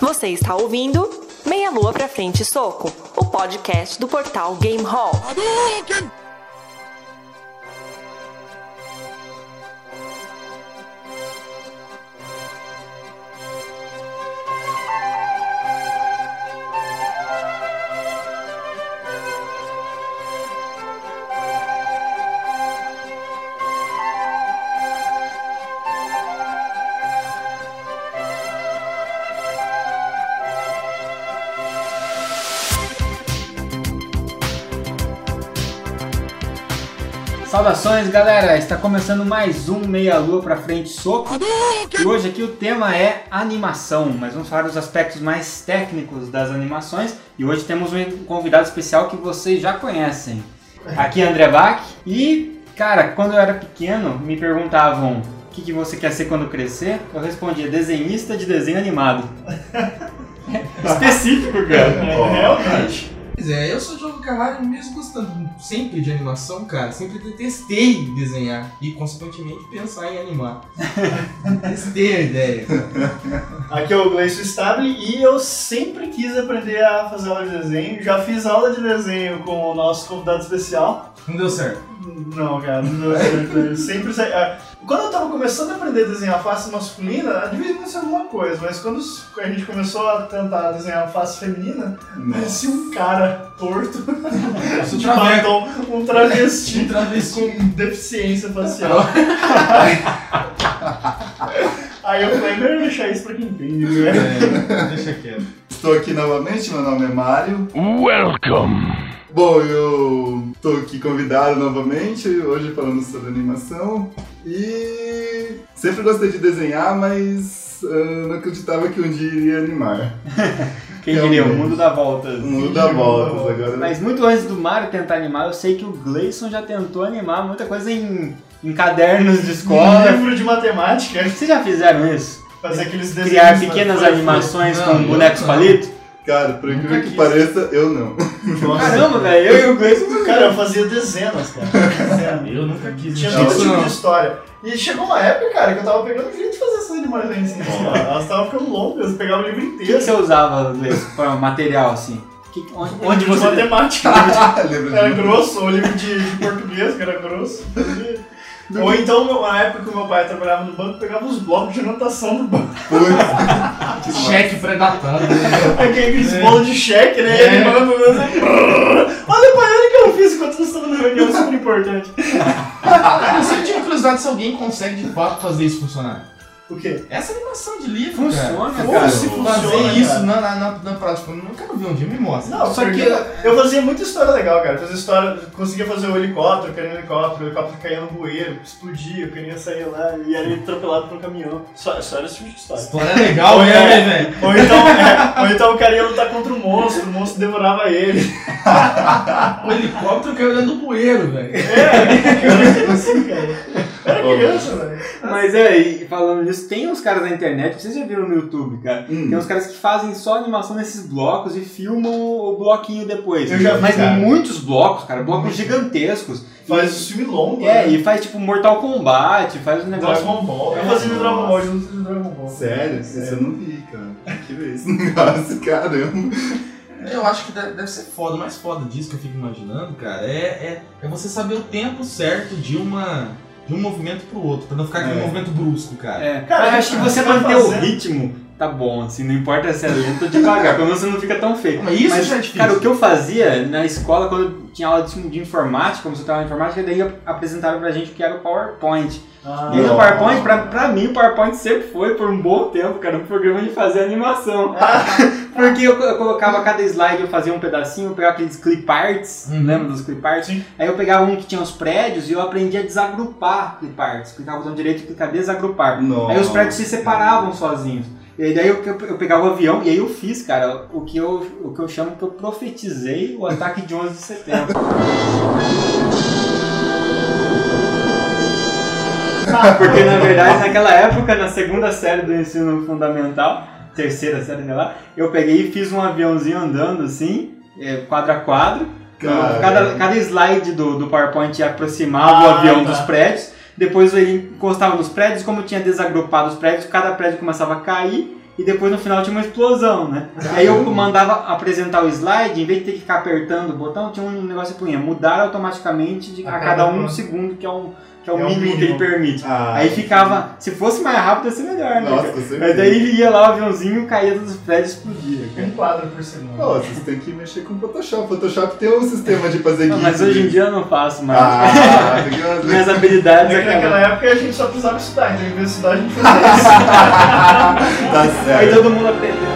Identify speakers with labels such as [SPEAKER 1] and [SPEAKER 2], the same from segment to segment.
[SPEAKER 1] Você está ouvindo Meia Lua pra Frente e Soco, o podcast do portal Game Hall.
[SPEAKER 2] Saudações, galera! Está começando mais um Meia Lua pra Frente Soco. E hoje aqui o tema é animação, mas vamos falar dos aspectos mais técnicos das animações. E hoje temos um convidado especial que vocês já conhecem. Aqui é André Bach. E, cara, quando eu era pequeno, me perguntavam o que, que você quer ser quando crescer. Eu respondia desenhista de desenho animado. Específico, cara.
[SPEAKER 3] Ó.
[SPEAKER 4] Realmente.
[SPEAKER 3] Pois é, eu sou o Diogo Carvalho, mesmo gostando sempre de animação, cara, sempre detestei desenhar e, consequentemente, pensar em animar. detestei a ideia.
[SPEAKER 4] Aqui é o Gleison Stable e eu sempre quis aprender a fazer aula de desenho. Já fiz aula de desenho com o nosso convidado especial.
[SPEAKER 3] Não deu certo.
[SPEAKER 4] Não, cara, não deu certo. Eu sempre sei- ah, Quando eu tava começando a aprender a desenhar face masculina, de vez em quando saiu alguma coisa, mas quando os- a gente começou a tentar desenhar face feminina, parecia um cara torto,
[SPEAKER 3] Eu sou
[SPEAKER 4] de
[SPEAKER 3] traveco.
[SPEAKER 4] batom, um travesti
[SPEAKER 3] Um travesti.
[SPEAKER 4] com deficiência facial. Aí eu falei, melhor deixar isso pra quem entende, né?
[SPEAKER 3] É, deixa quieto.
[SPEAKER 5] Estou aqui novamente, meu nome é Mário.
[SPEAKER 6] Welcome!
[SPEAKER 5] Bom, eu tô aqui convidado novamente, hoje falando sobre animação. E sempre gostei de desenhar, mas ah, não acreditava que um dia iria animar.
[SPEAKER 2] Quem diria, o
[SPEAKER 5] Realmente.
[SPEAKER 2] mundo dá voltas.
[SPEAKER 5] O mundo dá voltas agora. né?
[SPEAKER 2] Mas muito antes do Mario tentar animar, eu sei que o Gleison já tentou animar muita coisa em, em cadernos de
[SPEAKER 4] Um
[SPEAKER 2] escola.
[SPEAKER 4] livro de matemática,
[SPEAKER 2] Vocês já fizeram isso?
[SPEAKER 4] fazer aqueles desenhos.
[SPEAKER 2] Criar
[SPEAKER 4] né?
[SPEAKER 2] pequenas
[SPEAKER 4] Foi-
[SPEAKER 2] animações
[SPEAKER 3] Não,
[SPEAKER 2] com
[SPEAKER 3] eu-
[SPEAKER 2] bonecos
[SPEAKER 3] não.
[SPEAKER 2] palito?
[SPEAKER 5] Cara, por incrível que
[SPEAKER 3] quis.
[SPEAKER 5] pareça, eu não.
[SPEAKER 2] Caramba, velho, eu e o Gleison.
[SPEAKER 4] Cara, eu fazia dezenas, cara. Dezenas.
[SPEAKER 3] Eu nunca quis.
[SPEAKER 4] Tinha
[SPEAKER 5] Não,
[SPEAKER 4] todo tipo
[SPEAKER 3] não.
[SPEAKER 4] de história. E chegou uma época, cara, que eu tava pegando jeito de fazer essas animações assim, cara. Elas estavam ficando longas, eu pegava o livro
[SPEAKER 2] O que
[SPEAKER 4] inteiro.
[SPEAKER 2] você usava, Gleison, para material assim? Que- onde,
[SPEAKER 4] O livro
[SPEAKER 2] onde
[SPEAKER 4] de
[SPEAKER 2] você.
[SPEAKER 4] matemática
[SPEAKER 5] Ah, Lembra
[SPEAKER 2] É,
[SPEAKER 4] era
[SPEAKER 5] de mim?
[SPEAKER 4] grosso, o livro de, de português que era grosso. Ou então, meu- na época que meu pai trabalhava no banco, pegava os blocos de anotação do banco.
[SPEAKER 5] Putz,
[SPEAKER 3] Cheque predatado.
[SPEAKER 4] Aqueles
[SPEAKER 2] É.
[SPEAKER 4] bolos de cheque, né?
[SPEAKER 3] É.
[SPEAKER 4] Ele manda pro meu assim, Olha pra ele que eu fiz enquanto vocês estavam na reunião super importante.
[SPEAKER 3] Eu sempre tive curiosidade se alguém consegue, de fato, fazer isso funcionar.
[SPEAKER 4] O quê?
[SPEAKER 3] Essa animação de livro, cara.
[SPEAKER 2] Funciona,
[SPEAKER 4] Ou
[SPEAKER 2] cara.
[SPEAKER 4] se
[SPEAKER 3] Fazer
[SPEAKER 4] funciona,
[SPEAKER 3] isso
[SPEAKER 4] cara.
[SPEAKER 3] na, na, na, na prática, eu não quero ver um dia, me mostra.
[SPEAKER 4] Não,
[SPEAKER 2] Só
[SPEAKER 4] só
[SPEAKER 2] que-
[SPEAKER 4] que eu fazia muita história legal, cara. Eu Fazia história, conseguia fazer o helicóptero, queria um helicóptero, o helicóptero caía no bueiro, explodia, eu queria sair lá e era atropelado por um caminhão. Só, só era esse tipo de história.
[SPEAKER 3] História legal, né,
[SPEAKER 4] É.
[SPEAKER 3] velho?
[SPEAKER 4] Ou então, é, ou então o cara ia lutar contra um monstro, o monstro devorava ele.
[SPEAKER 3] O helicóptero caiu dentro do bueiro, velho.
[SPEAKER 4] É, assim, cara. Era
[SPEAKER 5] Bom.
[SPEAKER 4] criança, velho.
[SPEAKER 2] Mas é, e falando nisso, tem uns caras na internet, vocês já viram no YouTube, cara?
[SPEAKER 5] Hum.
[SPEAKER 2] Tem uns caras que fazem só animação nesses blocos e filmam o bloquinho depois.
[SPEAKER 4] Eu já vi,
[SPEAKER 2] Mas
[SPEAKER 4] cara.
[SPEAKER 2] muitos blocos, cara, blocos gigantescos.
[SPEAKER 4] Faz os filmes longos.
[SPEAKER 2] É,
[SPEAKER 4] né?
[SPEAKER 2] e faz tipo Mortal Kombat, faz um negócio.
[SPEAKER 4] Dragon Ball. Eu fazia no Dragon Ball, eu não fiz Dragon Ball.
[SPEAKER 5] Sério? Isso eu não vi, cara. Que ver esse negócio, caramba.
[SPEAKER 3] Eu acho que deve deve ser foda. O mais foda disso que eu fico imaginando, cara, é, é, é você saber o tempo certo de uma de um movimento pro outro, pra não ficar aquele
[SPEAKER 5] É.
[SPEAKER 3] movimento brusco, cara.
[SPEAKER 2] É.
[SPEAKER 4] Cara,
[SPEAKER 2] Mas acho que você
[SPEAKER 4] vai
[SPEAKER 2] manter o
[SPEAKER 4] fazendo.
[SPEAKER 2] ritmo, tá bom, assim, não importa se é lento ou devagar, pelo menos você não fica tão feio.
[SPEAKER 3] Mas isso
[SPEAKER 2] Mas,
[SPEAKER 3] já é difícil.
[SPEAKER 2] Cara, o que eu fazia na escola, quando eu tinha aula de de informática, como você estava na informática, daí apresentaram pra gente o que era o PowerPoint.
[SPEAKER 4] Ah,
[SPEAKER 2] E o
[SPEAKER 5] Não.
[SPEAKER 2] PowerPoint, pra, pra mim, o PowerPoint sempre foi, por um bom tempo, cara, um programa de fazer animação. Porque eu, co- eu colocava cada slide, eu fazia um pedacinho, eu pegava aqueles clip arts,
[SPEAKER 3] Uhum.
[SPEAKER 2] lembra dos clip arts?
[SPEAKER 4] Sim.
[SPEAKER 2] Aí eu pegava um que tinha os prédios e eu aprendia a desagrupar clip arts. Clicava o botão direito e clicava desagrupar.
[SPEAKER 5] Nossa.
[SPEAKER 2] Aí os prédios se separavam sozinhos. E daí eu, eu, eu pegava o avião e aí eu fiz, cara, o que eu, o que eu chamo que eu profetizei o ataque de 11 de setembro. Porque na verdade naquela época, na segunda série do ensino fundamental, terceira série sei lá, eu peguei e fiz um aviãozinho andando assim, é, quadro a quadro.
[SPEAKER 5] Cara.
[SPEAKER 2] Cada, cada slide do, do PowerPoint aproximava o
[SPEAKER 4] Ah,
[SPEAKER 2] avião
[SPEAKER 4] tá.
[SPEAKER 2] dos prédios. Depois ele encostava nos prédios, como tinha desagrupado os prédios, cada prédio começava a cair. e depois no final tinha uma explosão, né? Aí eu mandava apresentar o slide, em vez de ter que ficar apertando o botão, tinha um negócio que punha mudar automaticamente de- a,
[SPEAKER 3] A
[SPEAKER 2] cada,
[SPEAKER 3] cada
[SPEAKER 2] um
[SPEAKER 3] um.
[SPEAKER 2] segundo, que é o, que é o
[SPEAKER 4] É o
[SPEAKER 2] mínimo que ele
[SPEAKER 4] mínimo.
[SPEAKER 2] permite.
[SPEAKER 5] Ah,
[SPEAKER 2] Aí ficava, se fosse mais rápido, ia ser melhor, né?
[SPEAKER 5] Nossa,
[SPEAKER 2] cara?
[SPEAKER 5] com certeza.
[SPEAKER 2] Mas daí ele ia lá, o aviãozinho, caía dos prédios e explodia, cara.
[SPEAKER 4] Um quadro por semana.
[SPEAKER 5] Pô, vocês têm que mexer com o Photoshop. Photoshop tem um sistema de fazer
[SPEAKER 2] Não,
[SPEAKER 5] GIF.
[SPEAKER 2] mas hoje em dia eu não faço mais.
[SPEAKER 5] Ah, tem que fazer-
[SPEAKER 2] Minhas habilidades
[SPEAKER 4] É que naquela
[SPEAKER 2] acabaram.
[SPEAKER 4] época a gente só precisava estudar, então em vez de estudar a gente fazia isso.
[SPEAKER 5] Tá
[SPEAKER 2] Aí
[SPEAKER 5] certo.
[SPEAKER 2] todo mundo aprendeu.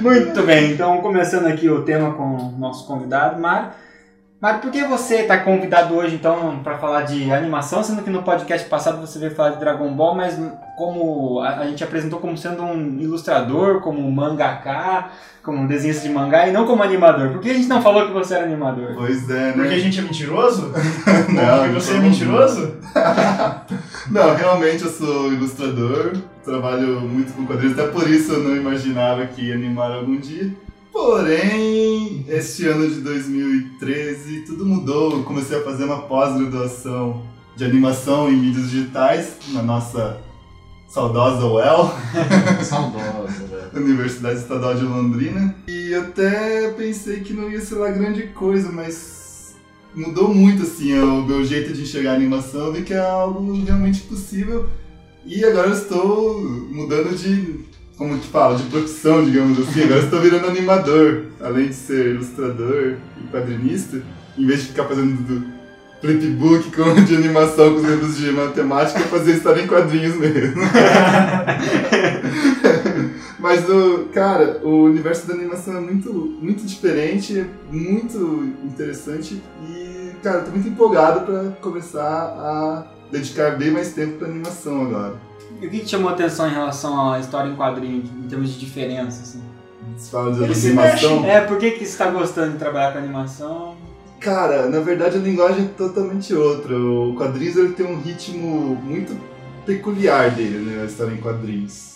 [SPEAKER 2] Muito bem, então começando aqui o tema com o nosso convidado, Mário. Mário, por que você está convidado hoje então para falar de animação, sendo que no podcast passado você veio falar de Dragon Ball, mas como a, a gente apresentou como sendo um ilustrador, como um mangaká, como um desenhista de mangá e não como animador. Por que a gente não falou que você era animador?
[SPEAKER 5] Pois é,
[SPEAKER 4] Porque a
[SPEAKER 5] né?
[SPEAKER 4] gente é mentiroso?
[SPEAKER 5] Não,
[SPEAKER 4] Porque você é
[SPEAKER 5] não.
[SPEAKER 4] mentiroso?
[SPEAKER 5] Não, realmente eu sou ilustrador, trabalho muito com quadrinhos, até por isso eu não imaginava que ia animar algum dia. Porém, este ano de 2013 tudo mudou. Eu comecei a fazer uma pós-graduação de animação em mídias digitais na nossa saudosa UEL.
[SPEAKER 3] é Saudosa, velho.
[SPEAKER 5] Universidade Estadual de Londrina. E até pensei que não ia ser lá grande coisa, mas mudou muito assim o meu jeito de enxergar a animação, vi que é algo realmente possível. E agora eu estou mudando de, como que fala, de profissão, digamos assim. Agora eu estou virando animador, além de ser ilustrador e quadrinista, em vez de ficar fazendo do flipbook com de animação com os livros de matemática, eu fazer história em quadrinhos mesmo. Mas, o, cara, o universo da animação é muito, muito diferente, é muito interessante e, cara, eu tô muito empolgado pra começar a dedicar bem mais tempo pra animação agora.
[SPEAKER 2] E o que te chamou a atenção em relação à história em quadrinho, em termos de diferença? assim?
[SPEAKER 5] Você fala de
[SPEAKER 4] Ele se
[SPEAKER 5] animação.
[SPEAKER 2] É, por que, que você está gostando de trabalhar com animação?
[SPEAKER 5] Cara, na verdade a linguagem é totalmente outra. O quadrinhos ele tem um ritmo muito peculiar dele, né? A história em quadrinhos.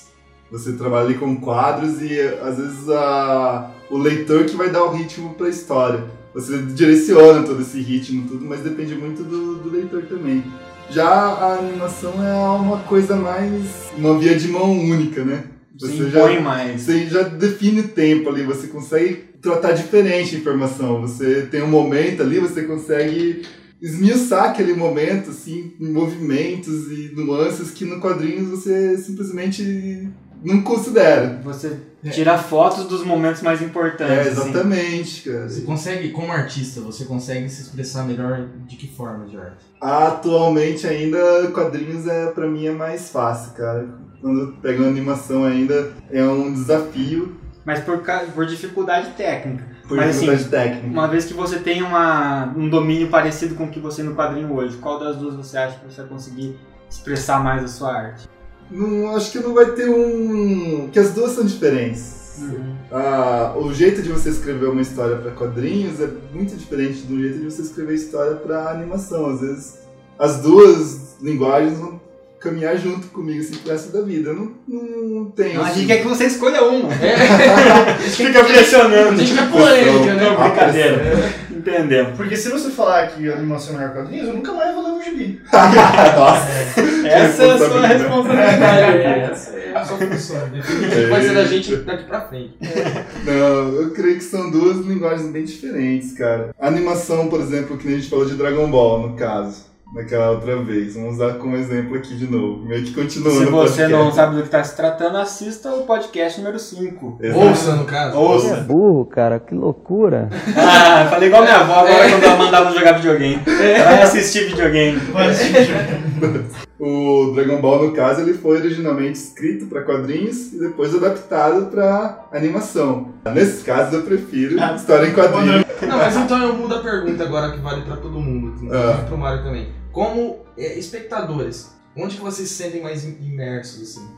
[SPEAKER 5] Você trabalha ali com quadros e às vezes a... o leitor que vai dar o ritmo pra história. Você direciona todo esse ritmo, tudo, mas depende muito do, do leitor também. Já a animação é uma coisa mais. uma via de mão única, né?
[SPEAKER 2] Você
[SPEAKER 5] Você já-
[SPEAKER 2] impõe mais.
[SPEAKER 5] Você já define o tempo ali, você consegue tratar diferente a informação. Você tem um momento ali, você consegue esmiuçar aquele momento, assim, em movimentos e nuances que no quadrinhos você simplesmente não considera.
[SPEAKER 2] Você tira fotos dos momentos mais importantes.
[SPEAKER 5] É,
[SPEAKER 2] assim.
[SPEAKER 5] exatamente, cara.
[SPEAKER 3] Você consegue, como artista, você consegue se expressar melhor de que forma de arte?
[SPEAKER 5] Atualmente ainda quadrinhos é para mim é mais fácil, cara. Quando eu pego uma animação ainda é um desafio
[SPEAKER 2] Mas por, ca- por dificuldade técnica.
[SPEAKER 5] por
[SPEAKER 2] Mas, assim,
[SPEAKER 5] dificuldade técnica.
[SPEAKER 2] Uma vez que você tem uma, um domínio parecido com o que você tem no quadrinho hoje, qual das duas você acha que você vai conseguir expressar mais a sua arte?
[SPEAKER 5] Não, acho que não vai ter um. que as duas são diferentes. Ah, o jeito de você escrever uma história para quadrinhos é muito diferente do jeito de você escrever história para animação. Às vezes, as duas linguagens vão caminhar junto comigo assim, pro resto da vida. Eu não, não, não tenho.
[SPEAKER 2] Então a
[SPEAKER 5] assim,
[SPEAKER 2] gente quer que você escolha uma.
[SPEAKER 4] Fica pressionando.
[SPEAKER 3] Gente, é
[SPEAKER 5] polêmica,
[SPEAKER 3] polêmica,
[SPEAKER 5] né?
[SPEAKER 3] né?
[SPEAKER 5] Não, brincadeira.
[SPEAKER 2] Entendemos.
[SPEAKER 4] Porque se você falar que a animação é melhor que quadrinhos, eu nunca mais vou ler um gibi.
[SPEAKER 2] tá
[SPEAKER 5] Nossa,
[SPEAKER 2] Essa é a sua
[SPEAKER 5] Responsabilidade.
[SPEAKER 2] responsabilidade. cara.
[SPEAKER 3] É só função. Definitivo vai ser da gente daqui pra frente.
[SPEAKER 5] é. Não, eu creio que são duas linguagens bem diferentes, cara. A animação, por exemplo, que nem a gente falou de Dragon Ball, no caso, naquela outra vez. Vamos usar como exemplo aqui de novo. Meio que continuando.
[SPEAKER 2] Se
[SPEAKER 5] o
[SPEAKER 2] você
[SPEAKER 5] podcast.
[SPEAKER 2] não sabe do que está se tratando, assista o podcast número 5.
[SPEAKER 5] Exato.
[SPEAKER 3] Ouça, no caso.
[SPEAKER 6] Você é
[SPEAKER 2] Ouça.
[SPEAKER 6] burro, cara, que loucura.
[SPEAKER 2] Ah, falei igual minha avó agora quando ela mandava jogar videogame. Ela ia assistir videogame.
[SPEAKER 4] Vai assistir. um
[SPEAKER 5] O Dragon Ball, no caso, ele foi originalmente escrito para quadrinhos e depois adaptado para animação. Nesses casos, eu prefiro
[SPEAKER 2] Ah,
[SPEAKER 5] história em
[SPEAKER 2] tá né?
[SPEAKER 5] quadrinhos.
[SPEAKER 3] Não, mas então eu mudo a pergunta agora que vale pra todo mundo, inclusive pro Mário também. Como é, espectadores, onde que vocês se sentem mais im- imersos, assim?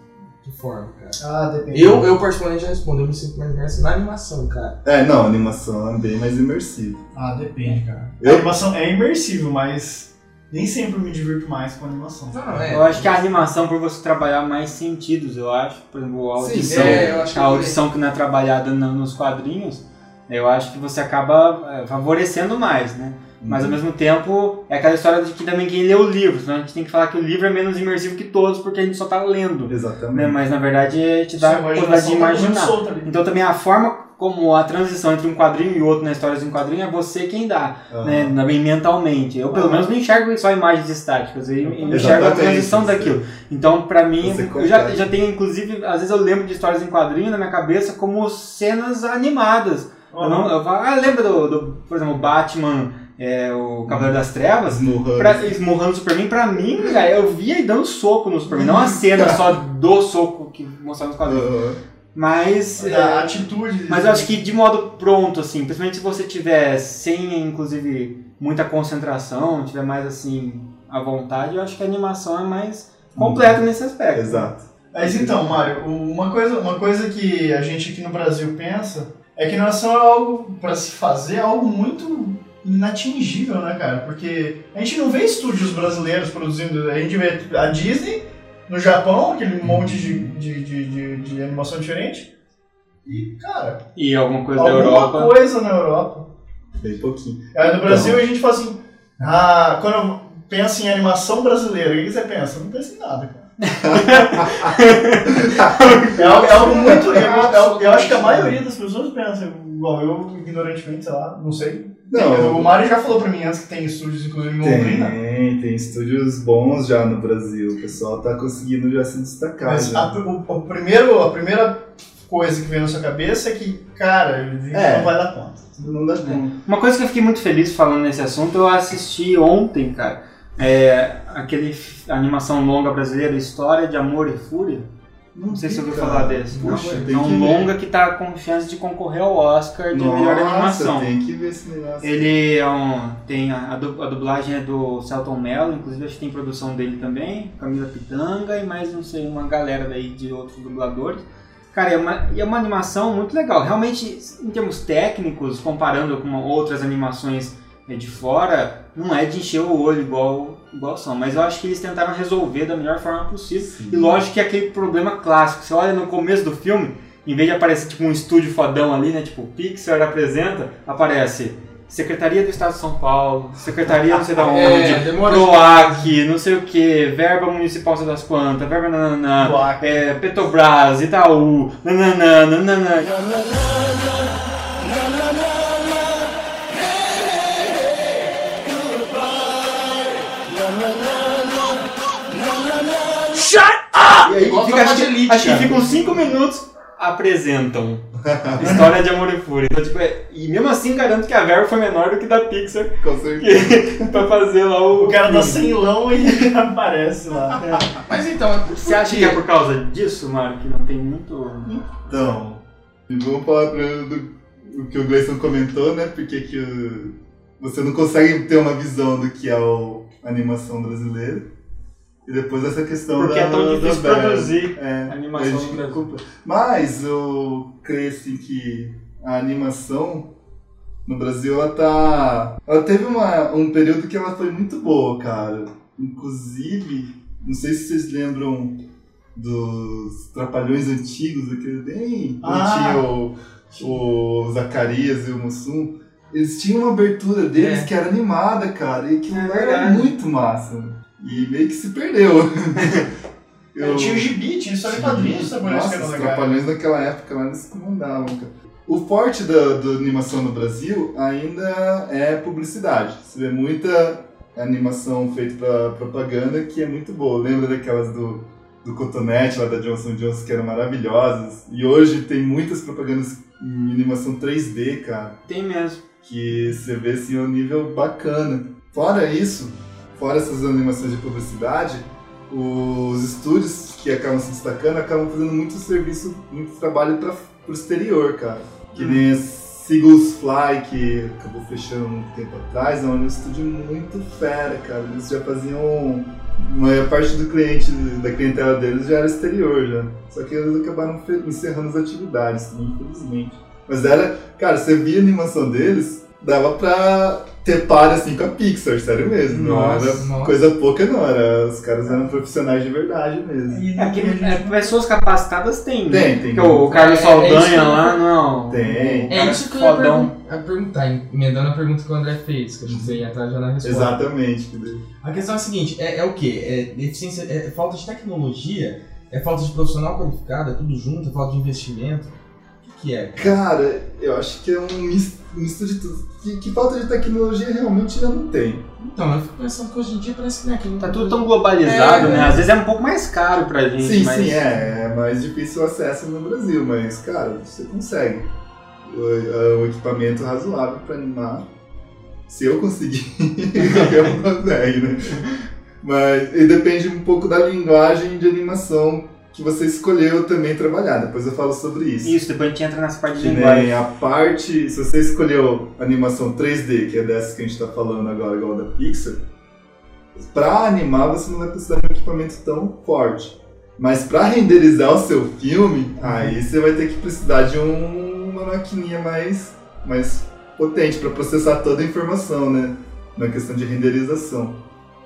[SPEAKER 3] Que forma, cara?
[SPEAKER 4] Ah, depende.
[SPEAKER 3] Eu, eu particularmente já respondo, eu me sinto mais imerso na animação, cara.
[SPEAKER 5] É, não, animação é bem mais imersiva.
[SPEAKER 4] Ah, depende, cara.
[SPEAKER 5] Eu-
[SPEAKER 4] A animação é imersivo, mas nem sempre eu me divirto mais com a animação.
[SPEAKER 3] Não, é.
[SPEAKER 2] Eu acho que a animação, por você trabalhar mais sentidos, eu acho. Por exemplo, a
[SPEAKER 5] Sim,
[SPEAKER 2] audição.
[SPEAKER 5] é,
[SPEAKER 3] eu acho que
[SPEAKER 2] a audição que não é trabalhada na- nos quadrinhos, Eu acho que você acaba é, favorecendo mais, né? Mas
[SPEAKER 5] Uhum.
[SPEAKER 2] ao mesmo tempo, é aquela história de que também quem lê o livro, senão a gente tem que falar que o livro é menos imersivo que todos porque a gente só tá lendo. Né?
[SPEAKER 5] Exatamente.
[SPEAKER 2] Mas na verdade te
[SPEAKER 4] é
[SPEAKER 2] dá a possibilidade de imaginar. Então também a forma como a transição entre um quadrinho e outro na história de um quadrinho é você quem dá,
[SPEAKER 5] Aham.
[SPEAKER 2] né? Também mentalmente. Eu pelo
[SPEAKER 4] Aham.
[SPEAKER 2] menos não enxergo só imagens estáticas, eu enxergo a
[SPEAKER 5] Exatamente,
[SPEAKER 2] transição
[SPEAKER 5] sim.
[SPEAKER 2] daquilo. Então, pra mim,
[SPEAKER 5] Você
[SPEAKER 2] eu já,
[SPEAKER 5] consegue.
[SPEAKER 2] já tenho, inclusive, às vezes eu lembro de histórias em quadrinho na minha cabeça como cenas animadas. Eu, não, eu falo, ah, lembra do, do, por exemplo, Batman, é, o Cavaleiro das Trevas?
[SPEAKER 5] Esmurrando.
[SPEAKER 2] Pra, esmurrando o Superman, pra mim, cara, eu via ele dando soco no Superman. Não a cena só do soco que mostrava nos quadrinhos.
[SPEAKER 5] Aham.
[SPEAKER 2] Mas. é,
[SPEAKER 4] A atitude.
[SPEAKER 2] mas eu acho que de modo pronto, assim, principalmente se você tiver sem, inclusive, muita concentração, tiver mais assim, à vontade, eu acho que a animação é mais completa nesse aspecto.
[SPEAKER 5] Hum. Exato.
[SPEAKER 4] Mas então, Mário, o- uma coisa, uma coisa que a gente aqui no Brasil pensa é que animação é algo para se fazer, é algo muito inatingível, né, cara? Porque a gente não vê estúdios brasileiros produzindo, a gente vê a Disney no Japão,
[SPEAKER 2] Uhum.
[SPEAKER 4] aquele monte de, de, de, de- de animação diferente. E, cara,
[SPEAKER 2] E alguma coisa da
[SPEAKER 4] alguma
[SPEAKER 2] Europa.
[SPEAKER 4] coisa na Europa.
[SPEAKER 5] Bem pouquinho.
[SPEAKER 4] Aí É, no Brasil
[SPEAKER 5] Então.
[SPEAKER 4] a gente fala assim, ah, quando pensa em animação brasileira, o que que você pensa? Não pensa em nada, cara. É algo, é algo muito. é algo- é algo- eu acho que a maioria das pessoas pensa, igual eu, ignorantemente, sei lá, não sei.
[SPEAKER 5] Não.
[SPEAKER 4] o Mário já falou pra mim antes que tem estúdios, inclusive, em
[SPEAKER 2] né?
[SPEAKER 4] Londrina.
[SPEAKER 5] Tem, tem estúdios bons já no Brasil. O pessoal tá conseguindo já se destacar.
[SPEAKER 4] Mas
[SPEAKER 5] já.
[SPEAKER 4] a, o, o primeiro, a primeira coisa que vem na sua cabeça é que, cara, a gente
[SPEAKER 5] É.
[SPEAKER 4] não vai dar conta.
[SPEAKER 5] Não
[SPEAKER 2] né?
[SPEAKER 5] dá conta.
[SPEAKER 2] Uma coisa que eu fiquei muito feliz falando nesse assunto, eu assisti ontem, cara, é, aquele f- animação longa brasileira, História de Amor e Fúria. Não sei se você ouviu
[SPEAKER 5] Cara,
[SPEAKER 2] falar desse.
[SPEAKER 5] Puxa,
[SPEAKER 2] é
[SPEAKER 5] tem que
[SPEAKER 2] um
[SPEAKER 5] ver.
[SPEAKER 2] longa que tá com chance de concorrer ao Oscar de melhor
[SPEAKER 5] Nossa,
[SPEAKER 2] animação.
[SPEAKER 5] Tem que ver esse negócio.
[SPEAKER 2] Ele é um, tem a, a du- a dublagem é do Celton Mello, inclusive acho que tem produção dele também, Camila Pitanga e mais não sei uma galera daí de outros dubladores. Cara, é uma, e é uma animação muito legal. Realmente, em termos técnicos, comparando com outras animações eh, de fora, não é de encher o olho igual, igual são. Mas eu acho que eles tentaram resolver da melhor forma possível.
[SPEAKER 5] Sim.
[SPEAKER 2] E lógico que é aquele problema clássico. Você olha no começo do filme, em vez de aparecer tipo um estúdio fodão ali, né? Tipo, o Pixar apresenta, aparece Secretaria do Estado de São Paulo, Secretaria não sei da onde,
[SPEAKER 3] É, demora.
[SPEAKER 2] PROAC, não sei o que, verba municipal não sei das quantas, verba nananã,
[SPEAKER 5] Ah,
[SPEAKER 4] Do Acre.
[SPEAKER 2] é, Petrobras, Itaú, nananã, nananã. E aí
[SPEAKER 3] Igual
[SPEAKER 2] fica,
[SPEAKER 3] tropa
[SPEAKER 2] acho,
[SPEAKER 3] de
[SPEAKER 2] que,
[SPEAKER 3] elite,
[SPEAKER 2] acho que
[SPEAKER 3] cara.
[SPEAKER 2] fica uns 5 minutos apresentam História de Amor e Fúria. Então, tipo, é- e mesmo assim garanto que a verba foi menor do que da Pixar
[SPEAKER 5] Com certeza.
[SPEAKER 2] que- pra fazer lá o.
[SPEAKER 4] O cara
[SPEAKER 5] é.
[SPEAKER 4] tá dá
[SPEAKER 2] filme.
[SPEAKER 4] 100 lão e aparece lá.
[SPEAKER 3] Mas então, é por
[SPEAKER 2] Você acha que é por causa disso, Mário, que não tem muito.
[SPEAKER 5] Então, e vamos falar primeiro do, do que o Gleison comentou, né? Porque que o- você não consegue ter uma visão do que é o- a animação brasileira. E depois essa questão
[SPEAKER 2] Porque
[SPEAKER 5] da,
[SPEAKER 2] é tão difícil
[SPEAKER 5] da verba.
[SPEAKER 2] produzir
[SPEAKER 5] É,
[SPEAKER 2] animação
[SPEAKER 5] eu-
[SPEAKER 2] no Brasil.
[SPEAKER 5] Mas eu creio assim que a animação no Brasil ela tá. Ela teve uma, um período que ela foi muito boa, cara. Inclusive, não sei se vocês lembram dos Trapalhões antigos, aquele bem.
[SPEAKER 4] Ah.
[SPEAKER 5] quando tinha
[SPEAKER 2] Tipo,
[SPEAKER 5] o, o Zacarias e o Mussum. Eles tinham uma abertura deles
[SPEAKER 2] É.
[SPEAKER 5] que era animada, cara, e que
[SPEAKER 2] É
[SPEAKER 5] era
[SPEAKER 2] verdade.
[SPEAKER 5] muito massa. E meio que se perdeu.
[SPEAKER 4] Eu...
[SPEAKER 2] um
[SPEAKER 4] Tinha o gibi, tinha história é em quadrinhos, sabe?
[SPEAKER 5] Nossa,
[SPEAKER 4] que era
[SPEAKER 5] os
[SPEAKER 4] legal.
[SPEAKER 5] Trapalhões naquela época lá eles comandavam, cara. O forte da, da animação no Brasil ainda é publicidade. Você vê muita animação feita pra propaganda que é muito boa. Lembra daquelas do, do Cotonete lá da Johnson Johnson que eram maravilhosas? E hoje tem muitas propagandas em animação 3D, cara
[SPEAKER 2] Tem mesmo.
[SPEAKER 5] que você vê assim um nível bacana. Fora isso, fora essas animações de publicidade, os estúdios que acabam se destacando acabam fazendo muito serviço, muito trabalho para o exterior, cara. Que
[SPEAKER 3] Uhum.
[SPEAKER 5] nem a Seagulls Fly, que acabou fechando um tempo atrás, é um estúdio muito fera, cara. Eles já faziam. A maior parte do cliente, da clientela deles já era exterior, já. Só que eles acabaram fe- encerrando as atividades, infelizmente. Mas era, Cara, você via a animação deles, dava pra ter par assim com a Pixar, sério mesmo.
[SPEAKER 3] Nossa,
[SPEAKER 5] não era
[SPEAKER 3] nossa.
[SPEAKER 5] coisa pouca, não. Era, os caras eram profissionais de verdade mesmo.
[SPEAKER 4] E
[SPEAKER 2] É que é, pessoas capacitadas tem, né?
[SPEAKER 5] Tem, tem.
[SPEAKER 2] Porque o Carlos
[SPEAKER 3] É, é
[SPEAKER 2] Saldanha
[SPEAKER 3] isso que eu-
[SPEAKER 2] lá, não.
[SPEAKER 5] Tem.
[SPEAKER 3] É
[SPEAKER 2] Cara,
[SPEAKER 3] isso que eu ia
[SPEAKER 2] fodão.
[SPEAKER 3] pergun- ia perguntar, emendando a pergunta que o André fez, que eu acho que você ia estar já na
[SPEAKER 2] tipo.
[SPEAKER 3] resposta.
[SPEAKER 5] Exatamente. que daí-
[SPEAKER 3] A questão é a seguinte, é, é o quê? É deficiência, é falta de tecnologia, é falta de profissional qualificado, é tudo junto, é falta de investimento. O que, que é?
[SPEAKER 5] Cara, eu acho que é um mis- misto de tudo. Que, que falta de tecnologia realmente já não tem.
[SPEAKER 3] Então, eu fico pensando que hoje em dia parece que né, que não
[SPEAKER 2] Tá tudo tão globalizado,
[SPEAKER 3] É,
[SPEAKER 2] né?
[SPEAKER 3] né?
[SPEAKER 2] Às vezes é um pouco mais caro pra gente,
[SPEAKER 5] sim,
[SPEAKER 2] mas.
[SPEAKER 5] sim, é, é mais difícil o acesso no Brasil, mas, cara, você consegue. O- é Um equipamento razoável pra animar. Se eu conseguir, qualquer um consegue, né? Mas e depende um pouco da linguagem de animação que você escolheu também trabalhar. Depois eu falo sobre isso.
[SPEAKER 2] Isso, depois a gente entra nessa parte de
[SPEAKER 5] Que
[SPEAKER 2] linguagem.
[SPEAKER 5] nem a parte. Se você escolheu animação 3D, que é dessa que a gente tá falando agora, igual a da Pixar, pra animar você não vai precisar de um equipamento tão forte. Mas pra renderizar o seu filme, aí você vai ter que precisar de um- uma maquininha mais, mais potente pra processar toda a informação, né? Na questão de renderização.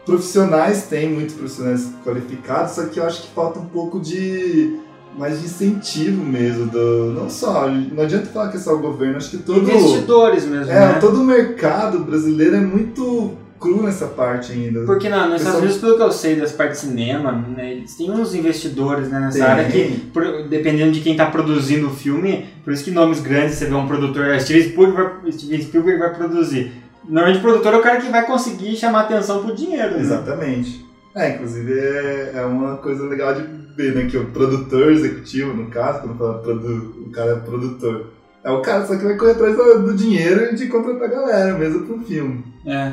[SPEAKER 5] Profissionais tem muitos profissionais qualificados, só que eu acho que falta um pouco de mais de incentivo mesmo, do, não só, não adianta falar que é só o governo, acho que todo,
[SPEAKER 2] Investidores mesmo,
[SPEAKER 5] é,
[SPEAKER 2] né?
[SPEAKER 5] todo o mercado brasileiro é muito cru nessa parte ainda.
[SPEAKER 2] Porque na, nos Estados
[SPEAKER 5] Pessoal-
[SPEAKER 2] Unidos, pelo que eu sei das partes de cinema, né, eles têm uns investidores né, nessa área que, por- dependendo de quem tá produzindo o filme, por isso que nomes grandes, você vê um produtor, é, Steven Spielberg vai, Steven Spielberg vai produzir. Normalmente o produtor é o cara que vai conseguir chamar atenção pro dinheiro, né?
[SPEAKER 5] Exatamente. É, inclusive é, é uma coisa legal de ver, né? Que o produtor executivo, no caso, quando fala produ, o cara é produtor, é o cara só que vai correr atrás do, do dinheiro e de contratar a galera mesmo pro filme.
[SPEAKER 2] É.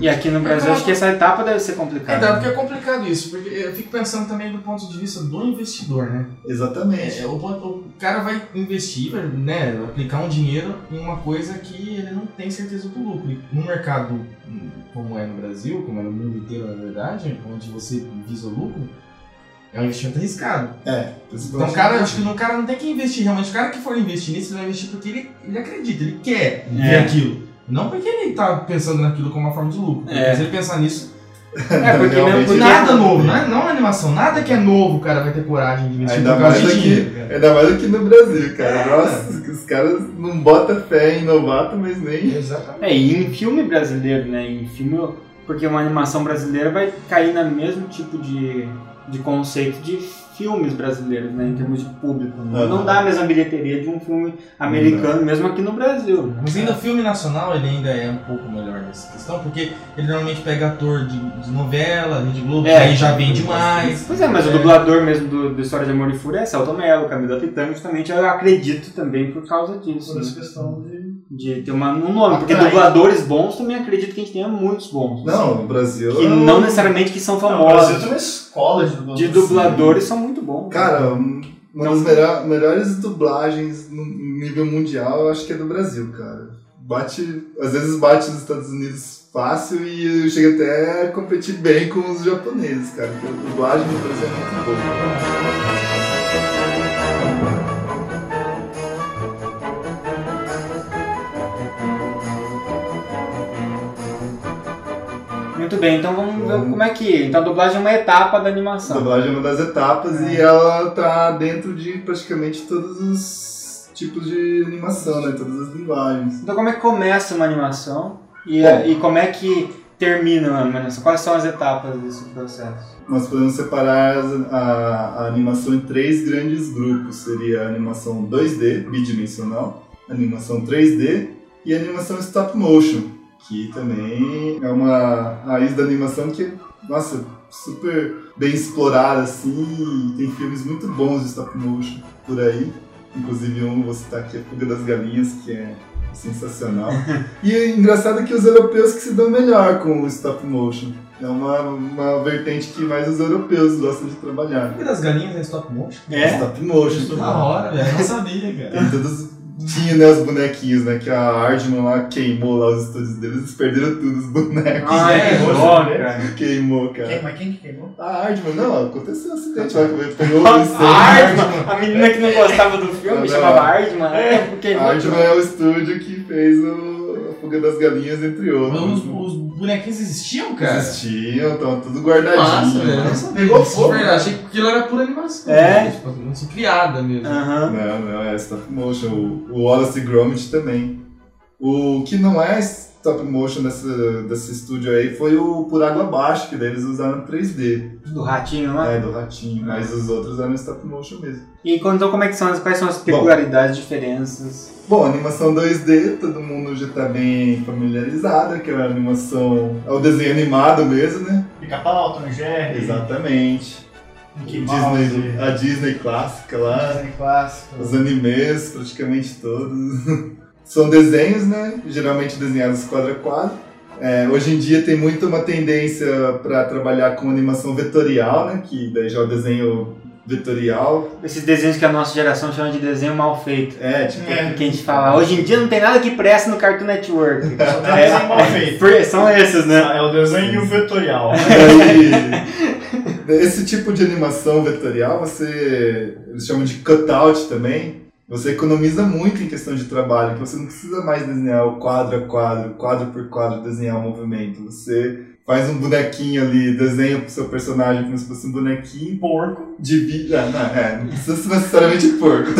[SPEAKER 2] E aqui no Brasil, acho que essa etapa deve ser complicada.
[SPEAKER 3] Então, porque é complicado isso, porque eu fico pensando também do ponto de vista do investidor, né?
[SPEAKER 5] Exatamente.
[SPEAKER 3] É, o, o cara vai investir, vai, né, aplicar um dinheiro em uma coisa que ele não tem certeza do lucro. E no mercado hum, como é no Brasil, como é no mundo inteiro na verdade, onde você visa o lucro, é um investimento arriscado. Então o cara, acho que o cara não tem que investir realmente. O cara que for investir nisso, ele vai investir porque ele, ele acredita, ele quer ver
[SPEAKER 2] É.
[SPEAKER 3] aquilo. Não porque ele tá pensando naquilo como uma forma de lucro.
[SPEAKER 2] É.
[SPEAKER 3] Porque se ele pensar nisso,
[SPEAKER 2] É, porque mesmo
[SPEAKER 5] Realmente
[SPEAKER 2] porque-
[SPEAKER 3] nada novo, né? não animação, nada que é novo o cara vai ter coragem de investir
[SPEAKER 5] Ainda
[SPEAKER 3] por causa
[SPEAKER 5] mais
[SPEAKER 3] de
[SPEAKER 5] aqui.
[SPEAKER 3] dinheiro. cara.
[SPEAKER 5] Ainda mais aqui no Brasil,
[SPEAKER 3] É.
[SPEAKER 5] cara. Nossa, os caras não botam fé em novato, mas nem.
[SPEAKER 3] Exatamente.
[SPEAKER 2] É, e em filme brasileiro, né? Em filme. Porque uma animação brasileira vai cair no mesmo tipo de, de conceito de filmes brasileiros, né? Em termos de público. né?
[SPEAKER 5] Aham.
[SPEAKER 2] Não dá a mesma bilheteria de um filme americano, mesmo aqui no Brasil. né?
[SPEAKER 3] Mas ainda o filme nacional ele ainda é um pouco melhor nessa questão, porque ele normalmente pega ator de, de novela, Rede Globo,
[SPEAKER 2] É.
[SPEAKER 3] que aí já vende mais.
[SPEAKER 2] Pois é, mas o
[SPEAKER 3] É.
[SPEAKER 2] dublador mesmo do, do História de Amor e Fúria é Celto Mello, Camila Pitanga, justamente eu acredito também por causa disso,
[SPEAKER 4] Por
[SPEAKER 2] né?
[SPEAKER 4] essa questão de.
[SPEAKER 2] De ter uma, um nome. Porque
[SPEAKER 4] Atrair.
[SPEAKER 2] dubladores bons também acredito que a gente tenha muitos bons. né?
[SPEAKER 5] Não, o Brasil. é um
[SPEAKER 2] Que não necessariamente que são
[SPEAKER 4] Não, o Brasil é tem
[SPEAKER 2] famosos.
[SPEAKER 4] uma escola de dubladores.
[SPEAKER 2] De dubladores são muito bons.
[SPEAKER 5] Cara, um- uma das melhor- melhores dublagens no nível mundial, eu acho que é do Brasil, cara. Bate. Às vezes bate nos Estados Unidos fácil e chega até a competir bem com os japoneses, cara. Porque a dublagem no Brasil é muito boa.
[SPEAKER 2] Muito bem, então vamos ver como é que. Então a dublagem é uma etapa da
[SPEAKER 5] A
[SPEAKER 2] animação.
[SPEAKER 5] dublagem é uma das etapas e ela tá dentro de praticamente todos os tipos de animação, né? Todas as linguagens.
[SPEAKER 2] Então como é que começa uma animação e,
[SPEAKER 5] Bom.
[SPEAKER 2] e como é que termina uma animação? Quais são as etapas desse processo?
[SPEAKER 5] Nós podemos separar as- a, a animação em três grandes grupos. Seria a animação 2D, bidimensional, a animação 3D e a animação stop motion, que também é uma raiz da animação que, nossa, super bem explorada assim, e tem filmes muito bons de stop motion por aí. Inclusive um, vou citar aqui, a Fuga das Galinhas, que é sensacional. e é engraçado que os europeus que se dão melhor com o stop motion. É uma, uma vertente que mais os europeus gostam de trabalhar.
[SPEAKER 3] E das galinhas é stop motion?
[SPEAKER 2] É?
[SPEAKER 5] Stop motion.
[SPEAKER 3] Isso da hora, velho. Eu não sabia, cara.
[SPEAKER 5] Tem todos. Tinha né, os bonequinhos, né? Que a Ardman lá queimou lá os estúdios deles, eles perderam tudo, os bonecos.
[SPEAKER 2] Ai,
[SPEAKER 3] é,
[SPEAKER 2] que
[SPEAKER 4] hoje,
[SPEAKER 2] dó,
[SPEAKER 4] né?
[SPEAKER 2] cara.
[SPEAKER 5] Queimou,
[SPEAKER 4] Quem,
[SPEAKER 5] cara.
[SPEAKER 4] mas quem que queimou?
[SPEAKER 5] A Ardman, não, aconteceu um acidente lá que pegou o
[SPEAKER 2] A
[SPEAKER 5] incêndio.
[SPEAKER 2] Artman, a menina que não gostava do filme,
[SPEAKER 5] Não,
[SPEAKER 2] chamava
[SPEAKER 5] não.
[SPEAKER 2] Artman, né? Porque
[SPEAKER 5] A Ardman é o estúdio que fez o Fuga das Galinhas, entre outros.
[SPEAKER 3] Os, os bonequinhos existiam, cara?
[SPEAKER 5] Existiam, então tudo
[SPEAKER 3] Massa,
[SPEAKER 5] guardadinho.
[SPEAKER 3] velho. Eu não sabia
[SPEAKER 4] Pegou
[SPEAKER 3] disso,
[SPEAKER 4] fogo.
[SPEAKER 3] de verdade. Achei que aquilo era pura animação.
[SPEAKER 2] É. Ah.
[SPEAKER 3] né? Tipo, animação criada mesmo.
[SPEAKER 2] Aham.
[SPEAKER 5] Não, não, é stop motion. O- O Wallace e Gromit também. O que não é stop motion dessa, desse estúdio aí foi o Por Água Abaixo, que daí eles usaram 3D,
[SPEAKER 2] Do ratinho lá.
[SPEAKER 5] né, do ratinho. Mas os outros eram stop motion mesmo.
[SPEAKER 2] E quando- então como é que são, as- quais são as peculiaridades, diferenças?
[SPEAKER 5] Bom, animação 2D, todo mundo já tá bem familiarizado, que é a animação... É o desenho animado mesmo, né?
[SPEAKER 4] Pica-pau, Tom e Jerry,
[SPEAKER 5] Exatamente.
[SPEAKER 4] Mickey Mouse,
[SPEAKER 5] Disney, a Disney clássica lá.
[SPEAKER 4] Disney clássico.
[SPEAKER 5] Os animes, praticamente todos. São desenhos, né? Geralmente desenhados quadro a quadro. É, hoje em dia tem muito uma tendência para trabalhar com animação vetorial, né? Que daí já é o desenho vetorial.
[SPEAKER 2] Esses desenhos que a nossa geração chama de desenho mal feito.
[SPEAKER 5] É, tipo.
[SPEAKER 4] É.
[SPEAKER 2] Que a gente fala, hoje em dia não tem nada que presta no Cartoon Network. É,
[SPEAKER 4] Só tem desenho mal feito.
[SPEAKER 2] Por- São esses, né?
[SPEAKER 4] É o desenho vetorial.
[SPEAKER 5] Daí, esse tipo de animação vetorial, você. Eles chamam de cutout também. Você economiza muito em questão de trabalho, que você não precisa mais desenhar o quadro a quadro, quadro por quadro, desenhar o movimento. Você faz um bonequinho ali, desenha pro seu personagem como se fosse um bonequinho,
[SPEAKER 4] Porco.
[SPEAKER 5] divide. Ah, não, é, não precisa ser necessariamente porco.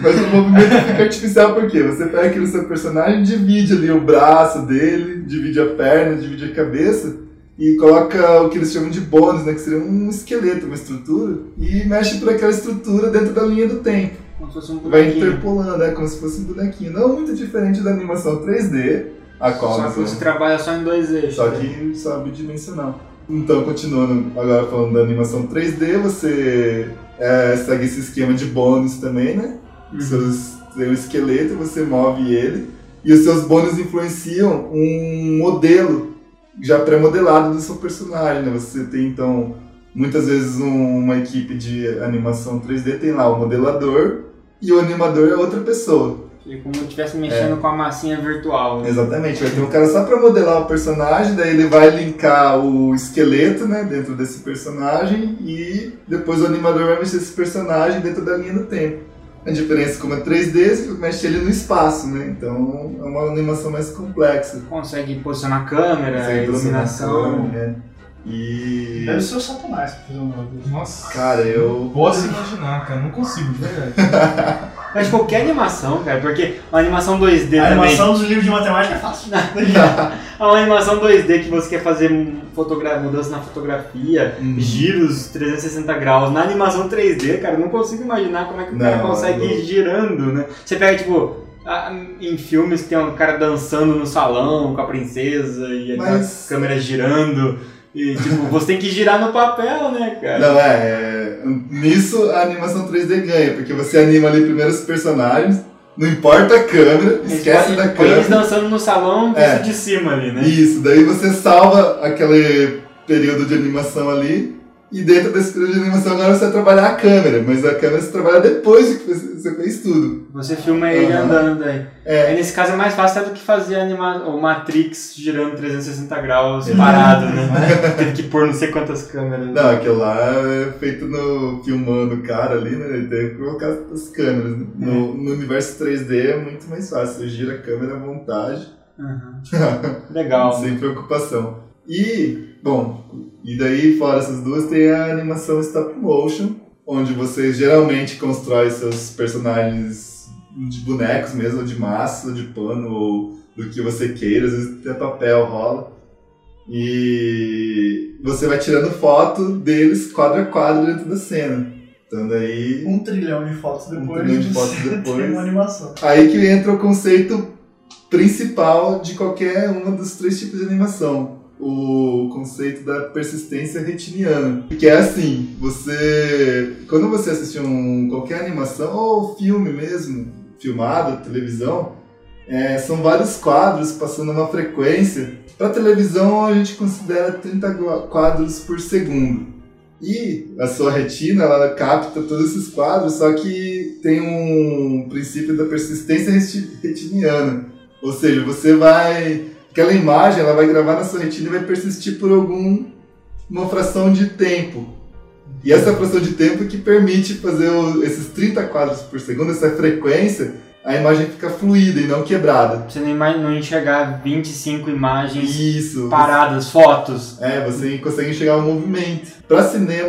[SPEAKER 5] Mas o movimento fica artificial por quê? Você pega aquele seu personagem, divide ali o braço dele, divide a perna, divide a cabeça e coloca o que eles chamam de bônus, né? Que seria um esqueleto, uma estrutura, e mexe para aquela estrutura dentro da linha do tempo.
[SPEAKER 2] Como se fosse um
[SPEAKER 5] Vai
[SPEAKER 2] bonequinho.
[SPEAKER 5] interpolando, é como se fosse um bonequinho. Não muito diferente da animação 3D, a qual
[SPEAKER 2] Só
[SPEAKER 5] nós
[SPEAKER 2] que
[SPEAKER 5] vamos
[SPEAKER 2] você trabalha só em dois eixos.
[SPEAKER 5] só
[SPEAKER 2] né?
[SPEAKER 5] que só bidimensional. Então, continuando agora falando da animação 3D, você é, segue esse esquema de bônus também, né?
[SPEAKER 2] Uhum.
[SPEAKER 5] Seus, tem um esqueleto, você move ele, e os seus bônus influenciam um modelo já pré-modelado do seu personagem, né? Você tem, então, muitas vezes um- uma equipe de animação 3D tem lá o modelador, e o animador é outra pessoa.
[SPEAKER 2] E como eu estivesse mexendo com a massinha virtual. né?
[SPEAKER 5] Exatamente, vai ter um cara só pra modelar o personagem, daí ele vai linkar o esqueleto, né, dentro desse personagem, e depois o animador vai mexer esse personagem dentro da linha do tempo. A diferença como é 3D, você mexe ele no espaço, né, então é uma animação mais complexa.
[SPEAKER 2] Consegue posicionar a câmera,
[SPEAKER 5] Sem
[SPEAKER 2] É, iluminação.
[SPEAKER 5] né? E...
[SPEAKER 4] Deve ser o Satanás um que fez o nome.
[SPEAKER 3] Nossa.
[SPEAKER 5] Cara, eu...
[SPEAKER 3] Posso imaginar, cara. Não consigo, de verdade.
[SPEAKER 2] Mas qualquer animação, cara, porque uma animação 2D
[SPEAKER 4] A
[SPEAKER 2] também. Ah,
[SPEAKER 4] animação dos livros de matemática é fácil.
[SPEAKER 2] Uma animação 2D que você quer fazer um fotogra- mudança na fotografia,
[SPEAKER 5] Uhum.
[SPEAKER 2] giros 360 graus. Na animação 3D, cara, eu não consigo imaginar como é que o cara
[SPEAKER 5] Não,
[SPEAKER 2] consegue
[SPEAKER 5] não.
[SPEAKER 2] ir girando, né? Você pega, tipo, a- em filmes que tem um cara dançando no salão com a princesa e a
[SPEAKER 5] Mas-
[SPEAKER 2] câmera girando. E, tipo, você tem que girar no papel, né, cara?
[SPEAKER 5] Não, é, é. Nisso a animação 3D ganha, porque você anima ali primeiro os personagens, não importa a câmera,
[SPEAKER 2] Eles
[SPEAKER 5] esquece
[SPEAKER 2] põem-
[SPEAKER 5] da
[SPEAKER 2] põem
[SPEAKER 5] câmera.
[SPEAKER 2] eles dançando no salão, visto
[SPEAKER 5] É.
[SPEAKER 2] de cima ali, né?
[SPEAKER 5] Isso, daí você salva aquele período de animação ali. E dentro desse período de animação agora você vai trabalhar a câmera, mas a câmera você trabalha depois que você você fez tudo.
[SPEAKER 2] Você filma ele
[SPEAKER 5] Aham.
[SPEAKER 2] andando aí.
[SPEAKER 5] É.
[SPEAKER 2] Aí, nesse caso é mais fácil até do que fazer anima o Matrix girando 360 graus parado, né? Teve que pôr não sei quantas câmeras. né?
[SPEAKER 5] Não, aquilo lá é feito no filmando o cara ali, né? Ele tem que colocar as câmeras. né? No, no universo 3D é muito mais fácil, você gira a câmera à vontade,
[SPEAKER 2] Aham. Legal.
[SPEAKER 5] sem preocupação. E, bom, e daí fora essas duas tem a animação stop motion, onde você geralmente constrói seus personagens de bonecos mesmo, ou de massa, ou de pano, ou do que você queira, às vezes até papel rola. E você vai tirando foto deles quadro a quadro dentro da cena. Então daí.
[SPEAKER 4] Um trilhão de fotos
[SPEAKER 5] Um
[SPEAKER 4] depois.
[SPEAKER 5] trilhão de
[SPEAKER 4] você
[SPEAKER 5] fotos
[SPEAKER 4] tem
[SPEAKER 5] depois.
[SPEAKER 4] uma animação.
[SPEAKER 5] Aí que entra o conceito principal de qualquer uma dos três tipos de animação. O conceito da persistência retiniana. Que é assim, você. Quando você assiste um, qualquer animação, ou filme mesmo, filmado, televisão, é, são vários quadros passando uma frequência. Para televisão a gente considera 30 gua- quadros por segundo. E a sua retina, ela capta todos esses quadros, só que tem um princípio da persistência reti- retiniana. Ou seja, você vai. Aquela imagem, ela vai gravar na sua retina e vai persistir por algum. uma fração de tempo. E essa fração de tempo que permite fazer o- esses 30 quadros por segundo, essa frequência, a imagem fica fluida e não quebrada.
[SPEAKER 2] Você não, ima- não enxergar 25 imagens
[SPEAKER 5] Isso.
[SPEAKER 2] paradas, fotos.
[SPEAKER 5] É, você consegue enxergar o movimento. Pra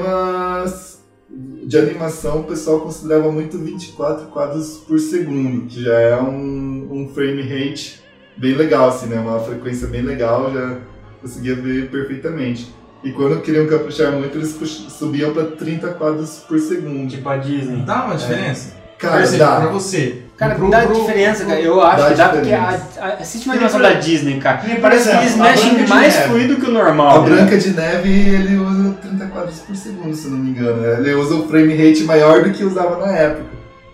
[SPEAKER 5] cinemas de animação, o pessoal considerava muito 24 quadros por segundo, que já é um, um frame rate bem legal, assim, né? Uma frequência bem legal, já conseguia ver perfeitamente. E quando queriam caprichar muito, eles pux- subiam pra 30 quadros por segundo.
[SPEAKER 2] Tipo a Disney.
[SPEAKER 3] Dá uma diferença? Por
[SPEAKER 5] Cara,
[SPEAKER 3] exemplo, pra
[SPEAKER 5] dá.
[SPEAKER 3] você.
[SPEAKER 2] Cara,
[SPEAKER 3] Pro-
[SPEAKER 2] dá
[SPEAKER 3] pro-
[SPEAKER 2] diferença,
[SPEAKER 3] pro-
[SPEAKER 2] cara. Eu acho
[SPEAKER 5] dá
[SPEAKER 2] que dá
[SPEAKER 5] diferença.
[SPEAKER 2] porque a, a- assiste uma
[SPEAKER 4] Por
[SPEAKER 2] animação da
[SPEAKER 4] exemplo,
[SPEAKER 2] Disney, cara.
[SPEAKER 4] Por
[SPEAKER 2] Parece que
[SPEAKER 4] exemplo,
[SPEAKER 2] eles
[SPEAKER 4] a
[SPEAKER 2] mexem
[SPEAKER 4] Branca de
[SPEAKER 2] mais
[SPEAKER 4] Neve.
[SPEAKER 2] fluido que o
[SPEAKER 5] A
[SPEAKER 2] normal. né?
[SPEAKER 5] Branca de Neve, ele usa 30 quadros por segundo, se eu não me engano. né? Ele usa um frame rate maior do que usava na época.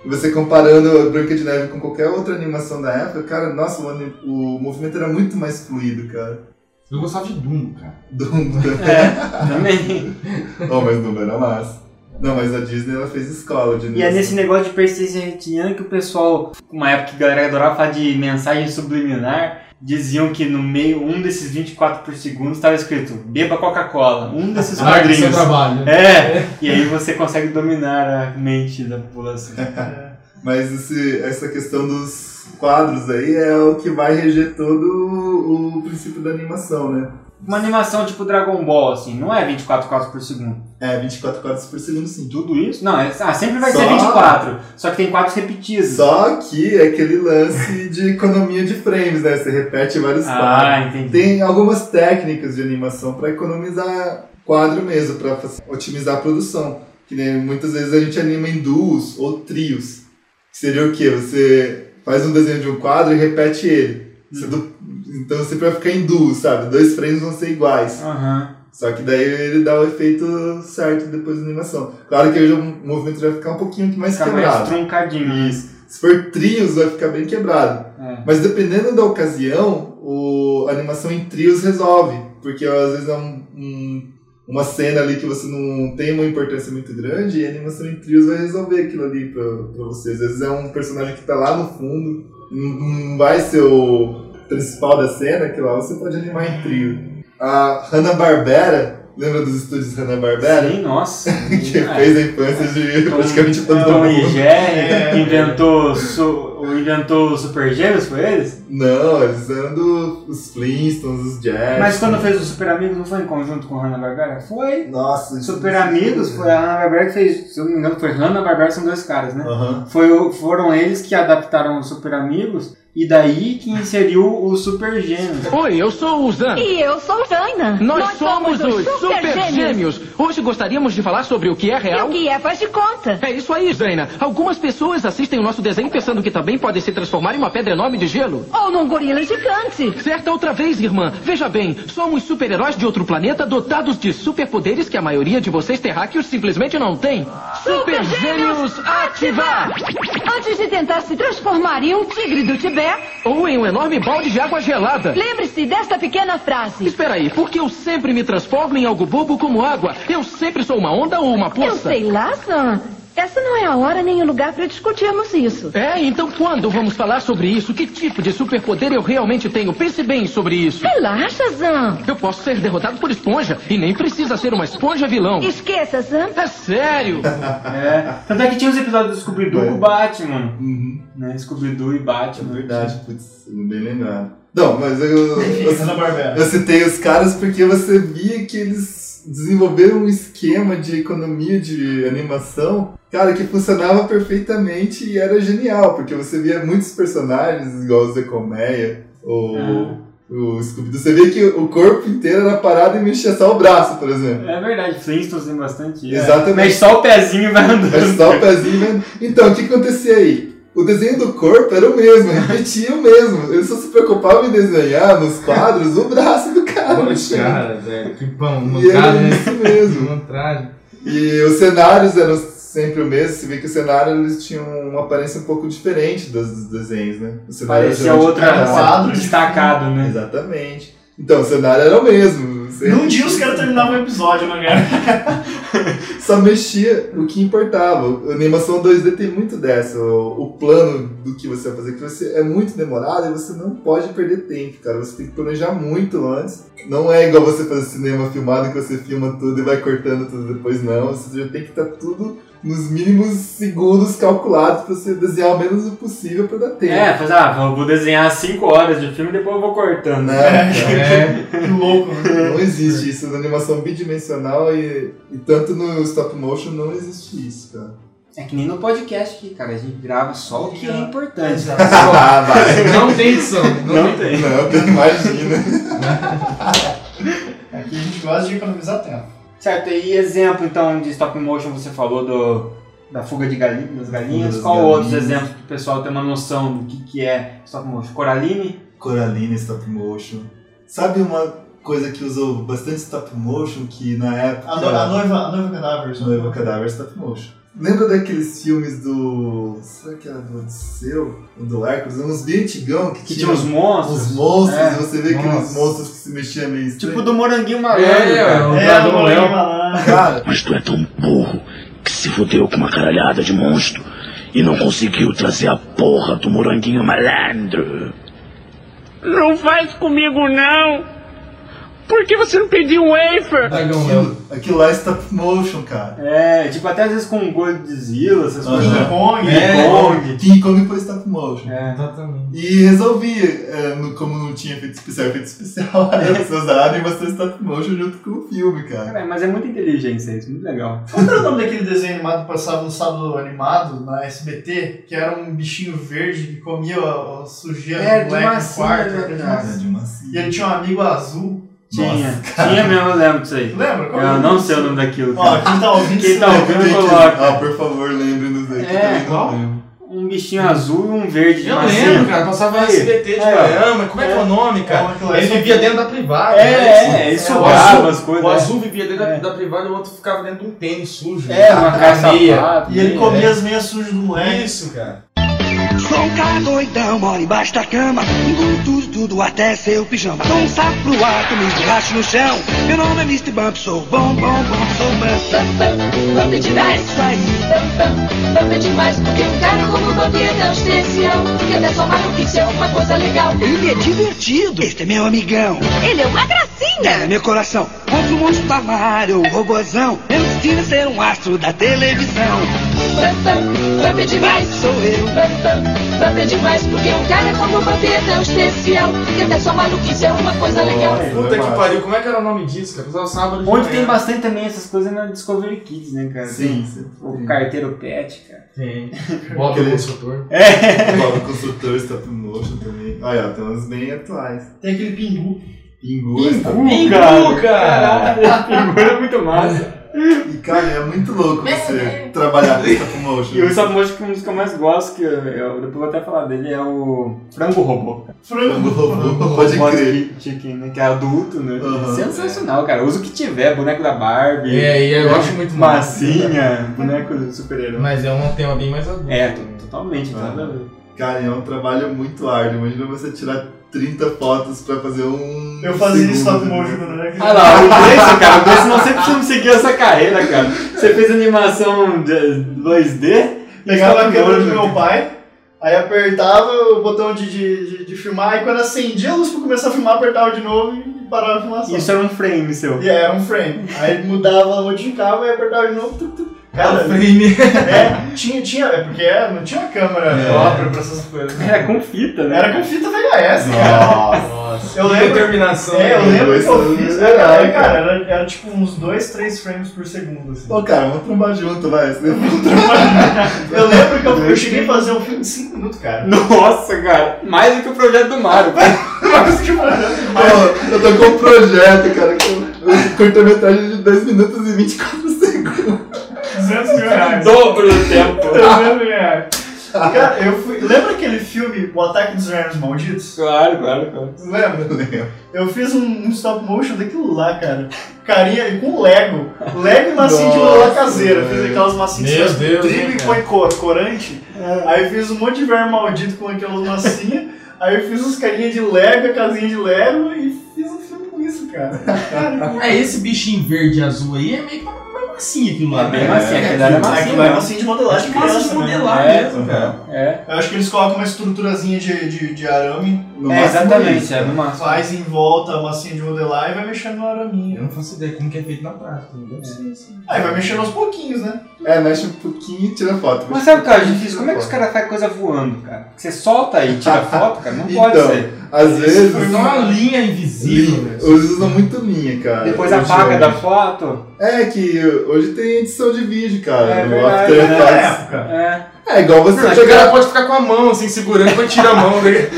[SPEAKER 5] E Você comparando a Branca de Neve com qualquer outra animação da época, cara, nossa, o, ani- o movimento era muito mais fluido, cara.
[SPEAKER 3] Eu gostava de Dumbo, cara.
[SPEAKER 5] Dumbo.
[SPEAKER 2] É, também.
[SPEAKER 5] oh, mas Dumbo era massa. Não, mas a Disney, ela fez escola de
[SPEAKER 2] E é nesse negócio de persistência retiniana que o pessoal, uma época que a galera adorava falar de mensagem subliminar, diziam que no meio, um desses 24 por segundo estava escrito beba Coca-Cola, um desses
[SPEAKER 5] Ah,
[SPEAKER 3] do seu
[SPEAKER 2] quadrinhos.
[SPEAKER 3] trabalho.
[SPEAKER 2] É, e aí você consegue dominar a mente da população.
[SPEAKER 4] É.
[SPEAKER 5] Mas esse- essa questão dos quadros aí é o que vai reger todo o princípio da animação, né?
[SPEAKER 2] Uma animação tipo Dragon Ball, assim, não é 24 quadros por segundo.
[SPEAKER 5] É, 24 quadros por segundo, sim.
[SPEAKER 2] Tudo isso? Não, é, ah, sempre vai
[SPEAKER 5] Só-
[SPEAKER 2] ser 24, só que tem quadros repetidos.
[SPEAKER 5] Só que é aquele lance de economia de frames, né? Você repete vários quadros.
[SPEAKER 2] Ah, entendi.
[SPEAKER 5] Tem algumas técnicas de animação para economizar quadro mesmo, para otimizar a produção. Que nem muitas vezes a gente anima em duos ou trios. Que seria o quê? Você faz um desenho de um quadro e repete ele.
[SPEAKER 2] Hum.
[SPEAKER 5] Você du- Então você vai ficar em duos, sabe? Dois frames vão ser iguais.
[SPEAKER 2] Aham.
[SPEAKER 5] Só que daí ele dá o efeito certo depois da animação. Claro que hoje o movimento vai ficar um pouquinho mais
[SPEAKER 2] Fica mais
[SPEAKER 5] quebrado.
[SPEAKER 2] truncadinho.
[SPEAKER 5] Isso. Se for trios, vai ficar bem quebrado.
[SPEAKER 2] É.
[SPEAKER 5] Mas dependendo da ocasião, o, a animação em trios resolve. Porque ó, às vezes é um- um- uma cena ali que você não tem uma importância muito grande e a animação em trios vai resolver aquilo ali pra, pra você. Às vezes é um personagem que tá lá no fundo, não, não vai ser o principal da cena, que lá você pode animar em trio. A Hanna-Barbera, lembra dos estúdios Hanna-Barbera?
[SPEAKER 2] Sim, nossa.
[SPEAKER 5] Que
[SPEAKER 2] É.
[SPEAKER 5] fez a infância de praticamente todo
[SPEAKER 2] Tom e
[SPEAKER 5] mundo.
[SPEAKER 2] Jerry inventou, su- o- inventou o Super Gêmeos, foi eles?
[SPEAKER 5] Não, eles eram do, os Flintstones, os Jets.
[SPEAKER 2] Mas quando fez o Super Amigos, não foi em conjunto com Hanna-Barbera? Foi.
[SPEAKER 5] Nossa, isso- é
[SPEAKER 2] Super Amigos, foi a Hanna-Barbera que fez, se eu não me engano, foi Hanna-Barbera, são dois caras, né?
[SPEAKER 5] Aham.
[SPEAKER 2] Foi, o- foram eles que adaptaram o Super Amigos e daí que inseriu o Super Gêmeos. né?
[SPEAKER 7] Oi, eu sou o Zan.
[SPEAKER 8] E eu sou Jana.
[SPEAKER 7] Nós, somos, os Super,
[SPEAKER 8] Gêmeos.
[SPEAKER 7] Gêmeos. Hoje gostaríamos de falar sobre o que é
[SPEAKER 8] E
[SPEAKER 7] real.
[SPEAKER 8] o que é faz de conta?
[SPEAKER 7] É isso aí, Zaina. Algumas pessoas assistem o nosso desenho pensando que também podem se transformar em uma pedra enorme de gelo.
[SPEAKER 8] Ou num gorila gigante.
[SPEAKER 7] Certa outra vez, irmã. Veja bem, somos super-heróis de outro planeta dotados de superpoderes que a maioria de vocês terráqueos simplesmente não tem.
[SPEAKER 8] Super Gêmeos,
[SPEAKER 7] ativar!
[SPEAKER 8] Antes de tentar se transformar em um tigre do Tibete,
[SPEAKER 7] Ou em um enorme balde de água gelada.
[SPEAKER 8] lembre-se desta pequena frase.
[SPEAKER 7] Espera aí, por que eu sempre me transformo em algo bobo como água? Eu sempre sou uma onda ou uma
[SPEAKER 8] Eu
[SPEAKER 7] poça?
[SPEAKER 8] sei lá, Sam. Essa não é a hora nem o lugar para discutirmos isso.
[SPEAKER 7] É, então quando vamos falar sobre isso? Que tipo de superpoder eu realmente tenho? Pense bem sobre isso.
[SPEAKER 8] Relaxa, Zan.
[SPEAKER 7] Eu posso ser derrotado por esponja e nem precisa ser uma esponja vilão.
[SPEAKER 8] Esqueça, Zan.
[SPEAKER 7] É sério?
[SPEAKER 2] É. Tanto é que tinha os episódios do Scooby-Doo
[SPEAKER 5] É.
[SPEAKER 2] com o Batman.
[SPEAKER 5] Uhum.
[SPEAKER 2] Né? Scooby-Doo e
[SPEAKER 5] É
[SPEAKER 2] Batman.
[SPEAKER 5] verdade, putz, bem lembrado. Não, mas eu, eu,
[SPEAKER 4] Hanna-Barbera.
[SPEAKER 5] eu citei os caras porque você via que eles desenvolveram um esquema de economia de animação, cara, que funcionava perfeitamente e era genial, porque você via muitos personagens, igual o Zé Colmeia, ou
[SPEAKER 2] Ah.
[SPEAKER 5] o Scooby-Doo, você via que o corpo inteiro era parado e mexia só o braço, por exemplo.
[SPEAKER 2] É verdade, Flintstones tem bastante. é.
[SPEAKER 5] Exatamente.
[SPEAKER 2] Mexe só o pezinho e vai andando.
[SPEAKER 5] É só o pezinho mesmo. Então, o que acontecia aí? O desenho do corpo era o mesmo, repetia o mesmo. Eles só se preocupavam em desenhar nos quadros o braço do cara.
[SPEAKER 3] Poxa, cara, velho. Que pão,
[SPEAKER 5] E era
[SPEAKER 3] mancada, é, né?
[SPEAKER 5] isso mesmo.
[SPEAKER 3] Mancada.
[SPEAKER 5] E os cenários eram sempre o mesmo. Se vê que os cenários eles tinham uma aparência um pouco diferente dos, dos desenhos, né? O cenário
[SPEAKER 2] Parecia
[SPEAKER 5] geralmente
[SPEAKER 2] é outra
[SPEAKER 5] era um quadro.
[SPEAKER 2] quadro destacado, né?
[SPEAKER 5] Exatamente. Então, o cenário era o mesmo. Você
[SPEAKER 4] Num dia os caras terminavam o episódio, né, cara?
[SPEAKER 5] só mexia o que importava. A animação 2D tem muito dessa, o, o plano do que você vai fazer, que você é muito demorado e você não pode perder tempo, cara. Você tem que planejar muito antes. Não é igual você fazer cinema filmado que você filma tudo e vai cortando tudo depois, não. Você já tem que estar tudo nos mínimos segundos calculados pra você desenhar o menos o possível pra dar tempo.
[SPEAKER 2] É, faz, ah, vou vou desenhar 5 horas de filme e depois eu vou cortando.
[SPEAKER 5] Né?
[SPEAKER 3] É,
[SPEAKER 4] Que louco, né?
[SPEAKER 5] Não existe isso na animação bidimensional e, e tanto no stop motion não existe isso, cara.
[SPEAKER 2] É que nem no podcast aqui, cara. A gente grava só o que é importante.
[SPEAKER 4] Tá,
[SPEAKER 5] Ah, vai.
[SPEAKER 3] não tem edição. Não,
[SPEAKER 2] Não tem.
[SPEAKER 3] tem.
[SPEAKER 5] Não, tu
[SPEAKER 2] um,
[SPEAKER 5] imagina.
[SPEAKER 2] né?
[SPEAKER 4] Aqui a gente gosta de economizar tempo.
[SPEAKER 2] Certo, e exemplo então de stop motion você falou do da fuga de galinha, das galinhas.
[SPEAKER 5] das
[SPEAKER 2] Qual
[SPEAKER 5] galinhas.
[SPEAKER 2] outros exemplos pro pessoal ter uma noção do que, que é stop motion? Coraline?
[SPEAKER 5] Coralina stop motion. Sabe uma coisa que usou bastante stop motion que na época.
[SPEAKER 4] A, no, a noiva, a noiva cadáver. só.
[SPEAKER 5] Noiva Cadáver Stop Motion. Lembra daqueles filmes do. Será que era do Odisseu? Ou do Hércules? Uns bem antigão que,
[SPEAKER 2] Que tinha
[SPEAKER 5] tinha
[SPEAKER 2] os
[SPEAKER 5] uns
[SPEAKER 2] monstros?
[SPEAKER 5] monstros, e
[SPEAKER 2] É,
[SPEAKER 5] você vê aqueles
[SPEAKER 2] nossa.
[SPEAKER 5] monstros que se mexiam meio estranho.
[SPEAKER 2] Tipo do moranguinho malandro,
[SPEAKER 3] É,
[SPEAKER 2] cara.
[SPEAKER 3] ó.
[SPEAKER 4] É, a
[SPEAKER 3] Dragão
[SPEAKER 4] noiva
[SPEAKER 3] Leão.
[SPEAKER 4] lá.
[SPEAKER 5] Cara,
[SPEAKER 9] Mas tu é tão burro que se fudeu com uma caralhada de monstro e não conseguiu trazer a porra do moranguinho malandro. Não faz comigo, não! Por que você não pediu um wafer?
[SPEAKER 3] Dragão Léo.
[SPEAKER 5] aquilo, aquilo lá é stop motion, cara.
[SPEAKER 2] É, tipo até às vezes com o Godzilla, essas
[SPEAKER 5] Aham.
[SPEAKER 2] coisas.
[SPEAKER 4] King Kong.
[SPEAKER 2] É. Kong.
[SPEAKER 5] King Kong foi stop motion.
[SPEAKER 2] É.
[SPEAKER 3] Exatamente.
[SPEAKER 5] E resolvia, é, no- como não tinha efeito especial, efeito especial, era você usar a animação stop motion junto com o filme, cara.
[SPEAKER 2] Cara, mas é muita inteligência isso, muito legal.
[SPEAKER 4] Qual era o nome daquele desenho animado que passava no sábado animado na SBT? Que era um bichinho verde que comia a, a sujeira
[SPEAKER 2] É, de
[SPEAKER 4] do moleque no
[SPEAKER 2] massinha,
[SPEAKER 4] quarto.
[SPEAKER 2] né,
[SPEAKER 4] era de
[SPEAKER 2] cara?
[SPEAKER 4] massinha.
[SPEAKER 5] É de
[SPEAKER 4] E
[SPEAKER 5] macia.
[SPEAKER 4] ele tinha um amigo azul.
[SPEAKER 2] Tinha, tinha mesmo, eu lembro disso aí.
[SPEAKER 4] Lembra? Qual era
[SPEAKER 2] Eu
[SPEAKER 4] o
[SPEAKER 2] não
[SPEAKER 4] nome
[SPEAKER 2] sei o nome daquilo,
[SPEAKER 4] Ó,
[SPEAKER 2] cara.
[SPEAKER 4] quem tá ouvindo
[SPEAKER 2] Quem
[SPEAKER 4] se
[SPEAKER 2] tá
[SPEAKER 4] lembra.
[SPEAKER 2] ouvindo,
[SPEAKER 5] Tem é, que-
[SPEAKER 2] coloca.
[SPEAKER 5] Ah, por favor, lembre-nos aí. que
[SPEAKER 2] É,
[SPEAKER 5] também não
[SPEAKER 3] qual?
[SPEAKER 5] lembro.
[SPEAKER 2] Um bichinho azul e um verde de
[SPEAKER 3] Eu
[SPEAKER 2] massinha.
[SPEAKER 3] lembro, cara. Passava no
[SPEAKER 2] Aí.
[SPEAKER 3] SBT de
[SPEAKER 2] Aí, ó.
[SPEAKER 3] Parama. Como é que é o nome, cara?
[SPEAKER 4] Aquilo lá é
[SPEAKER 3] Ele
[SPEAKER 4] só-
[SPEAKER 3] vivia dentro da privada. né?
[SPEAKER 2] É, é, isso
[SPEAKER 3] o
[SPEAKER 2] jogava
[SPEAKER 3] azul-
[SPEAKER 2] as coisas.
[SPEAKER 3] O
[SPEAKER 2] né?
[SPEAKER 3] azul vivia dentro da-
[SPEAKER 2] É.
[SPEAKER 3] da privada e o outro ficava dentro de um tênis sujo.
[SPEAKER 2] É, uma calça
[SPEAKER 3] meia.
[SPEAKER 2] sapato,
[SPEAKER 4] E ele
[SPEAKER 3] né?
[SPEAKER 2] meia.
[SPEAKER 4] comia as meias sujas do moleque.
[SPEAKER 3] Isso, cara.
[SPEAKER 9] Sou um cara doidão, moro embaixo da cama Engulo tudo, tudo, até seu pijama Dou um sapo pro alto, me esborracho no chão Meu nome é Mr. Bump, sou bom, bom, bom, sou bom
[SPEAKER 10] Bambi demais, faz Bambi demais, porque um cara como o Bambi é tão especial Que até só maluquice é uma coisa legal
[SPEAKER 9] Ele é divertido Este é meu amigão
[SPEAKER 10] Ele é uma gracinha
[SPEAKER 9] É, meu coração Contra o monstro um do armário, o robozão Meu destino é ser um astro da televisão
[SPEAKER 10] Bambi demais,
[SPEAKER 9] Sou eu
[SPEAKER 10] Bambi demais, porque um cara como o Bambi é tão especial Que até só maluquice é uma coisa legal
[SPEAKER 3] Puta que pariu. Como é que era o nome disso, cara? Passava sábado de
[SPEAKER 2] Onde
[SPEAKER 3] manhã.
[SPEAKER 2] tem bastante também essas coisas é na Discovery Kids, né, cara?
[SPEAKER 5] Sim,
[SPEAKER 2] Tem
[SPEAKER 5] sim.
[SPEAKER 2] O carteiro pet, cara.
[SPEAKER 3] Tem. Bob o
[SPEAKER 5] Aquele-
[SPEAKER 3] Construtor.
[SPEAKER 5] Bob Construtor Stop Motion também. Olha, ó, tem uns bem atuais.
[SPEAKER 4] Tem aquele pingu.
[SPEAKER 5] Pingu, Stop
[SPEAKER 2] cara!
[SPEAKER 3] cara!
[SPEAKER 2] Caralho, é muito massa.
[SPEAKER 5] E cara, é muito louco
[SPEAKER 10] Meu
[SPEAKER 5] você
[SPEAKER 10] Deus.
[SPEAKER 5] trabalhar com Stop Motion.
[SPEAKER 2] E o stop motion que a música que eu mais gosto, que eu, eu depois vou até falar dele, é o Frango Robô.
[SPEAKER 5] Frango
[SPEAKER 4] Frango.
[SPEAKER 5] robô, um pode crer.
[SPEAKER 2] Chicken- Chicken, né? Que é adulto, né?
[SPEAKER 5] Aham.
[SPEAKER 2] Sensacional, cara. Usa o que tiver, boneco da Barbie.
[SPEAKER 3] É, e eu acho muito massa.
[SPEAKER 2] Massinha, boneco do super-herói.
[SPEAKER 3] Mas é um tema bem mais adulto.
[SPEAKER 2] É,
[SPEAKER 3] né?
[SPEAKER 2] totalmente, tá?
[SPEAKER 5] Aham. Cara, é um trabalho muito árduo. Imagina você tirar 30 fotos pra fazer um.
[SPEAKER 4] Eu fazia
[SPEAKER 5] segundo,
[SPEAKER 4] isso stop
[SPEAKER 5] né?
[SPEAKER 4] motion quando eu era
[SPEAKER 2] Ah
[SPEAKER 4] criança.
[SPEAKER 2] lá, o Gleison, cara, o Gleison não sempre precisa seguir essa carreira, cara. Você fez animação de 2D e tá
[SPEAKER 4] Pegava a
[SPEAKER 2] stop
[SPEAKER 4] câmera do
[SPEAKER 2] motion.
[SPEAKER 4] meu pai, aí apertava o botão de, de, de, de filmar, e quando acendia a luz pra começar a filmar, apertava de novo e parava a filmação.
[SPEAKER 2] Isso era um frame seu.
[SPEAKER 4] E aí era um frame. Aí mudava, modificava e apertava de novo. tuc, tuc. Cara,
[SPEAKER 3] um Frame.
[SPEAKER 4] é, tinha, tinha, é porque é, não tinha câmera
[SPEAKER 5] É.
[SPEAKER 4] própria pra essas coisas.
[SPEAKER 2] Era com fita, né?
[SPEAKER 4] Era com fita VHS, cara.
[SPEAKER 5] Nossa.
[SPEAKER 3] Nossa.
[SPEAKER 4] Eu lembro-
[SPEAKER 3] Determinação.
[SPEAKER 4] É, eu
[SPEAKER 5] Os
[SPEAKER 4] lembro
[SPEAKER 5] dois
[SPEAKER 4] que eu
[SPEAKER 5] são
[SPEAKER 4] fiz, é,
[SPEAKER 5] legais,
[SPEAKER 4] cara,
[SPEAKER 5] cara.
[SPEAKER 4] era, cara, era, era tipo uns 2, 3 frames por segundo, assim.
[SPEAKER 5] Ô, cara, vamos trombar junto, vai. Você
[SPEAKER 4] Eu lembro que eu, eu cheguei a fazer um filme de 5 minutos, cara.
[SPEAKER 2] Nossa, cara, mais do que o projeto do Mario.
[SPEAKER 5] Pô, eu tô com um projeto, cara, com cortometragem de 2 minutos e 24 segundos.
[SPEAKER 4] 200 mil reais.
[SPEAKER 2] Dobro do tempo.
[SPEAKER 4] 200 mil reais. Cara, eu fui. Lembra aquele filme O Ataque dos Vermes Malditos?
[SPEAKER 2] Claro, claro, claro.
[SPEAKER 4] Lembra? Eu fiz um, um stop motion daquilo lá, cara. Carinha e com Lego. Lego e massinha de loló
[SPEAKER 5] Nossa,
[SPEAKER 4] caseira. Fiz
[SPEAKER 5] velho.
[SPEAKER 4] aquelas massinhas
[SPEAKER 3] Meu
[SPEAKER 4] que faz
[SPEAKER 3] Deus,
[SPEAKER 4] trigo
[SPEAKER 3] hein,
[SPEAKER 4] e põe cor, corante. Aí fiz um monte de verme maldito com aquelas massinhas. aí fiz uns carinhas de Lego, a casinha de Lego e fiz um filme com isso, cara.
[SPEAKER 3] É, esse bichinho verde e azul aí é meio que uma massinha aquilo lá.
[SPEAKER 2] É bem
[SPEAKER 3] né?
[SPEAKER 2] massinha, aquilo lá era
[SPEAKER 3] aquilo-
[SPEAKER 2] massinha
[SPEAKER 3] aquilo lá
[SPEAKER 2] mesmo.
[SPEAKER 4] massinha de modelagem de
[SPEAKER 3] Massa
[SPEAKER 4] é, criança.
[SPEAKER 3] de
[SPEAKER 4] né?
[SPEAKER 3] modelar
[SPEAKER 2] É,
[SPEAKER 3] mesmo, cara.
[SPEAKER 2] É,
[SPEAKER 4] Eu acho que eles colocam uma estruturazinha de, de, de arame, né?
[SPEAKER 5] No
[SPEAKER 2] é
[SPEAKER 5] máximo
[SPEAKER 2] exatamente,
[SPEAKER 5] isso.
[SPEAKER 2] é no máximo.
[SPEAKER 4] faz em volta a massinha de modelar e vai mexendo no
[SPEAKER 3] Eu
[SPEAKER 4] araminho.
[SPEAKER 3] não faço ideia como que é feito na prática. Não deve ser assim.
[SPEAKER 4] Aí vai mexendo aos pouquinhos, né?
[SPEAKER 5] É, mexe um pouquinho e tira foto.
[SPEAKER 2] Mas sabe o que eu acho
[SPEAKER 5] Tira
[SPEAKER 2] difícil? Como é que os
[SPEAKER 5] foto.
[SPEAKER 2] caras fazem coisa voando, cara? Você solta aí e tira foto, cara? Não pode
[SPEAKER 5] Então,
[SPEAKER 2] ser.
[SPEAKER 5] Às vezes.
[SPEAKER 3] Foi uma linha invisível,
[SPEAKER 5] Linha.
[SPEAKER 3] velho.
[SPEAKER 5] Hoje usa muito linha, cara.
[SPEAKER 2] né? Depois
[SPEAKER 5] Hoje
[SPEAKER 2] apaga
[SPEAKER 5] é.
[SPEAKER 2] da foto.
[SPEAKER 5] É que hoje tem edição de vídeo, cara.
[SPEAKER 2] É
[SPEAKER 5] no
[SPEAKER 2] verdade,
[SPEAKER 5] After
[SPEAKER 2] né?
[SPEAKER 5] Effects.
[SPEAKER 2] É.
[SPEAKER 5] É igual você
[SPEAKER 3] Não, acho que o
[SPEAKER 5] chegar.
[SPEAKER 3] cara pode ficar com a mão assim, segurando, quando tira a mão dele.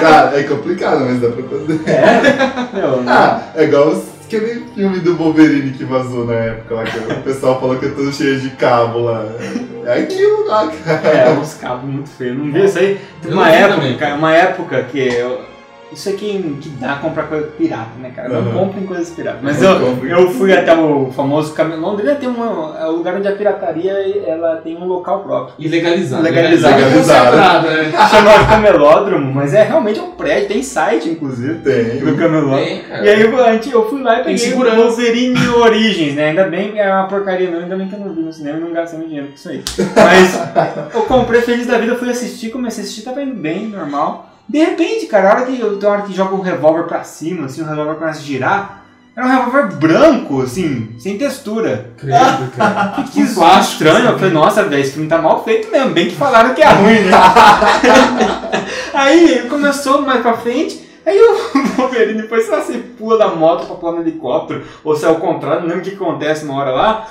[SPEAKER 5] Cara, é complicado, mas dá pra fazer.
[SPEAKER 2] É. Meu,
[SPEAKER 5] Ah, é igual aquele filme do Wolverine que vazou na época lá, que o pessoal falou que eu tô cheio de cabo lá. É aquilo lá, cara.
[SPEAKER 2] É, uns cabos muito feios. Não vi isso aí? Teve
[SPEAKER 3] Eu
[SPEAKER 2] uma
[SPEAKER 3] não vi
[SPEAKER 2] época,
[SPEAKER 3] também.
[SPEAKER 2] cara, uma época que eu- Isso aqui que dá comprar coisa pirata, né, cara? Não
[SPEAKER 5] Aham.
[SPEAKER 2] comprem coisas piratas. Mas
[SPEAKER 5] Não
[SPEAKER 2] eu,
[SPEAKER 5] comprem.
[SPEAKER 2] eu fui até o famoso camelão dele, tem um é o lugar onde a pirataria ela tem um local próprio.
[SPEAKER 3] E legalizar.
[SPEAKER 2] Legalizar.
[SPEAKER 3] Legalizar. Concentrado, né?
[SPEAKER 2] Chamado camelódromo, mas é realmente um prédio, tem site, inclusive,
[SPEAKER 5] Tem.
[SPEAKER 2] do camelódromo.
[SPEAKER 3] Tem, cara.
[SPEAKER 2] E aí eu, a gente- eu fui lá e
[SPEAKER 3] Tem
[SPEAKER 2] peguei o
[SPEAKER 3] segurança.
[SPEAKER 2] Wolverine Origins, né? Ainda bem que é uma porcaria não, ainda bem que eu não vi no cinema e não gastei meu dinheiro com isso aí. Mas eu comprei feliz da vida, fui assistir, comecei a assistir, tava indo bem, normal. De repente, cara, a hora que, eu- tem hora que joga o revólver pra cima, assim, o revólver começa a girar, era um revólver branco, assim, sem textura.
[SPEAKER 3] Credo, cara.
[SPEAKER 2] Que, que estranho. Eu falei, nossa, velho, esse filme tá mal feito mesmo, bem que falaram que é ruim, né?
[SPEAKER 5] Ah,
[SPEAKER 2] Aí começou mais pra frente, aí o Wolverine depois sei lá, se pula da moto pra pular no helicóptero, ou se é o contrário, não lembro o que acontece uma hora lá.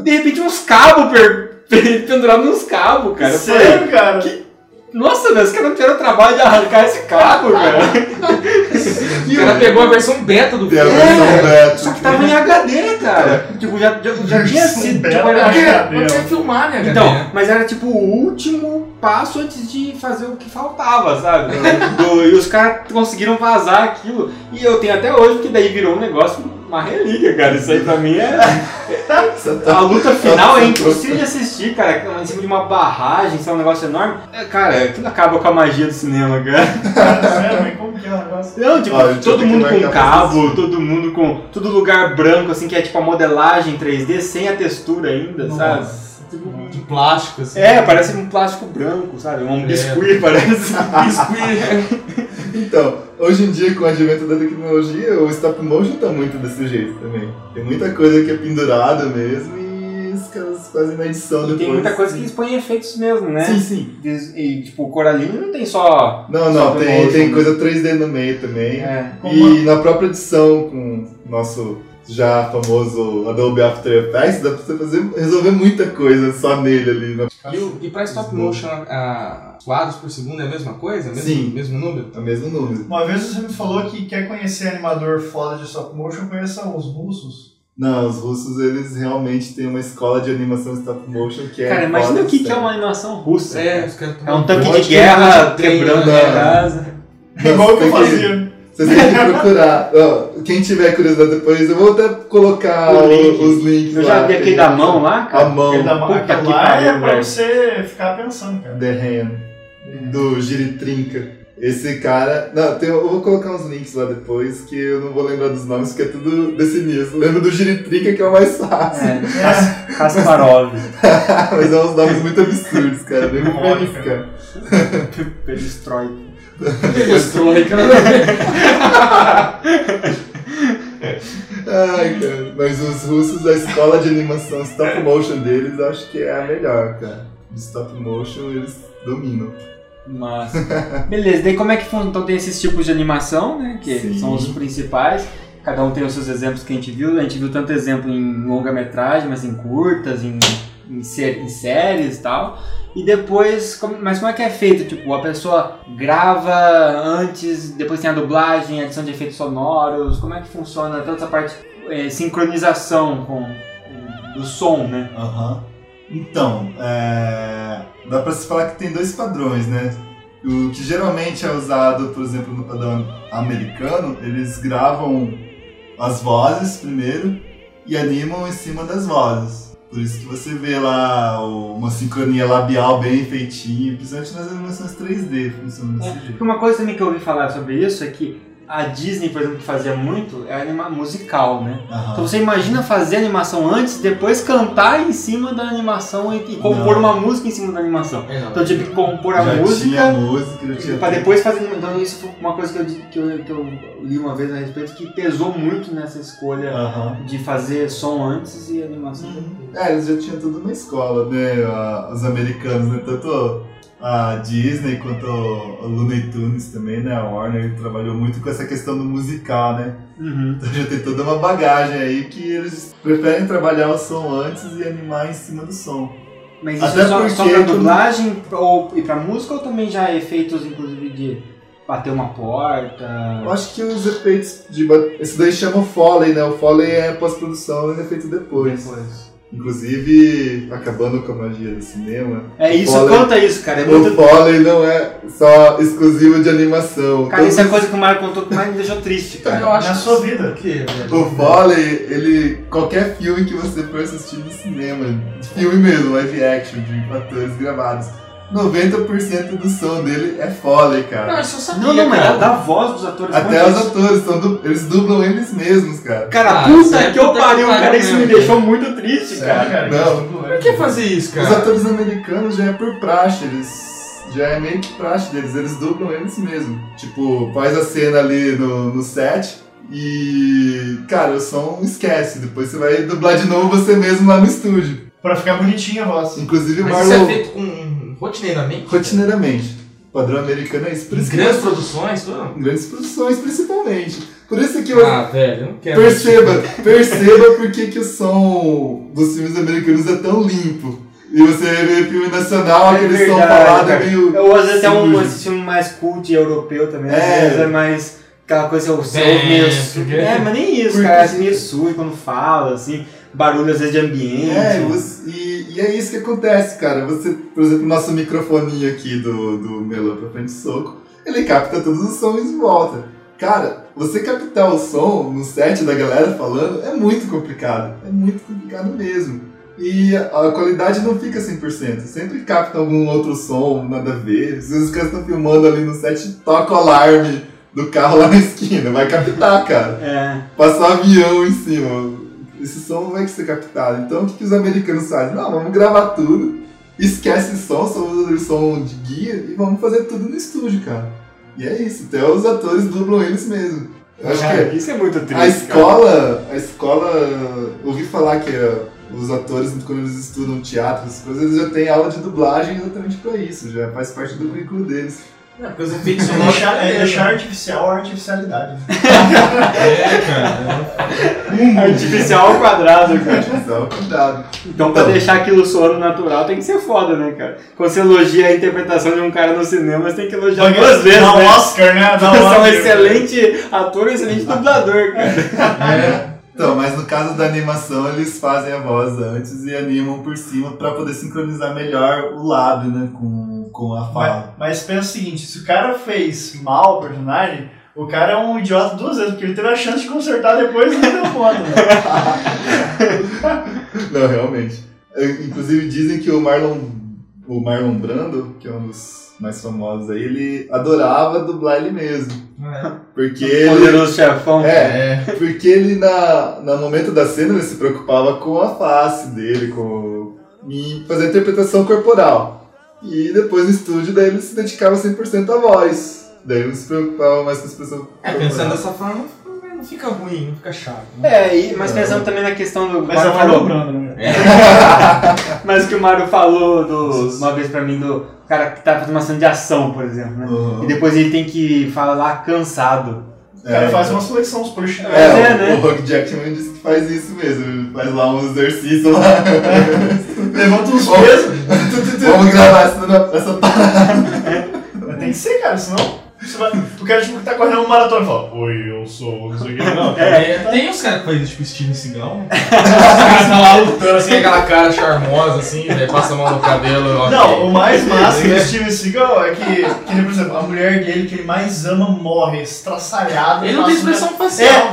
[SPEAKER 2] De repente uns cabos per... per- pendurados nos cabos, cara. Eu falei,
[SPEAKER 4] Sério, cara?
[SPEAKER 2] Nossa, velho, os caras não tiveram trabalho de arrancar esse cabo, velho.
[SPEAKER 3] O cara
[SPEAKER 2] é
[SPEAKER 3] pegou a versão beta do
[SPEAKER 5] Tem a
[SPEAKER 3] filme.
[SPEAKER 5] versão
[SPEAKER 2] Só
[SPEAKER 5] beta.
[SPEAKER 2] que tava em HD, cara. Tipo, já, já, já tinha sido. Tipo,
[SPEAKER 4] Bela
[SPEAKER 2] era-
[SPEAKER 3] Porque
[SPEAKER 4] HD.
[SPEAKER 3] não precisa filmar, né,
[SPEAKER 2] Então,
[SPEAKER 3] galera?
[SPEAKER 2] mas era tipo o último passo antes de fazer o que faltava, sabe? Do- e os caras conseguiram vazar aquilo. E eu tenho até hoje, porque daí virou um negócio, uma relíquia, cara. Isso aí pra mim é. tá- A luta final
[SPEAKER 5] tá-
[SPEAKER 2] é impossível de assistir, cara. Em cima de uma barragem, isso é um negócio enorme. É, Cara, aquilo acaba com a magia do cinema, cara.
[SPEAKER 4] Sério, mas como que é o negócio?
[SPEAKER 2] Não, tipo,
[SPEAKER 5] Olha,
[SPEAKER 2] todo
[SPEAKER 5] tem que
[SPEAKER 2] mundo
[SPEAKER 5] marcar
[SPEAKER 2] com
[SPEAKER 5] pra
[SPEAKER 2] cabo, todo mundo com. Todo lugar branco, assim, que é tipo a modelagem 3D sem a textura ainda, sabe? Tipo,
[SPEAKER 3] De plástico, assim.
[SPEAKER 2] é, parece um plástico branco, sabe? Um
[SPEAKER 3] É.
[SPEAKER 2] biscuit, parece.
[SPEAKER 3] Squeeze.
[SPEAKER 5] Então, hoje em dia, com o advento da tecnologia, o stop motion tá muito desse jeito também. Tem muita coisa que é pendurada mesmo e os caras fazem na edição
[SPEAKER 2] E
[SPEAKER 5] depois.
[SPEAKER 2] tem muita coisa que eles põem efeitos mesmo, né?
[SPEAKER 5] Sim, sim.
[SPEAKER 2] Des- E, tipo, o Coraline não tem só.
[SPEAKER 5] Não, não,
[SPEAKER 2] Stop
[SPEAKER 5] tem,
[SPEAKER 2] motion,
[SPEAKER 5] tem
[SPEAKER 2] né?
[SPEAKER 5] coisa 3D no meio também.
[SPEAKER 2] É.
[SPEAKER 5] E na própria edição, com o nosso já famoso Adobe After Effects, dá pra você fazer, resolver muita coisa só nele ali. né?
[SPEAKER 3] E, o- e pra stop motion, a, quadros por segundo é a mesma coisa? Mesmo,
[SPEAKER 5] Sim.
[SPEAKER 3] Mesmo número?
[SPEAKER 5] É o mesmo número.
[SPEAKER 4] Uma vez você me falou que quer conhecer animador foda de stop motion, conheça os russos.
[SPEAKER 5] Não, os russos, eles realmente têm uma escola de animação stop motion que é...
[SPEAKER 2] Cara, imagina
[SPEAKER 5] foda
[SPEAKER 2] o que,
[SPEAKER 5] de
[SPEAKER 2] que é uma animação russa.
[SPEAKER 3] É, os caras
[SPEAKER 2] É um
[SPEAKER 3] tomam
[SPEAKER 2] tanque
[SPEAKER 3] vodka
[SPEAKER 2] de
[SPEAKER 3] e
[SPEAKER 2] guerra
[SPEAKER 3] um trem,
[SPEAKER 2] quebrando
[SPEAKER 3] né?
[SPEAKER 2] a casa.
[SPEAKER 5] sério.
[SPEAKER 4] Igual que eu
[SPEAKER 5] Vocês têm
[SPEAKER 4] fazia.
[SPEAKER 5] Vocês têm que procurar. Ó, quem tiver curiosidade depois, eu vou até colocar
[SPEAKER 2] O
[SPEAKER 5] o-
[SPEAKER 2] link.
[SPEAKER 5] os links
[SPEAKER 2] Eu
[SPEAKER 5] lá.
[SPEAKER 2] já vi aquele da
[SPEAKER 3] né?
[SPEAKER 2] mão lá, cara.
[SPEAKER 5] A mão.
[SPEAKER 2] Puta
[SPEAKER 4] Da marca
[SPEAKER 2] que
[SPEAKER 4] lá é
[SPEAKER 2] pariu,
[SPEAKER 4] pra
[SPEAKER 2] velho.
[SPEAKER 4] você ficar pensando, cara.
[SPEAKER 5] The Hand, do Giritrinca. Esse cara. Não, tem- eu vou colocar uns links lá depois, que eu não vou lembrar dos nomes, porque é tudo desse mesmo. Lembro do Giritrinca, que é o mais fácil.
[SPEAKER 2] É, Kas- Kasparov.
[SPEAKER 5] Mas é uns nomes muito absurdos, cara. Nem vou
[SPEAKER 4] Olha,
[SPEAKER 5] verificar.
[SPEAKER 2] Perestroika.
[SPEAKER 3] Perestroika.
[SPEAKER 5] Ai, cara. Mas os russos, a escola de animação stop motion deles, eu acho que é a melhor, cara. De stop motion, eles dominam.
[SPEAKER 2] Mas. Beleza, daí como é que funciona? Então tem esses tipos de animação, né? Que
[SPEAKER 5] Sim.
[SPEAKER 2] são os principais. Cada um tem os seus exemplos que a gente viu. A gente viu tanto exemplo em longa-metragem, mas em curtas, em, em, sé- em séries e tal. E depois, como- mas como é que é feito? Tipo, a pessoa grava antes, depois tem a dublagem, adição de efeitos sonoros. Como é que funciona toda essa parte eh, sincronização com, com- do som, né?
[SPEAKER 5] Aham. Então, é, dá pra se falar que tem dois padrões, né? O que geralmente é usado, por exemplo, no padrão americano, eles gravam as vozes primeiro e animam em cima das vozes. Por isso que você vê lá o- uma sincronia labial bem feitinha, principalmente nas animações 3D, funciona desse jeito.
[SPEAKER 2] Uma coisa também que eu ouvi falar sobre isso é que a Disney, por exemplo, que fazia muito, é anima musical, né? Então você imagina fazer animação antes, depois cantar em cima da animação e, e compor
[SPEAKER 5] Não.
[SPEAKER 2] uma música em cima da animação.
[SPEAKER 3] É, não.
[SPEAKER 2] Então eu tive que compor a
[SPEAKER 5] já
[SPEAKER 2] música
[SPEAKER 5] tinha música, já tinha
[SPEAKER 2] Pra depois fazer. Então, isso foi uma coisa que eu, di- que, eu, que eu li uma vez a respeito que pesou muito nessa escolha
[SPEAKER 5] Aham.
[SPEAKER 2] de fazer som antes e animação depois.
[SPEAKER 5] É, eles já tinham tudo na escola, né? a- Os americanos, né? Tanto a Disney quanto a Looney Tunes também, né? A Warner trabalhou muito com essa questão do musical, né?
[SPEAKER 2] Uhum.
[SPEAKER 5] Então já tem toda uma bagagem aí que eles preferem trabalhar o som antes e animar em cima do som.
[SPEAKER 2] Mas isso
[SPEAKER 5] Até
[SPEAKER 2] é só, só pra
[SPEAKER 5] porque-
[SPEAKER 2] dublagem ou, e pra música ou também já é efeitos, inclusive, de bater uma porta?
[SPEAKER 5] Eu acho que os efeitos de. ba- Esse daí chama o Foley, né? O Foley é pós-produção e efeito depois.
[SPEAKER 2] Depois.
[SPEAKER 5] Inclusive, acabando com a magia do cinema,
[SPEAKER 2] É isso,
[SPEAKER 5] Olha-
[SPEAKER 2] conta isso, cara. É
[SPEAKER 5] o
[SPEAKER 2] muito.
[SPEAKER 5] Foley não é só exclusivo de animação. Então
[SPEAKER 2] Cara, isso é
[SPEAKER 5] Todos-
[SPEAKER 2] coisa que o Mário contou que mais me deixou triste, cara.
[SPEAKER 4] Na sua vida.
[SPEAKER 3] que, velho?
[SPEAKER 5] O vôlei, ele. qualquer filme que você for assistir no cinema, filme mesmo, live action, de atores gravados, 90% do som dele é vôlei,
[SPEAKER 3] Não,
[SPEAKER 5] cara.
[SPEAKER 3] eu só sabia,
[SPEAKER 2] Não, não, mas
[SPEAKER 3] cara.
[SPEAKER 2] é da voz dos atores.
[SPEAKER 5] Até
[SPEAKER 2] conta
[SPEAKER 5] os
[SPEAKER 2] isso.
[SPEAKER 5] atores, são du- eles dublam eles mesmos, cara.
[SPEAKER 2] Cara,
[SPEAKER 3] Ah, isso
[SPEAKER 2] puta
[SPEAKER 3] é
[SPEAKER 2] que eu
[SPEAKER 3] puta que
[SPEAKER 2] pariu, um
[SPEAKER 3] pariu
[SPEAKER 2] cara. Isso me
[SPEAKER 3] mesmo.
[SPEAKER 2] deixou muito triste, cara.
[SPEAKER 4] é
[SPEAKER 5] Não.
[SPEAKER 3] Por que fazer isso,
[SPEAKER 5] Os
[SPEAKER 3] cara?
[SPEAKER 5] atores americanos já é por praxe, eles. Já é meio que praxe deles, eles dublam eles mesmos. Tipo, faz a cena ali no, no set e. Cara, o som esquece. Depois você vai dublar de novo você mesmo lá no estúdio.
[SPEAKER 4] Pra ficar bonitinha a voz.
[SPEAKER 5] Inclusive o
[SPEAKER 3] Mas isso é
[SPEAKER 5] Marlon.
[SPEAKER 3] feito com rotineiramente?
[SPEAKER 5] Rotineiramente. O padrão americano é isso. Por isso que-
[SPEAKER 3] Grandes produções, tudo?
[SPEAKER 5] Grandes produções, principalmente. Por isso que eu.
[SPEAKER 3] Ah, velho, eu não quero.
[SPEAKER 5] perceba, perceba por que que o som dos filmes americanos é tão limpo. E você vê filme nacional,
[SPEAKER 2] É
[SPEAKER 5] aquele som
[SPEAKER 2] verdade,
[SPEAKER 5] falado é
[SPEAKER 2] cara.
[SPEAKER 5] meio.
[SPEAKER 2] Eu uso até um,
[SPEAKER 5] sujo.
[SPEAKER 2] esse filme mais cult europeu também, às
[SPEAKER 5] É.
[SPEAKER 2] vezes é mais aquela coisa, o céu
[SPEAKER 3] É,
[SPEAKER 2] meio sujo.
[SPEAKER 3] porque-
[SPEAKER 2] É, mas nem isso,
[SPEAKER 5] Porque-
[SPEAKER 2] cara, é meio sujo quando fala, assim, barulho às vezes de ambiente.
[SPEAKER 5] É, você- e, e é isso que acontece, cara. Você, por exemplo, o nosso microfoninho aqui do, do Melão pra frente soco, ele capta todos os sons em volta. Cara, você captar o som no set da galera falando é muito complicado. É muito complicado mesmo. E a a qualidade não fica 100%. Sempre capta algum outro som, nada a ver. Às vezes os caras estão filmando ali no set, toca o alarme do carro lá na esquina. Vai captar, cara
[SPEAKER 2] É.
[SPEAKER 5] passar avião em cima. Esse som não vai ser captado. Então o que, que os americanos fazem? Não, vamos gravar tudo, esquece esse som, só usa o som de guia e vamos fazer tudo no estúdio, cara. E é isso, até os atores dublam eles mesmos. Eu acho
[SPEAKER 2] Cara,
[SPEAKER 5] que
[SPEAKER 2] isso é muito triste.
[SPEAKER 5] a escola, a escola, ouvi falar que eh, os atores, quando eles estudam teatro, essas coisas, eles já têm aula de dublagem exatamente pra isso, já faz parte do currículo deles.
[SPEAKER 3] Não, porque os efeitos
[SPEAKER 4] É
[SPEAKER 3] sonoros.
[SPEAKER 4] deixar, é né, deixar artificial a artificialidade.
[SPEAKER 3] É, cara.
[SPEAKER 5] é
[SPEAKER 2] cara. Artificial ao quadrado, cara.
[SPEAKER 5] Então, cuidado.
[SPEAKER 2] Então, pra deixar aquilo soando natural, tem que ser foda, né, cara? Quando você elogia a interpretação de um cara no cinema, você tem que elogiar duas vezes,
[SPEAKER 4] Dá um
[SPEAKER 2] né?
[SPEAKER 4] Oscar, né? Dá um
[SPEAKER 2] Você é um
[SPEAKER 4] Oscar.
[SPEAKER 2] excelente ator e um excelente dublador, cara.
[SPEAKER 5] Então, mas no caso da animação, eles fazem a voz antes e animam por cima pra poder sincronizar melhor o lábio, né? Com, com a fala.
[SPEAKER 4] Mas, mas pensa o seguinte, se o cara fez mal o personagem, o cara é um idiota duas vezes, porque ele teve a chance de consertar depois e não deu foda, né?
[SPEAKER 5] Não, realmente. É, Inclusive dizem que o Marlon, o Marlon Brando, que é um dos mais famosos aí, ele adorava dublar ele mesmo. Porque ele,
[SPEAKER 2] Poderoso chefão.
[SPEAKER 5] é, porque ele na, no momento da cena ele se preocupava com a face dele, com e fazer a interpretação corporal. E depois no estúdio daí ele se dedicava 100% à voz. Daí não se preocupava mais com a expressão
[SPEAKER 3] É, pensando
[SPEAKER 4] assim,
[SPEAKER 3] dessa forma, não fica ruim, não fica chato. né?
[SPEAKER 2] É, e- mas pensando também na questão do.
[SPEAKER 4] Mas é
[SPEAKER 2] Mário
[SPEAKER 4] o
[SPEAKER 2] falou-
[SPEAKER 4] Marlon Brando, né?
[SPEAKER 2] Mas que o Mário falou do, uma vez pra mim do cara que tá fazendo uma cena de ação, por exemplo, né?
[SPEAKER 5] Uhum.
[SPEAKER 2] E depois ele tem que falar cansado.
[SPEAKER 4] O cara faz umas flexões por chinelo.
[SPEAKER 5] É,
[SPEAKER 2] Mas então. é,
[SPEAKER 5] o,
[SPEAKER 2] né?
[SPEAKER 5] o Hulk Jackman disse que faz isso mesmo. Ele faz lá um exercício lá.
[SPEAKER 4] É. Levanta uns
[SPEAKER 5] Vamos-
[SPEAKER 4] pesos.
[SPEAKER 5] Vamos gravar essa, essa parada.
[SPEAKER 4] Mas tem que ser, cara, senão. Você vai... O cara tipo, que tá correndo um maratona e fala, oi, eu sou, não sei o que. Não,
[SPEAKER 3] É,
[SPEAKER 4] tá-
[SPEAKER 3] tem os caras que fazem tipo Steven Seagal. né? Os caras tá lá lutando assim, aquela cara charmosa assim, daí passa a mão no cabelo. ok.
[SPEAKER 4] Não, o mais massa do
[SPEAKER 3] Né?
[SPEAKER 4] Steven Seagal é que, que ele, por exemplo, a mulher dele que ele mais ama morre, estraçalhada.
[SPEAKER 3] Ele não tem
[SPEAKER 4] passa um-
[SPEAKER 3] expressão facial,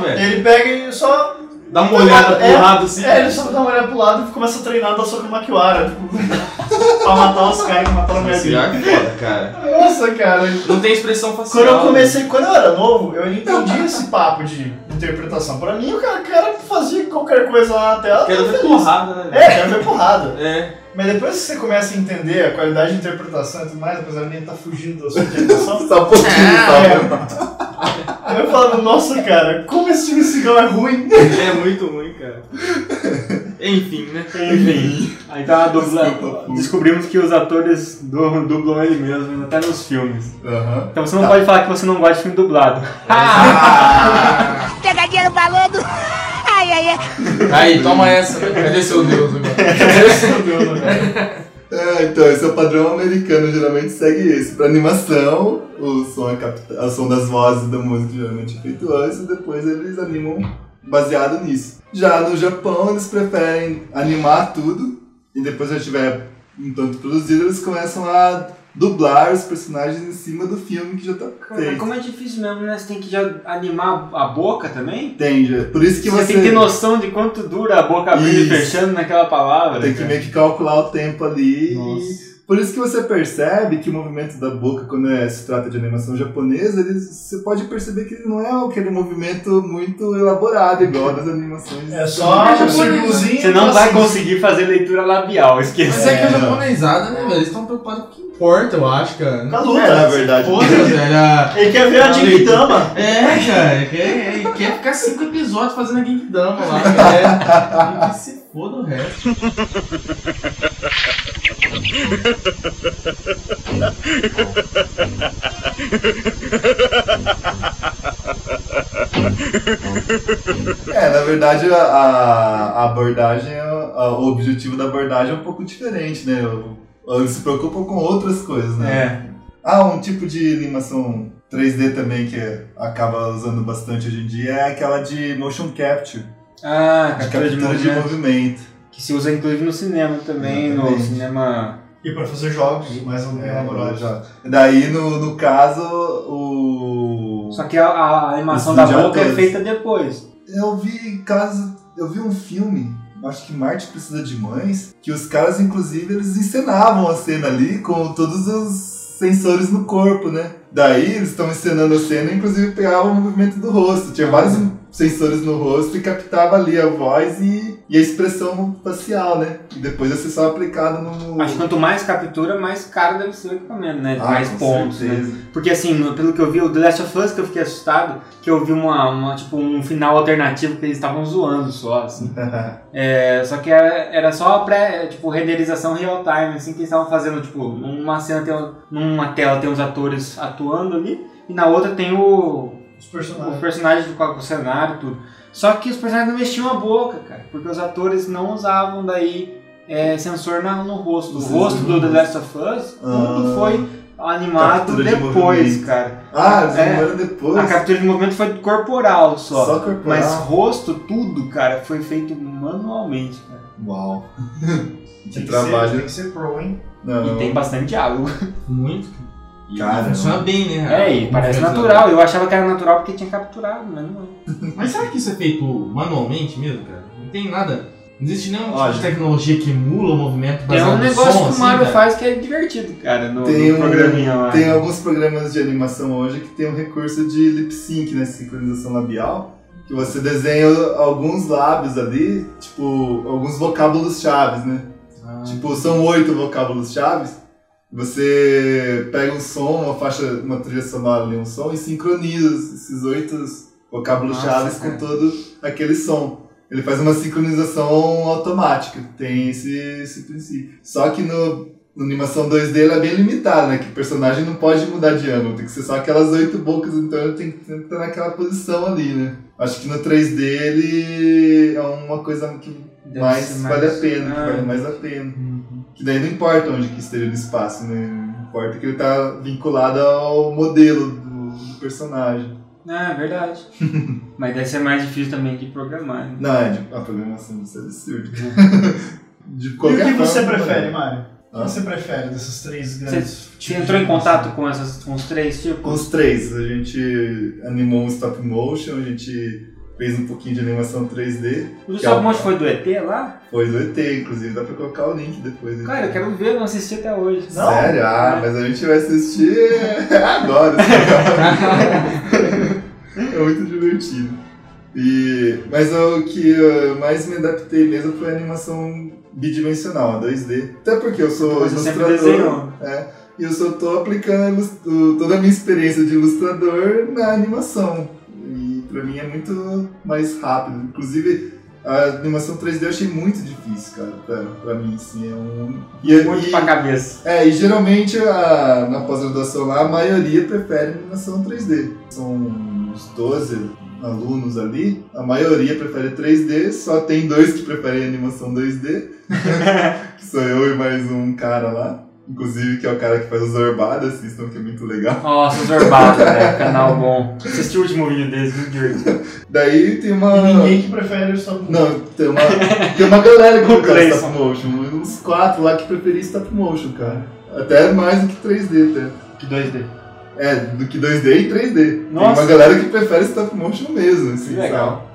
[SPEAKER 4] É,
[SPEAKER 3] velho.
[SPEAKER 4] ele pega e só.
[SPEAKER 3] Dá uma olhada pro
[SPEAKER 4] É,
[SPEAKER 3] lado assim.
[SPEAKER 4] tá É, ele só dá uma olhada pro lado e começa a treinar da soca maquiara. Tipo, pra matar os caras que mataram minha
[SPEAKER 3] Esse
[SPEAKER 4] vida.
[SPEAKER 3] arco é foda, cara.
[SPEAKER 4] Nossa, cara.
[SPEAKER 3] Não tem expressão facial. né?
[SPEAKER 4] Quando eu comecei, quando eu era novo, eu entendi esse papo de interpretação. Pra mim, o cara, o cara fazia qualquer coisa lá na tela.
[SPEAKER 3] né? Quero
[SPEAKER 4] tava
[SPEAKER 3] ver
[SPEAKER 4] feliz.
[SPEAKER 3] porrada, né?
[SPEAKER 4] É, quero ver porrada.
[SPEAKER 3] É.
[SPEAKER 4] Mas depois que você começa a entender a qualidade de interpretação e tudo mais, apesar de nem estar fugindo da sua interpretação,
[SPEAKER 5] Só um pouquinho, sabe?
[SPEAKER 4] eu falava, nossa cara, como esse time de cigarro é ruim.
[SPEAKER 3] É muito ruim, cara. Enfim, né?
[SPEAKER 2] Enfim, aí tá a dubla.
[SPEAKER 5] Uhum. Desculpa.
[SPEAKER 2] Descobrimos que os atores du- dublam ele mesmo, até nos filmes.
[SPEAKER 4] É.
[SPEAKER 5] Aham.
[SPEAKER 2] Então você não pode falar que você não gosta de filme dublado.
[SPEAKER 5] Ah!
[SPEAKER 10] Pegadinha no balando. Ai, ai, ai.
[SPEAKER 3] Aí, toma essa. né? Cadê seu Deus agora?
[SPEAKER 5] É, então, esse é o padrão americano, geralmente segue esse. Pra animação, o som, é capta- o som das vozes da música geralmente é feito antes e depois eles animam baseado nisso. Já no Japão, eles preferem animar tudo e depois, já tiver um tanto produzido, eles começam a dublar os personagens em cima do filme que já tá feito.
[SPEAKER 2] como é difícil mesmo, né? Você tem que já animar a boca também?
[SPEAKER 5] Entende? Por isso que
[SPEAKER 2] você,
[SPEAKER 5] você,
[SPEAKER 2] tem que ter noção de quanto dura a boca abrindo
[SPEAKER 5] Isso.
[SPEAKER 2] e fechando naquela palavra.
[SPEAKER 5] tem que
[SPEAKER 2] cara.
[SPEAKER 5] meio que calcular o tempo ali e
[SPEAKER 2] né? Nossa.
[SPEAKER 5] Por isso que você percebe que o movimento da boca, quando é- se trata de animação japonesa, ele- você pode perceber que ele não é aquele movimento muito elaborado, igual das animações.
[SPEAKER 4] É só um círculozinho.
[SPEAKER 2] Você não vai
[SPEAKER 4] assim.
[SPEAKER 2] conseguir fazer leitura labial,
[SPEAKER 3] Mas
[SPEAKER 2] esqueça.
[SPEAKER 3] é que é
[SPEAKER 5] não.
[SPEAKER 3] japonesada, né, velho? Eles estão preocupados com o que importa, eu acho, cara.
[SPEAKER 4] Com a
[SPEAKER 3] Não
[SPEAKER 4] luta.
[SPEAKER 5] É, na verdade.
[SPEAKER 4] Pô,
[SPEAKER 3] importa,
[SPEAKER 4] ele-
[SPEAKER 3] velho. a-
[SPEAKER 4] Ele quer ver a Jinkidama.
[SPEAKER 3] É, cara. Ele quer, ele quer ficar cinco episódios fazendo a Genkidama lá, cara. Ele que se foda o resto.
[SPEAKER 5] É, na verdade, a, a- a abordagem, a- o objetivo da abordagem é um pouco diferente, né? O- Eles se preocupam com outras coisas, né?
[SPEAKER 2] É.
[SPEAKER 5] Ah, um tipo de animação 3D também que acaba usando bastante hoje em dia é aquela de motion capture,
[SPEAKER 2] Ah,
[SPEAKER 5] de captura é de movimento.
[SPEAKER 2] Que se usa inclusive no cinema também, no
[SPEAKER 5] Exatamente.
[SPEAKER 2] cinema.
[SPEAKER 4] E pra fazer jogos mais
[SPEAKER 5] É,
[SPEAKER 4] elaborados.
[SPEAKER 5] já. Daí, no, no caso, o.
[SPEAKER 2] Só que a, a animação
[SPEAKER 5] Os
[SPEAKER 2] da
[SPEAKER 5] vídeo
[SPEAKER 2] boca é
[SPEAKER 5] atores.
[SPEAKER 2] feita depois.
[SPEAKER 5] Eu vi caso. Eu vi um filme, acho que Marte Precisa de Mães, que os caras, inclusive, eles encenavam a cena ali com todos os sensores no corpo, né? Daí eles estão encenando a cena, inclusive pegava o movimento do rosto.
[SPEAKER 2] Ah,
[SPEAKER 5] Tinha vários
[SPEAKER 2] é.
[SPEAKER 5] sensores no rosto e captava ali a voz e, e a expressão facial, né? E depois ia ser só aplicado no.
[SPEAKER 2] Acho que quanto mais captura, mais caro deve ser o equipamento, né?
[SPEAKER 5] Ah,
[SPEAKER 2] mais
[SPEAKER 5] com
[SPEAKER 2] pontos, né?
[SPEAKER 5] certeza.
[SPEAKER 2] Porque assim, no- pelo que eu vi, o The Last of Us que eu fiquei assustado, que eu vi uma, uma, tipo, um final alternativo que eles estavam zoando só, assim. É, só que era, era só pré, tipo, renderização real time, assim, que eles estavam fazendo, tipo, numa cena tem, um- numa tela tem os atores atuando ali, e na outra tem o,
[SPEAKER 4] Os
[SPEAKER 2] os
[SPEAKER 4] personagens.
[SPEAKER 2] personagens do com o cenário e tudo. Só que os personagens não mexiam a boca, cara, porque os atores não usavam daí é, sensor na- no rosto. O
[SPEAKER 5] Os
[SPEAKER 2] rosto do
[SPEAKER 5] sensores.
[SPEAKER 2] The Last of Us, tudo
[SPEAKER 5] Ah.
[SPEAKER 2] foi animado
[SPEAKER 5] Captura de
[SPEAKER 2] depois,
[SPEAKER 5] movimento.
[SPEAKER 2] cara.
[SPEAKER 5] Ah, eles
[SPEAKER 2] É.
[SPEAKER 5] demoraram depois.
[SPEAKER 2] A captura de movimento foi corporal só.
[SPEAKER 5] Só corporal.
[SPEAKER 2] Mas rosto, tudo, cara, foi feito manualmente, cara.
[SPEAKER 5] Uau.
[SPEAKER 4] Tem
[SPEAKER 5] De
[SPEAKER 4] que
[SPEAKER 5] trabalho.
[SPEAKER 4] ser- Tem que ser pro, hein?
[SPEAKER 5] Não.
[SPEAKER 2] E tem bastante diálogo.
[SPEAKER 3] Muito. E
[SPEAKER 5] Cara,
[SPEAKER 3] funciona bem, né?
[SPEAKER 2] Ah, É,
[SPEAKER 3] a-
[SPEAKER 2] e parece
[SPEAKER 3] a-
[SPEAKER 2] natural. Eu achava que era natural porque tinha capturado, mas não é.
[SPEAKER 3] Mas será que isso é feito manualmente mesmo, cara? Não tem nada. Não existe nenhum tipo
[SPEAKER 5] Olha.
[SPEAKER 3] de tecnologia que emula o movimento
[SPEAKER 2] Tem
[SPEAKER 3] baseado
[SPEAKER 2] um
[SPEAKER 3] no
[SPEAKER 2] negócio
[SPEAKER 3] som,
[SPEAKER 2] que o
[SPEAKER 3] assim,
[SPEAKER 2] Mario
[SPEAKER 3] cara?
[SPEAKER 2] faz que é divertido, cara, no,
[SPEAKER 5] Tem
[SPEAKER 2] no
[SPEAKER 5] um-
[SPEAKER 2] programinha lá.
[SPEAKER 5] Tem alguns programas de animação hoje que tem um recurso de lip sync, né? Sincronização labial. Que você desenha alguns lábios ali, tipo, alguns vocábulos chaves, né?
[SPEAKER 3] Ah,
[SPEAKER 5] Tipo, são oito vocábulos chaves. Você pega um som, uma faixa, uma trilha sonora ali, um som, e sincroniza esses oito vocábulos
[SPEAKER 2] Nossa,
[SPEAKER 5] chaves
[SPEAKER 2] cara.
[SPEAKER 5] com todo aquele som. Ele faz uma sincronização automática, tem esse, esse princípio. Só que no, na animação 2D ela é bem limitada, né? Que o personagem não pode mudar de ângulo, tem que ser só aquelas oito bocas, então ele tem que sempre estar naquela posição ali, né? Acho que no 3D ele é uma coisa que
[SPEAKER 2] Deve
[SPEAKER 5] mais,
[SPEAKER 2] ser
[SPEAKER 5] vale a pena, que
[SPEAKER 2] Ah,
[SPEAKER 5] vale mais a pena. Que daí não importa onde que esteja no espaço, né? Não importa que ele tá vinculado ao modelo do, do personagem.
[SPEAKER 2] Ah, é verdade. mas deve ser mais difícil também de programar. Né?
[SPEAKER 5] Não, é de, a programação disso é absurdo. de
[SPEAKER 4] E o
[SPEAKER 5] qualquer
[SPEAKER 4] que
[SPEAKER 5] forma,
[SPEAKER 4] você
[SPEAKER 5] não
[SPEAKER 4] prefere,
[SPEAKER 5] vai.
[SPEAKER 4] Mário? O que
[SPEAKER 5] Hã?
[SPEAKER 4] você prefere desses três grandes?
[SPEAKER 2] Você
[SPEAKER 4] tipos
[SPEAKER 2] entrou
[SPEAKER 4] de
[SPEAKER 2] em contato
[SPEAKER 4] animação?
[SPEAKER 2] com, essas, com os três tipo,
[SPEAKER 5] Com
[SPEAKER 2] tipos?
[SPEAKER 5] os três, a gente animou um stop motion, a gente fez um pouquinho de animação 3D.
[SPEAKER 2] O do
[SPEAKER 5] que é o-
[SPEAKER 2] Salmonte foi do ET lá?
[SPEAKER 5] Foi do ET, inclusive, dá pra colocar o link depois. né?
[SPEAKER 2] Cara, eu quero ver, não assisti até hoje.
[SPEAKER 4] Não?
[SPEAKER 5] Sério? Ah, mas a gente vai assistir agora. assim. é muito divertido. E, mas o que eu mais me adaptei mesmo foi a animação bidimensional, a 2D. Até porque eu sou
[SPEAKER 2] Mas você sempre
[SPEAKER 5] ilustrador.
[SPEAKER 2] desenhou.
[SPEAKER 5] É, e eu só tô aplicando ilus- o- toda a minha experiência de ilustrador na animação. E pra mim é muito mais rápido. Inclusive, a animação 3D eu achei muito difícil, cara. Pra, pra mim, assim, é um. E,
[SPEAKER 2] Muito
[SPEAKER 5] e-
[SPEAKER 2] pra cabeça.
[SPEAKER 5] é, e geralmente a- na pós-graduação lá, a maioria prefere animação 3D. São uns 12 alunos ali, a maioria prefere 3D, só tem dois que preferem animação 2D, que sou eu e mais um cara lá. Inclusive, que é o cara que faz o Zorbada, assistam, que é muito legal.
[SPEAKER 2] Nossa, Zorbado, velho. Canal bom. Assisti o último vídeo deles, muito divertido.
[SPEAKER 5] Daí tem uma.
[SPEAKER 4] E ninguém que prefere o Stop Motion.
[SPEAKER 5] Não, tem uma, tem uma galera que
[SPEAKER 2] O
[SPEAKER 5] prefere
[SPEAKER 2] Clayson.
[SPEAKER 5] stop motion, né? uns quatro lá que preferem stop motion, cara. Até mais do que 3D, até.
[SPEAKER 2] Que 2D.
[SPEAKER 5] É, do que 2D e 3D.
[SPEAKER 2] Nossa.
[SPEAKER 5] Tem uma galera que prefere stop motion mesmo, assim,
[SPEAKER 2] Que legal.
[SPEAKER 5] sabe?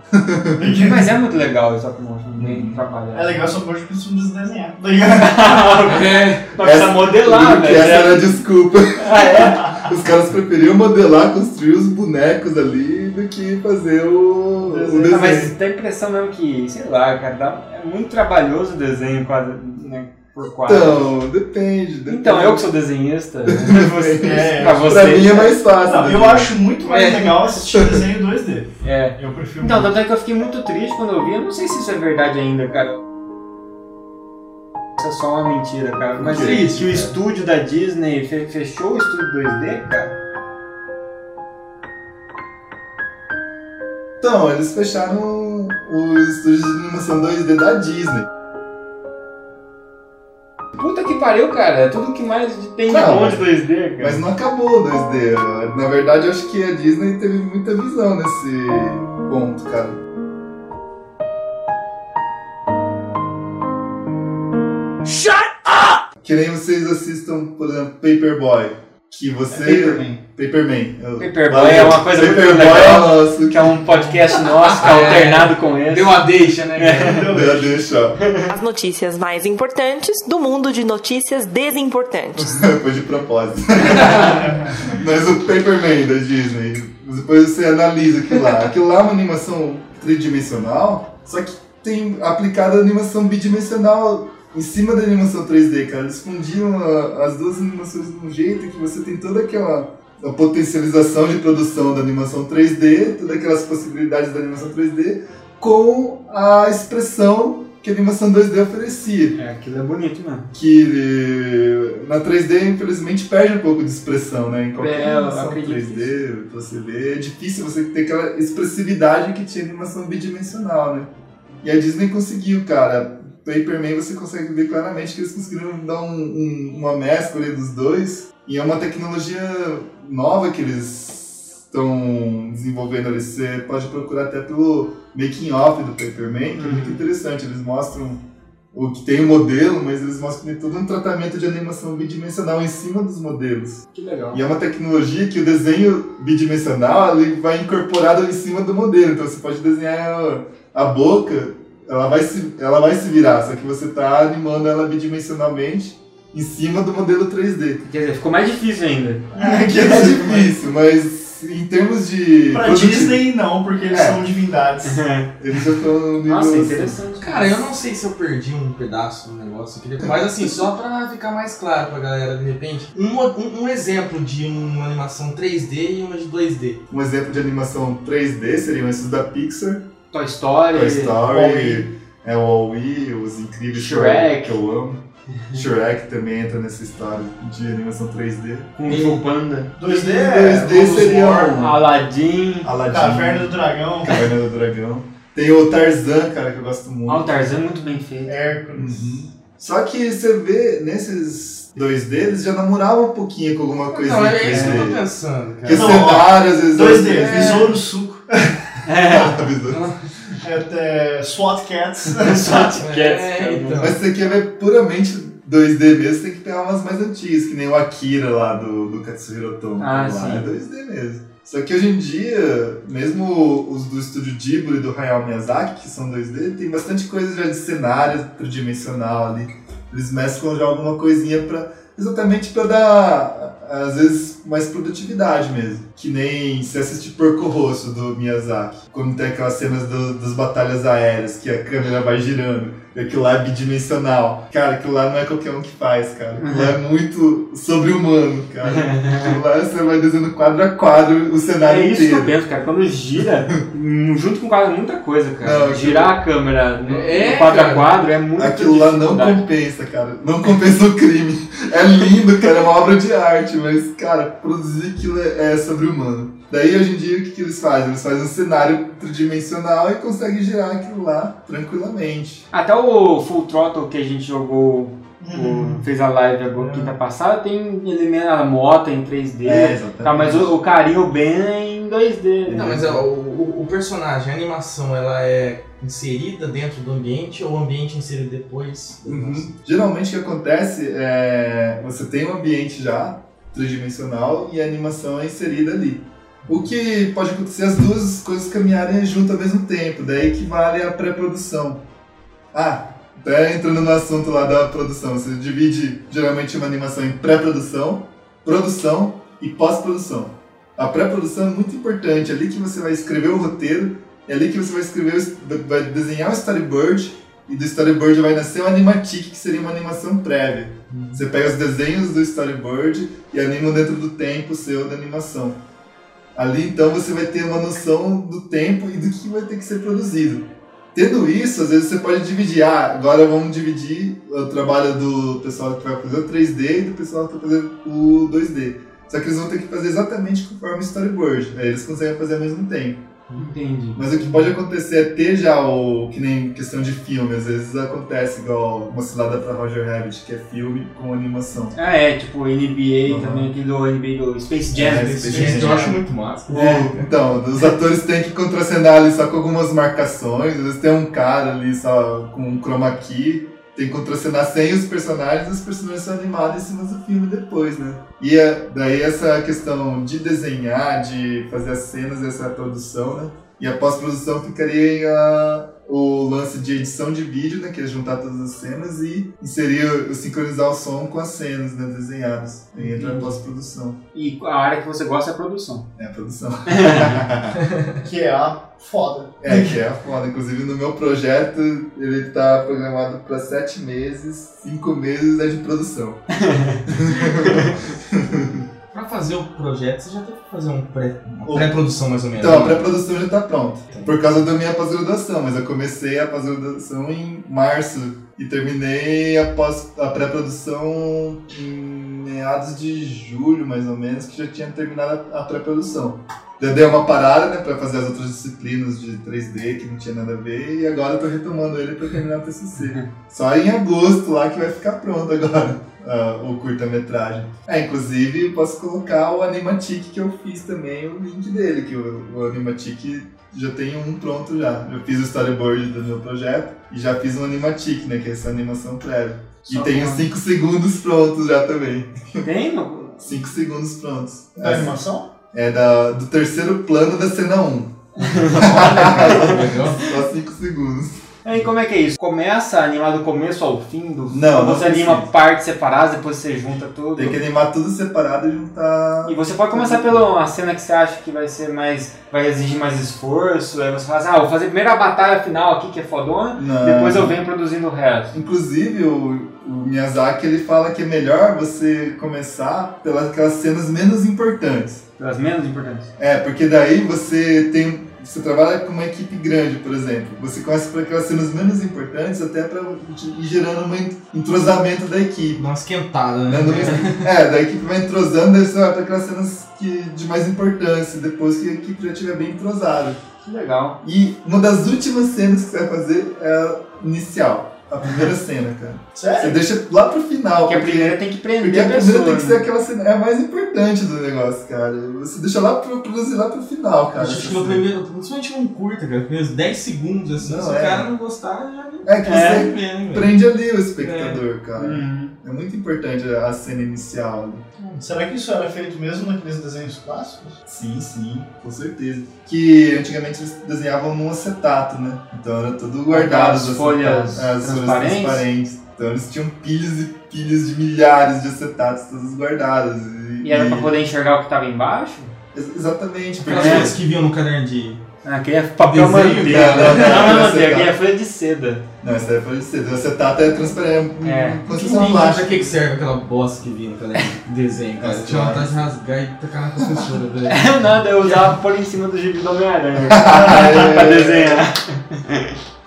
[SPEAKER 2] Mas é muito legal o Salmonte,
[SPEAKER 5] Uhum.
[SPEAKER 2] bem trabalhado.
[SPEAKER 4] É legal o Stop Motion porque eles não precisam desenhar, tá ligado?
[SPEAKER 2] Mas precisa
[SPEAKER 5] Essa-
[SPEAKER 2] modelar,
[SPEAKER 5] Porque essa
[SPEAKER 2] velho. é
[SPEAKER 5] era a desculpa.
[SPEAKER 2] Tá né? Ah,
[SPEAKER 5] Os caras preferiam modelar, construir os bonecos ali do que fazer o, o
[SPEAKER 2] é?
[SPEAKER 5] desenho.
[SPEAKER 2] Ah, Mas dá a impressão mesmo que, sei lá, cara, dá- é muito trabalhoso o desenho quadro, né, por quadro.
[SPEAKER 5] Então, depende, depende.
[SPEAKER 2] Então, eu que sou desenhista, você,
[SPEAKER 4] É,
[SPEAKER 2] pra
[SPEAKER 5] Pra
[SPEAKER 2] você.
[SPEAKER 5] mim é mais fácil.
[SPEAKER 4] Não,
[SPEAKER 5] né?
[SPEAKER 4] eu acho muito mais
[SPEAKER 2] É.
[SPEAKER 4] legal assistir desenho 2D.
[SPEAKER 2] É.
[SPEAKER 4] Eu prefiro.
[SPEAKER 2] Então, tanto é que eu fiquei muito triste quando eu vi, eu não sei se isso é verdade ainda, cara. Isso é só uma mentira, cara. Mas
[SPEAKER 5] Que
[SPEAKER 2] que,
[SPEAKER 5] isso,
[SPEAKER 2] que o
[SPEAKER 5] cara?
[SPEAKER 2] estúdio da Disney fe- fechou o estúdio 2D, cara?
[SPEAKER 5] Então, eles fecharam os estúdios de animação 2D da Disney.
[SPEAKER 2] Puta que pariu, cara. É tudo que mais tem de
[SPEAKER 5] Não,
[SPEAKER 2] bom
[SPEAKER 5] mas-
[SPEAKER 2] é de 2D, cara.
[SPEAKER 5] Mas não acabou o 2D. Na verdade, eu acho que a Disney teve muita visão nesse ponto, cara.
[SPEAKER 9] Shut
[SPEAKER 5] Que nem vocês assistam, por exemplo, Paperboy. Que você.
[SPEAKER 2] É Paperman.
[SPEAKER 5] Paperman. Eu-
[SPEAKER 2] Paperboy
[SPEAKER 5] Valeu.
[SPEAKER 2] é uma coisa muito
[SPEAKER 5] Paperboy
[SPEAKER 2] legal.
[SPEAKER 5] é nosso.
[SPEAKER 2] Que é um podcast nosso, que é
[SPEAKER 3] É.
[SPEAKER 2] alternado com esse.
[SPEAKER 3] Deu uma deixa, né? cara?
[SPEAKER 5] Já deixa, ó.
[SPEAKER 1] As notícias mais importantes do mundo de notícias desimportantes.
[SPEAKER 5] Foi de propósito. Mas o Paperman da Disney. Depois você analisa aquilo lá. Aquilo lá é uma animação tridimensional, só que tem aplicada a animação bidimensional em cima da animação 3D, cara. Eles fundiam a- as duas animações de um jeito que você tem toda aquela a potencialização de produção da animação 3D, todas aquelas possibilidades da animação 3D, com a expressão que a animação 2D oferecia
[SPEAKER 2] É, aquilo é bonito mesmo.
[SPEAKER 5] que eh, na 3D infelizmente perde um pouco de expressão, né? Em qualquer
[SPEAKER 2] É, eu
[SPEAKER 5] animação
[SPEAKER 2] acredito
[SPEAKER 5] 3D, você vê, é difícil você ter aquela expressividade que tinha animação bidimensional, né? E a Disney conseguiu, cara. Paperman você consegue ver claramente que eles conseguiram dar um- um- uma mescla ali dos dois. E é uma tecnologia nova que eles estão desenvolvendo ali. Você pode procurar até pelo making off do Paperman, que é muito interessante. Eles mostram o que tem o modelo, mas eles mostram que tem todo um tratamento de animação bidimensional em cima dos modelos.
[SPEAKER 2] Que legal.
[SPEAKER 5] E é uma tecnologia que o desenho bidimensional ele vai incorporado em cima do modelo. Então você pode desenhar a boca, ela vai se, ela vai se virar, só que você está animando ela bidimensionalmente em cima do modelo 3D.
[SPEAKER 2] Quer dizer, ficou mais difícil ainda.
[SPEAKER 5] Que é difícil, mas em termos de.
[SPEAKER 4] Pra
[SPEAKER 5] produti-
[SPEAKER 4] Disney, não, porque eles
[SPEAKER 5] É.
[SPEAKER 4] são divindades.
[SPEAKER 5] Eles já estão no nível.
[SPEAKER 2] Nossa, é
[SPEAKER 5] assim.
[SPEAKER 2] interessante.
[SPEAKER 3] Cara, eu não sei se eu perdi um pedaço do negócio aqui, mas assim, só pra ficar mais claro pra galera, de repente, um, um, um exemplo de uma animação 3D e uma de 2D.
[SPEAKER 5] Um exemplo de animação 3D seriam esses da Pixar.
[SPEAKER 2] Toy Story.
[SPEAKER 5] Toy Story,
[SPEAKER 2] Wall-E.
[SPEAKER 5] é o Wall-E, os incríveis
[SPEAKER 2] Shrek.
[SPEAKER 5] que eu amo. Shrek também entra nessa história de animação 3D.
[SPEAKER 2] Kung Fu Panda.
[SPEAKER 4] 2D é.
[SPEAKER 5] 2D
[SPEAKER 4] Lobos
[SPEAKER 5] seria
[SPEAKER 4] War,
[SPEAKER 5] um
[SPEAKER 2] Aladdin.
[SPEAKER 5] Aladdin,
[SPEAKER 4] Caverna do Dragão,
[SPEAKER 5] Caverna do Dragão. Tem o Tarzan, cara, que eu gosto muito.
[SPEAKER 2] Ah, o Tarzan é muito bem feito.
[SPEAKER 4] Hércules.
[SPEAKER 5] Uhum. Só que você vê nesses 2D, eles já namoravam um pouquinho com alguma coisa
[SPEAKER 3] Não,
[SPEAKER 5] em
[SPEAKER 3] é isso que eu tô
[SPEAKER 5] 3D.
[SPEAKER 3] pensando, cara.
[SPEAKER 5] Porque o
[SPEAKER 4] Não,
[SPEAKER 5] cenário, às vezes...
[SPEAKER 4] 2D,
[SPEAKER 5] é-
[SPEAKER 4] Visor no Suco, é, é, SWAT Cats.
[SPEAKER 2] Só te
[SPEAKER 3] É,
[SPEAKER 2] quer, cara.
[SPEAKER 3] então.
[SPEAKER 5] Mas isso aqui é puramente 2D mesmo, tem que pegar umas mais antigas, que nem o Akira lá do, do Katsuhiro Otomo.
[SPEAKER 2] Ah,
[SPEAKER 5] lá
[SPEAKER 2] sim.
[SPEAKER 5] é 2D mesmo. Só que hoje em dia, mesmo os do estúdio Ghibli e do Hayao Miyazaki, que são 2D, tem bastante coisa já de cenário tridimensional ali. Eles mesclam já alguma coisinha pra. Exatamente pra dar, às vezes, mais produtividade mesmo. Que nem se assistir Porco Rosso do Miyazaki. Quando tem aquelas cenas do- das batalhas aéreas, que a câmera vai girando. E aquilo lá é bidimensional. Cara, aquilo lá não é qualquer um que faz, cara. Aquilo lá é
[SPEAKER 2] Uhum.
[SPEAKER 5] muito sobre-humano, cara. Aquilo lá você vai desenhando quadro a quadro o cenário
[SPEAKER 2] É isso que eu
[SPEAKER 5] inteiro.
[SPEAKER 2] penso, cara. Quando gira, hum, junto com o quadro é muita coisa, cara.
[SPEAKER 5] Não, aquilo-
[SPEAKER 2] Girar a câmera no
[SPEAKER 3] É,
[SPEAKER 2] no quadro a
[SPEAKER 3] cara.
[SPEAKER 2] quadro é muito
[SPEAKER 5] Aquilo lá não compensa, cara. Não compensa o crime. É lindo, cara. É uma obra de arte, mas, cara, produzir aquilo é, é sobre-humano. Daí, hoje em dia, o que, que eles fazem? Eles fazem um cenário tridimensional e conseguem girar aquilo lá tranquilamente.
[SPEAKER 2] Até o Full Throttle que a gente jogou,
[SPEAKER 3] Uhum.
[SPEAKER 2] o- fez a live agora,
[SPEAKER 3] É.
[SPEAKER 2] quinta passada, tem elemento, a moto em 3D.
[SPEAKER 5] exatamente.
[SPEAKER 2] Tá, mas o, o carrinho bem é em 2D.
[SPEAKER 3] Não, mas ó, o, o- o personagem, a animação, ela é inserida dentro do ambiente ou o ambiente é inserido depois?
[SPEAKER 5] Uhum. Geralmente o que acontece é você tem um ambiente já tridimensional e a animação é inserida ali. O que pode acontecer é as duas coisas caminharem junto ao mesmo tempo, daí que vale a pré-produção. Ah, até entrando no assunto lá da produção, você divide geralmente uma animação em pré-produção, produção e pós-produção. A pré-produção é muito importante, é ali que você vai escrever o roteiro, é ali que você vai escrever, o- vai desenhar o storyboard e do storyboard vai nascer um animatic, que seria uma animação prévia. Você pega os desenhos do storyboard e anima um dentro do tempo seu da animação. Ali então você vai ter uma noção do tempo e do que vai ter que ser produzido. Tendo isso, às vezes você pode dividir. Ah, agora vamos dividir o trabalho do pessoal que vai fazer o 3D e do pessoal que vai fazer o 2D. Só que eles vão ter que fazer exatamente conforme o storyboard. Aí eles conseguem fazer ao mesmo tempo.
[SPEAKER 2] Entendi.
[SPEAKER 5] Mas o que pode acontecer é ter já o. que nem questão de filme, às vezes acontece igual uma cilada pra Roger Rabbit, que é filme com animação.
[SPEAKER 2] Ah, é, tipo NBA
[SPEAKER 5] Uhum.
[SPEAKER 2] também, aquele do NBA do Space Jam.
[SPEAKER 5] É,
[SPEAKER 2] Space
[SPEAKER 5] Space
[SPEAKER 2] Jam.
[SPEAKER 5] Jam.
[SPEAKER 3] eu acho muito massa.
[SPEAKER 5] O- então, os atores têm que contracenar ali só com algumas marcações, às vezes tem um cara ali só com um chroma key, tem que contracenar sem os personagens, os personagens são animados em cima do filme depois, né? E é- daí essa questão de desenhar, de fazer as cenas, essa produção, né? E a pós-produção ficaria ah, o lance de edição de vídeo, né? Que é juntar todas as cenas e inserir, o- sincronizar o som com as cenas né, desenhadas. Aí entra a pós-produção.
[SPEAKER 2] E a área que você gosta é a produção.
[SPEAKER 5] É a produção.
[SPEAKER 4] Que é a foda.
[SPEAKER 5] É, que é foda. Inclusive no meu projeto, ele tá programado pra sete meses, cinco meses é de produção.
[SPEAKER 3] Pra fazer o projeto, você já teve que fazer um pré, uma
[SPEAKER 5] O-
[SPEAKER 3] pré-produção, mais ou menos.
[SPEAKER 5] Então, a
[SPEAKER 3] né?
[SPEAKER 5] pré-produção já tá pronta. Por causa da minha pós-graduação, mas eu comecei a pós-graduação em março e terminei a, pós- a pré-produção em meados de julho, mais ou menos, que já tinha terminado a a pré-produção. Eu dei uma parada, né, pra fazer as outras disciplinas de 3D que não tinha nada a ver, e agora eu tô retomando ele pra terminar o TCC. Só em agosto lá que vai ficar pronto agora ah, o curta-metragem. É, inclusive posso colocar o Animatic que eu fiz também, o link dele, que o, o Animatic já tem um pronto já. Eu fiz o storyboard do meu projeto e já fiz um Animatic, né, que é essa animação prévia. E
[SPEAKER 2] Só
[SPEAKER 5] tem assim,
[SPEAKER 2] uma.
[SPEAKER 5] os 5 segundos prontos já também.
[SPEAKER 2] Tem, mano?
[SPEAKER 5] 5 segundos prontos.
[SPEAKER 2] Tá
[SPEAKER 4] Da animação?
[SPEAKER 5] É da, do terceiro plano da cena 1.
[SPEAKER 3] Legal.
[SPEAKER 5] Só 5 segundos.
[SPEAKER 2] E como é que é isso? Começa a animar do começo ao fim? Do...
[SPEAKER 5] Não,
[SPEAKER 2] Ou
[SPEAKER 5] não
[SPEAKER 2] você anima
[SPEAKER 5] precisa.
[SPEAKER 2] partes separadas, depois você junta tudo?
[SPEAKER 5] Tem que animar tudo separado e juntar.
[SPEAKER 2] E você pode começar pela uma cena que você acha que vai ser mais. vai exigir mais esforço, aí você fala assim, ah, vou fazer primeiro a batalha final aqui que é fodona,
[SPEAKER 5] Não.
[SPEAKER 2] depois eu venho produzindo o resto.
[SPEAKER 5] Inclusive, o, o Miyazaki ele fala que é melhor você começar pelas aquelas cenas menos importantes.
[SPEAKER 2] Pelas menos importantes.
[SPEAKER 5] É, porque daí você tem. Você trabalha com uma equipe grande, por exemplo. Você começa por aquelas cenas menos importantes até para ir gerando um entrosamento da equipe.
[SPEAKER 3] Dá uma esquentada, né?
[SPEAKER 5] Né? Não- é, daí a equipe vai entrosando, daí você vai para aquelas cenas que, de mais importância, depois que a equipe já estiver bem entrosada.
[SPEAKER 2] Que legal.
[SPEAKER 5] E uma das últimas cenas que você vai fazer é a inicial, a primeira cena, cara. Você
[SPEAKER 4] Sério?
[SPEAKER 5] deixa lá pro final,
[SPEAKER 2] Porque a
[SPEAKER 5] porque,
[SPEAKER 2] primeira tem que
[SPEAKER 5] porque
[SPEAKER 2] prender
[SPEAKER 5] a
[SPEAKER 2] a
[SPEAKER 5] primeira
[SPEAKER 2] pessoa.
[SPEAKER 5] tem que ser
[SPEAKER 2] né?
[SPEAKER 5] aquela cena, é a mais importante do negócio, cara. Você deixa lá pro, produzir lá pro final, cara. Tipo,
[SPEAKER 3] Acho que
[SPEAKER 5] essa
[SPEAKER 3] no
[SPEAKER 5] cena.
[SPEAKER 3] primeiro, principalmente num curta, cara, primeiros 10 segundos, assim,
[SPEAKER 5] Não,
[SPEAKER 3] se o
[SPEAKER 5] é.
[SPEAKER 3] cara não gostar, já
[SPEAKER 5] É que
[SPEAKER 2] É.
[SPEAKER 5] você
[SPEAKER 3] vê, né, velho?
[SPEAKER 5] prende ali o espectador, cara.
[SPEAKER 2] Uhum.
[SPEAKER 5] É muito importante a cena inicial.
[SPEAKER 4] Será que isso era feito mesmo naqueles desenhos clássicos?
[SPEAKER 5] Sim, sim, com certeza. Que antigamente eles desenhavam num acetato, né? Então era tudo guardado.
[SPEAKER 2] As
[SPEAKER 5] os
[SPEAKER 2] folhas
[SPEAKER 5] acetatos, as
[SPEAKER 2] transparentes?
[SPEAKER 5] folhas transparentes. Então eles tinham pilhas e pilhas de milhares de acetatos todos guardados. E,
[SPEAKER 2] E era pra é. poder enxergar o que tava embaixo?
[SPEAKER 5] Ex- Exatamente, porque
[SPEAKER 3] Aquelas coisas que vinham no caderno de.
[SPEAKER 2] Ah, aqui é papel né?
[SPEAKER 3] Desenho?
[SPEAKER 2] manteiga.
[SPEAKER 5] Não, não, não,
[SPEAKER 2] Não, não,
[SPEAKER 5] não,
[SPEAKER 2] manteiga,
[SPEAKER 5] não.
[SPEAKER 2] aqui é folha de seda.
[SPEAKER 5] Não, isso aí foi de cedo. O acetato é transparente.
[SPEAKER 2] É.
[SPEAKER 5] Quando você
[SPEAKER 3] Enfim,
[SPEAKER 5] plástica.
[SPEAKER 3] Pra Tipo, que que serve aquela bosta que vinha no caderno de desenho, cara?
[SPEAKER 5] Nossa,
[SPEAKER 3] Tinha
[SPEAKER 5] demais.
[SPEAKER 3] vontade de rasgar e tacar na professora, velho.
[SPEAKER 2] Nada, eu usava pôr em cima do gibi do Homem-Aranha. né?
[SPEAKER 5] É.
[SPEAKER 2] pra desenhar.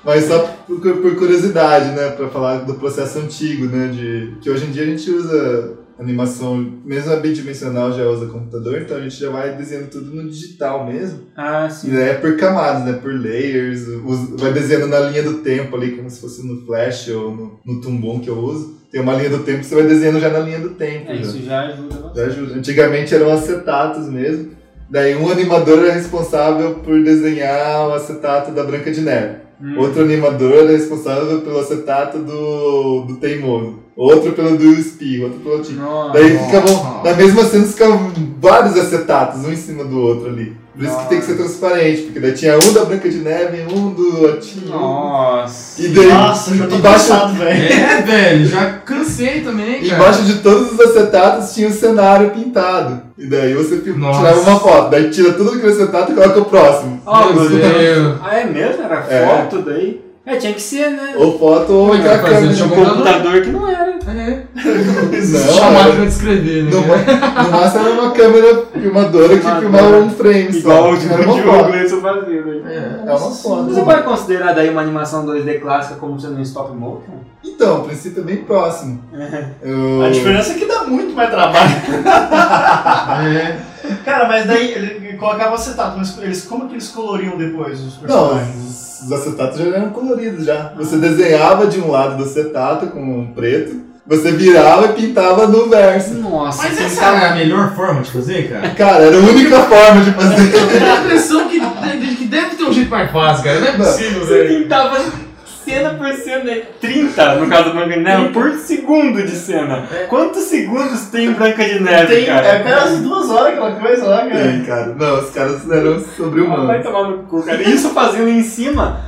[SPEAKER 5] Mas só por, por curiosidade, né? Pra falar do processo antigo, né? De, que hoje em dia a gente usa animação, mesmo a bidimensional já usa computador, então a gente já vai desenhando tudo no digital mesmo.
[SPEAKER 2] Ah,
[SPEAKER 5] E
[SPEAKER 2] sim.
[SPEAKER 5] daí é por camadas, né? Por layers, us- vai desenhando na linha do tempo ali, como se fosse no Flash ou no, no Tumbom que eu uso. Tem uma linha do tempo, você vai desenhando já na linha do tempo.
[SPEAKER 2] É,
[SPEAKER 5] já.
[SPEAKER 2] isso já ajuda bastante.
[SPEAKER 5] Já ajuda. né, Antigamente eram acetatos mesmo. Daí um animador era responsável por desenhar o acetato da Branca de Neve.
[SPEAKER 2] Hum.
[SPEAKER 5] Outro animador era responsável pelo acetato do, do Teimoso. Outro pelo do Espirro, outro pelo Tico.
[SPEAKER 2] Nossa.
[SPEAKER 5] tipo Daí
[SPEAKER 3] nossa.
[SPEAKER 5] ficavam, na mesma cena ficavam vários acetatos, um em cima do outro ali. Por isso que tem que ser transparente, porque daí tinha um da Branca de Neve, um do Otinho.
[SPEAKER 2] Nossa.
[SPEAKER 5] E daí,
[SPEAKER 4] Nossa, já tô
[SPEAKER 5] embaixo,
[SPEAKER 4] cansado, velho.
[SPEAKER 3] É, velho, já cansei também, cara.
[SPEAKER 5] Embaixo de todos os acetatos tinha o cenário pintado. E daí você pi-
[SPEAKER 3] Nossa.
[SPEAKER 5] tirava uma foto. Daí tira tudo aquele acetato e coloca o próximo.
[SPEAKER 2] Ó,
[SPEAKER 3] Ah, Meu Deus.
[SPEAKER 2] Ah, é mesmo? Era
[SPEAKER 5] É.
[SPEAKER 2] foto daí? É, tinha que ser, né?
[SPEAKER 5] Ou foto ou
[SPEAKER 3] Como é que
[SPEAKER 5] aquela
[SPEAKER 3] vai fazer?
[SPEAKER 5] câmera.
[SPEAKER 3] Tinha um
[SPEAKER 5] Não,
[SPEAKER 2] Computador que não era.
[SPEAKER 3] É, chamado
[SPEAKER 5] era-
[SPEAKER 3] pra descrever, né?
[SPEAKER 5] No,
[SPEAKER 3] cara?
[SPEAKER 5] ma- no máximo era uma câmera filmadora que
[SPEAKER 2] Filmadora.
[SPEAKER 5] filmava um frame só.
[SPEAKER 2] Igual o
[SPEAKER 5] Era
[SPEAKER 2] tipo
[SPEAKER 5] uma
[SPEAKER 2] de
[SPEAKER 5] foto.
[SPEAKER 2] jogo isso fazia, né?
[SPEAKER 3] É.
[SPEAKER 5] É uma foto.
[SPEAKER 2] Você pode considerar daí uma animação 2D clássica como sendo um stop motion?
[SPEAKER 5] Então, o princípio é bem próximo. Eu-
[SPEAKER 4] A diferença é que dá muito mais trabalho.
[SPEAKER 3] É.
[SPEAKER 4] Cara, mas daí ele colocava acetato, mas eles, como que eles coloriam depois os
[SPEAKER 5] Não,
[SPEAKER 4] personagens?
[SPEAKER 5] os os acetatos já eram coloridos já. Você desenhava de um lado do acetato com um preto, você virava e pintava no verso.
[SPEAKER 2] Nossa,
[SPEAKER 3] Mas
[SPEAKER 2] tem
[SPEAKER 3] essa
[SPEAKER 2] cada-
[SPEAKER 3] é a melhor forma de fazer, cara?
[SPEAKER 5] Cara, era a única forma de fazer.
[SPEAKER 3] Eu tenho a impressão que, de- que deve ter um jeito mais fácil, cara. Não é possível,
[SPEAKER 2] Você
[SPEAKER 3] velho.
[SPEAKER 2] pintava cena por cena, né? 30, no caso do Branca de Neve, por segundo de cena.
[SPEAKER 3] É.
[SPEAKER 2] Quantos segundos tem Branca de Neve,
[SPEAKER 4] Tem
[SPEAKER 2] cara? Ah,
[SPEAKER 4] é quase duas horas aquela coisa lá, cara.
[SPEAKER 5] Tem, cara. Não, os caras eram
[SPEAKER 2] Ah, vai
[SPEAKER 5] sobre-humanos.
[SPEAKER 2] tomar no cu, cara. E Isso fazendo em cima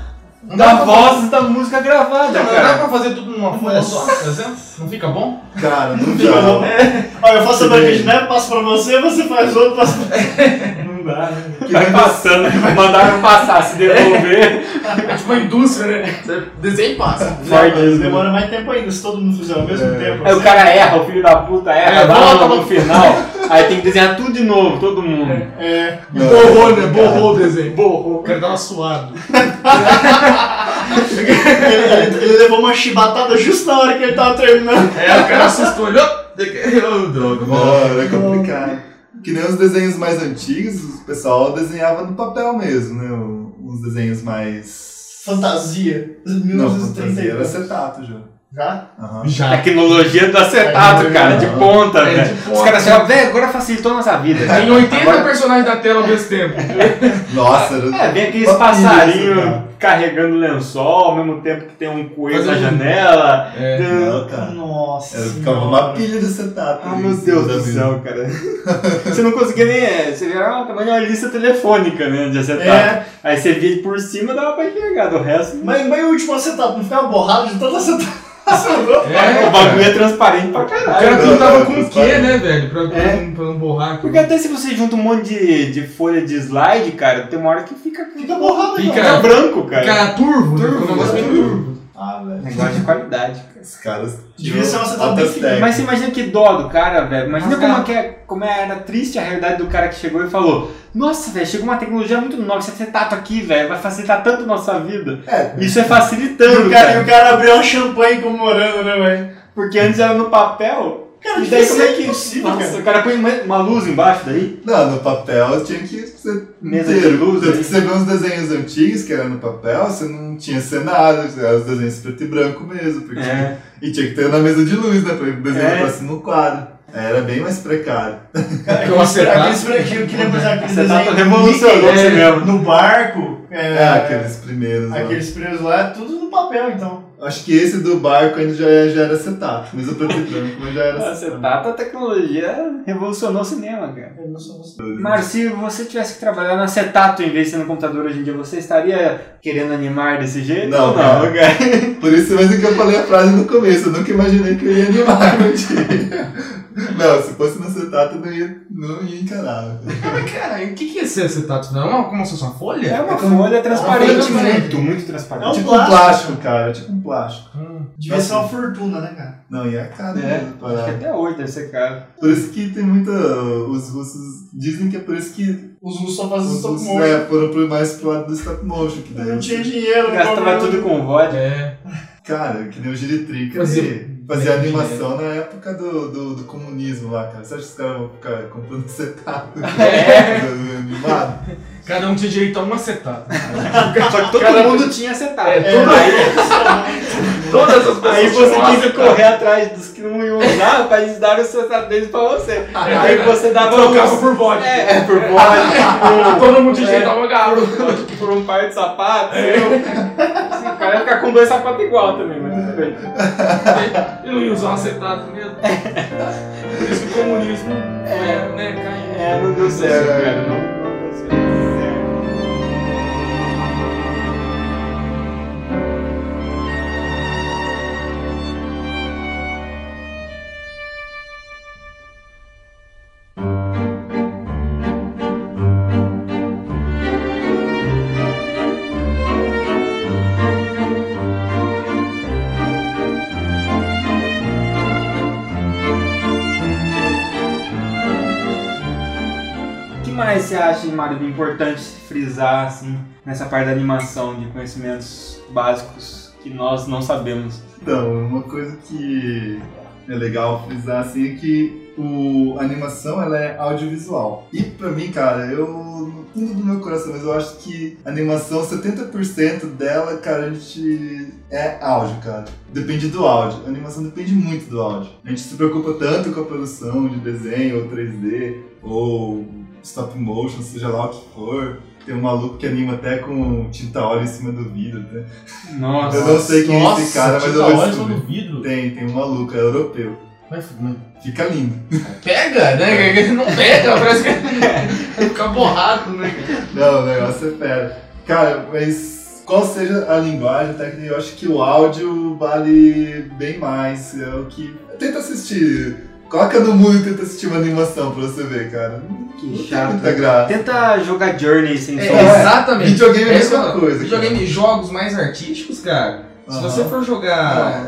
[SPEAKER 3] Não dá
[SPEAKER 2] da
[SPEAKER 3] pra-
[SPEAKER 2] voz da música gravada,
[SPEAKER 3] Não dá
[SPEAKER 2] cara.
[SPEAKER 3] pra fazer tudo numa folha só, por exemplo? Não fica bom?
[SPEAKER 5] Cara, não
[SPEAKER 4] Não,
[SPEAKER 5] dá.
[SPEAKER 4] é. Olha, eu faço a branca de neve, passo pra você, você faz outro, passo pra Não dá, né?
[SPEAKER 2] Vai passando, mandaram passar, se devolver.
[SPEAKER 3] É tipo uma indústria, né? Você desenha e passa.
[SPEAKER 4] Não, mas
[SPEAKER 2] Fordismo.
[SPEAKER 4] demora mais tempo ainda, se todo mundo fizer ao mesmo tempo. assim,
[SPEAKER 2] Aí É, o cara erra, o filho da puta erra,
[SPEAKER 3] É,
[SPEAKER 2] dá
[SPEAKER 3] volta
[SPEAKER 2] uma no
[SPEAKER 3] no-
[SPEAKER 2] final. Aí tem que desenhar tudo de novo, todo mundo.
[SPEAKER 4] É.
[SPEAKER 3] Borrou, né? Borrou o desenho.
[SPEAKER 2] Borrou.
[SPEAKER 3] Quero dar uma suada.
[SPEAKER 4] Ele, ele levou uma chibatada justo na hora que ele tava terminando.
[SPEAKER 3] É, o cara assustou, olhou. Ô, droga, mano.
[SPEAKER 5] Não, era complicado. Que nem os desenhos mais antigos, o pessoal desenhava no papel mesmo, né? O- Os desenhos mais.
[SPEAKER 4] Fantasia.
[SPEAKER 5] Não, fantasia era
[SPEAKER 4] 1930.
[SPEAKER 5] acetato já.
[SPEAKER 4] Já?
[SPEAKER 5] Aham.
[SPEAKER 2] É,
[SPEAKER 3] Já.
[SPEAKER 2] Tecnologia do acetato, cara, de ponta,
[SPEAKER 3] É, de
[SPEAKER 2] velho. Os
[SPEAKER 3] ponta.
[SPEAKER 2] caras chegaram, velho, agora facilitou nossa vida.
[SPEAKER 3] Tem 80 personagens da tela ao mesmo tempo.
[SPEAKER 5] Nossa, era.
[SPEAKER 2] É, vem aqueles
[SPEAKER 5] Uma pilha,
[SPEAKER 2] passarinhos
[SPEAKER 5] assim,
[SPEAKER 2] carregando lençol, ao mesmo tempo que tem um coelho
[SPEAKER 3] Fazendo
[SPEAKER 2] na
[SPEAKER 3] um-
[SPEAKER 2] janela.
[SPEAKER 3] É.
[SPEAKER 5] Não, cara.
[SPEAKER 4] Nossa.
[SPEAKER 5] Era ficava uma né?
[SPEAKER 4] senhora.
[SPEAKER 5] pilha de acetato.
[SPEAKER 2] assim, né? Ah,
[SPEAKER 5] ali
[SPEAKER 2] meu
[SPEAKER 5] em cima
[SPEAKER 2] Deus
[SPEAKER 5] da
[SPEAKER 2] do
[SPEAKER 5] mesa.
[SPEAKER 2] céu, cara. Você não conseguia nem. é, Você virava também uma lista telefônica, né? De acertar.
[SPEAKER 4] É.
[SPEAKER 2] Aí você via por cima dava pra enxergar, do resto. não.
[SPEAKER 4] Mas, mas o último acetato não ficava borrado de tanto acetato.
[SPEAKER 3] É,
[SPEAKER 2] o bagulho é transparente pra
[SPEAKER 3] O
[SPEAKER 2] caralho.
[SPEAKER 3] cara
[SPEAKER 5] não,
[SPEAKER 3] pintava
[SPEAKER 5] não,
[SPEAKER 3] com o
[SPEAKER 5] não,
[SPEAKER 3] quê,
[SPEAKER 5] não.
[SPEAKER 3] né, velho? Pra, pra,
[SPEAKER 2] É.
[SPEAKER 3] não, pra não borrar.
[SPEAKER 2] Porque até se você junta um monte de, de folha de slide, cara, tem uma hora que fica.
[SPEAKER 4] Fica borrado,
[SPEAKER 3] Fica-
[SPEAKER 4] cara.
[SPEAKER 2] fica branco, cara.
[SPEAKER 3] Cara, turvo, né?
[SPEAKER 2] Turvo,
[SPEAKER 3] Um negócio bem
[SPEAKER 2] turvo.
[SPEAKER 3] turvo.
[SPEAKER 4] Ah, velho.
[SPEAKER 2] Negócio de qualidade.
[SPEAKER 5] Os caras.
[SPEAKER 4] Devia ser um acetato
[SPEAKER 5] altas
[SPEAKER 4] bem fininho,
[SPEAKER 5] técnicas.
[SPEAKER 2] Mas você imagina que dó do cara, velho. Imagina
[SPEAKER 3] Nossa,
[SPEAKER 2] como,
[SPEAKER 3] cara.
[SPEAKER 2] que é, como era triste a realidade do cara que chegou e falou: Nossa, velho, chegou uma tecnologia muito nova, esse acetato aqui, velho, vai facilitar tanto nossa vida.
[SPEAKER 5] É,
[SPEAKER 2] Isso é
[SPEAKER 4] E
[SPEAKER 2] facilitando,
[SPEAKER 4] o cara, e
[SPEAKER 2] cara.
[SPEAKER 4] o cara abriu um champanhe comemorando, né, velho?
[SPEAKER 2] Porque antes era no papel.
[SPEAKER 4] Cara,
[SPEAKER 2] e daí
[SPEAKER 4] devia
[SPEAKER 2] como é
[SPEAKER 4] ser
[SPEAKER 2] que.
[SPEAKER 4] impossível,
[SPEAKER 2] Nossa,
[SPEAKER 4] cara.
[SPEAKER 2] o cara põe uma, uma luz embaixo daí.
[SPEAKER 5] Não, no papel tinha que ser
[SPEAKER 2] Mesa
[SPEAKER 5] inteiro.
[SPEAKER 2] de luz,
[SPEAKER 5] Tanto
[SPEAKER 2] né?
[SPEAKER 5] que você vê uns desenhos antigos que eram no papel, você não tinha cenário, eram os desenhos preto e branco mesmo. Porque tinha-
[SPEAKER 2] É.
[SPEAKER 5] E tinha que ter na mesa de luz, né? Pra desenhar
[SPEAKER 2] É.
[SPEAKER 5] pra cima no quadro. Era bem mais precário.
[SPEAKER 3] Porque o acetato.
[SPEAKER 4] Aqueles branquinhos que lembra daqueles
[SPEAKER 2] Acetato
[SPEAKER 4] desenhos
[SPEAKER 2] revolucionou
[SPEAKER 4] do
[SPEAKER 2] o
[SPEAKER 4] Mickey,
[SPEAKER 2] cinema.
[SPEAKER 4] No barco.
[SPEAKER 5] É, aqueles primeiros. né?
[SPEAKER 4] Aqueles primeiros lá, é tudo no papel. papel, então.
[SPEAKER 5] Acho que esse do barco ainda já, já era acetato, mas o preto e branco mas já
[SPEAKER 2] Ah,
[SPEAKER 5] era
[SPEAKER 2] Acetato, a tecnologia revolucionou o cinema, cara.
[SPEAKER 4] Revolucionou o
[SPEAKER 5] Tipo
[SPEAKER 2] Mário, se você tivesse que trabalhar no acetato em vez de ser no computador hoje em dia, você estaria querendo animar desse jeito?
[SPEAKER 5] Não,
[SPEAKER 2] ou não,
[SPEAKER 5] não.
[SPEAKER 2] cara.
[SPEAKER 5] Por isso mesmo que eu falei a frase no começo, eu nunca imaginei que eu ia animar um dia. Não, se fosse no acetato eu não ia, não ia
[SPEAKER 2] Um
[SPEAKER 5] encarar. Tipo
[SPEAKER 3] Mas, cara, o que, que é esse acetato? Não é uma, como se fosse uma folha?
[SPEAKER 2] É uma folha
[SPEAKER 3] uma
[SPEAKER 2] transparente,
[SPEAKER 3] folha transparente.
[SPEAKER 2] muito, muito
[SPEAKER 4] É um
[SPEAKER 2] transparente.
[SPEAKER 5] tipo um plástico, cara, tipo um plástico.
[SPEAKER 3] Hum.
[SPEAKER 4] Devia ser uma fortuna, né, cara?
[SPEAKER 5] Não, e é caro
[SPEAKER 2] É.
[SPEAKER 5] mesmo,
[SPEAKER 2] Acho que
[SPEAKER 5] parada.
[SPEAKER 2] até hoje deve ser caro.
[SPEAKER 5] Por isso que tem muita. Os russos dizem que é por isso que
[SPEAKER 4] Os russos só fazem
[SPEAKER 5] os
[SPEAKER 4] stop
[SPEAKER 5] russos
[SPEAKER 4] motion.
[SPEAKER 5] é, foram pro- mais pro lado do stop motion, que daí.
[SPEAKER 4] Não tinha dinheiro,
[SPEAKER 2] Gastava
[SPEAKER 4] governo.
[SPEAKER 2] tudo com vodka.
[SPEAKER 3] É.
[SPEAKER 5] Cara, que nem o Giritrica
[SPEAKER 3] Fazia-
[SPEAKER 5] ele fazia
[SPEAKER 3] Bem,
[SPEAKER 5] animação na época do, do, do comunismo lá, cara. Você acha que os caras vão ficar comprando acetato?
[SPEAKER 2] É.
[SPEAKER 5] Animado?
[SPEAKER 3] Cada um tinha direito a um acetato.
[SPEAKER 2] Só que todo
[SPEAKER 4] Cada-
[SPEAKER 2] mundo tinha acetato.
[SPEAKER 3] É,
[SPEAKER 2] Todo-
[SPEAKER 3] Todas as pessoas.
[SPEAKER 2] Aí você
[SPEAKER 3] tinham
[SPEAKER 2] tinha que
[SPEAKER 3] acetato.
[SPEAKER 2] correr atrás dos que não iam usar pra eles darem o acetato deles pra você. Aí você dava
[SPEAKER 3] Ah, é. Trocava
[SPEAKER 2] um-
[SPEAKER 3] por vodka.
[SPEAKER 2] É, é, por vodka, por-
[SPEAKER 3] Todo mundo tinha
[SPEAKER 2] É.
[SPEAKER 3] direito a uma garrafa.
[SPEAKER 2] por, por um par de sapatos.
[SPEAKER 3] É.
[SPEAKER 2] entendeu? Esse cara ia ficar com dois sapatos igual também, mas tudo bem.
[SPEAKER 3] Eu não ia usar um acetato mesmo. Por isso que o comunismo é, né, caiu.
[SPEAKER 2] É, não deu certo, cara. Não, não deu certo. O que mais você acha, hein, Mário, de importante frisar, assim, nessa parte da animação, de conhecimentos básicos que nós não sabemos?
[SPEAKER 5] Então, uma coisa que é legal frisar assim é que o, a animação ela é audiovisual. E pra mim, cara, eu no fundo do meu coração, mas eu acho que a animação, 70% dela, cara, a gente é áudio, cara. Depende do áudio. A animação depende muito do áudio. A gente se preocupa tanto com a produção de desenho ou 3D ou stop motion, seja lá o que for. Tem um maluco que anima até com tinta óleo em cima do vidro, né?
[SPEAKER 2] Nossa.
[SPEAKER 5] Eu não sei quem é esse cara, mas eu vou
[SPEAKER 3] no
[SPEAKER 5] descobrir.
[SPEAKER 3] vidro.
[SPEAKER 5] Tem, tem um maluco, é europeu.
[SPEAKER 3] Mas, não-
[SPEAKER 5] Fica lindo.
[SPEAKER 3] Pega, né? Que- que Não pega, parece que vai ficar borrado, né?
[SPEAKER 5] Não, o negócio é fera. Cara, mas qual seja a linguagem técnica, eu acho que o áudio vale bem mais. É o que. Tenta assistir. Coloca no mundo e tenta assistir uma animação pra você ver, cara. Não
[SPEAKER 2] Que
[SPEAKER 5] tem
[SPEAKER 2] chato.
[SPEAKER 5] Muita graça.
[SPEAKER 2] Tenta jogar Journey sem
[SPEAKER 3] É,
[SPEAKER 2] som.
[SPEAKER 3] exatamente.
[SPEAKER 5] Videogame é a
[SPEAKER 3] isso que eu
[SPEAKER 5] mesma
[SPEAKER 3] falo.
[SPEAKER 5] coisa,
[SPEAKER 3] Videogame, jogos mais artísticos, cara. Se
[SPEAKER 5] Aham. Ah,
[SPEAKER 3] você for jogar.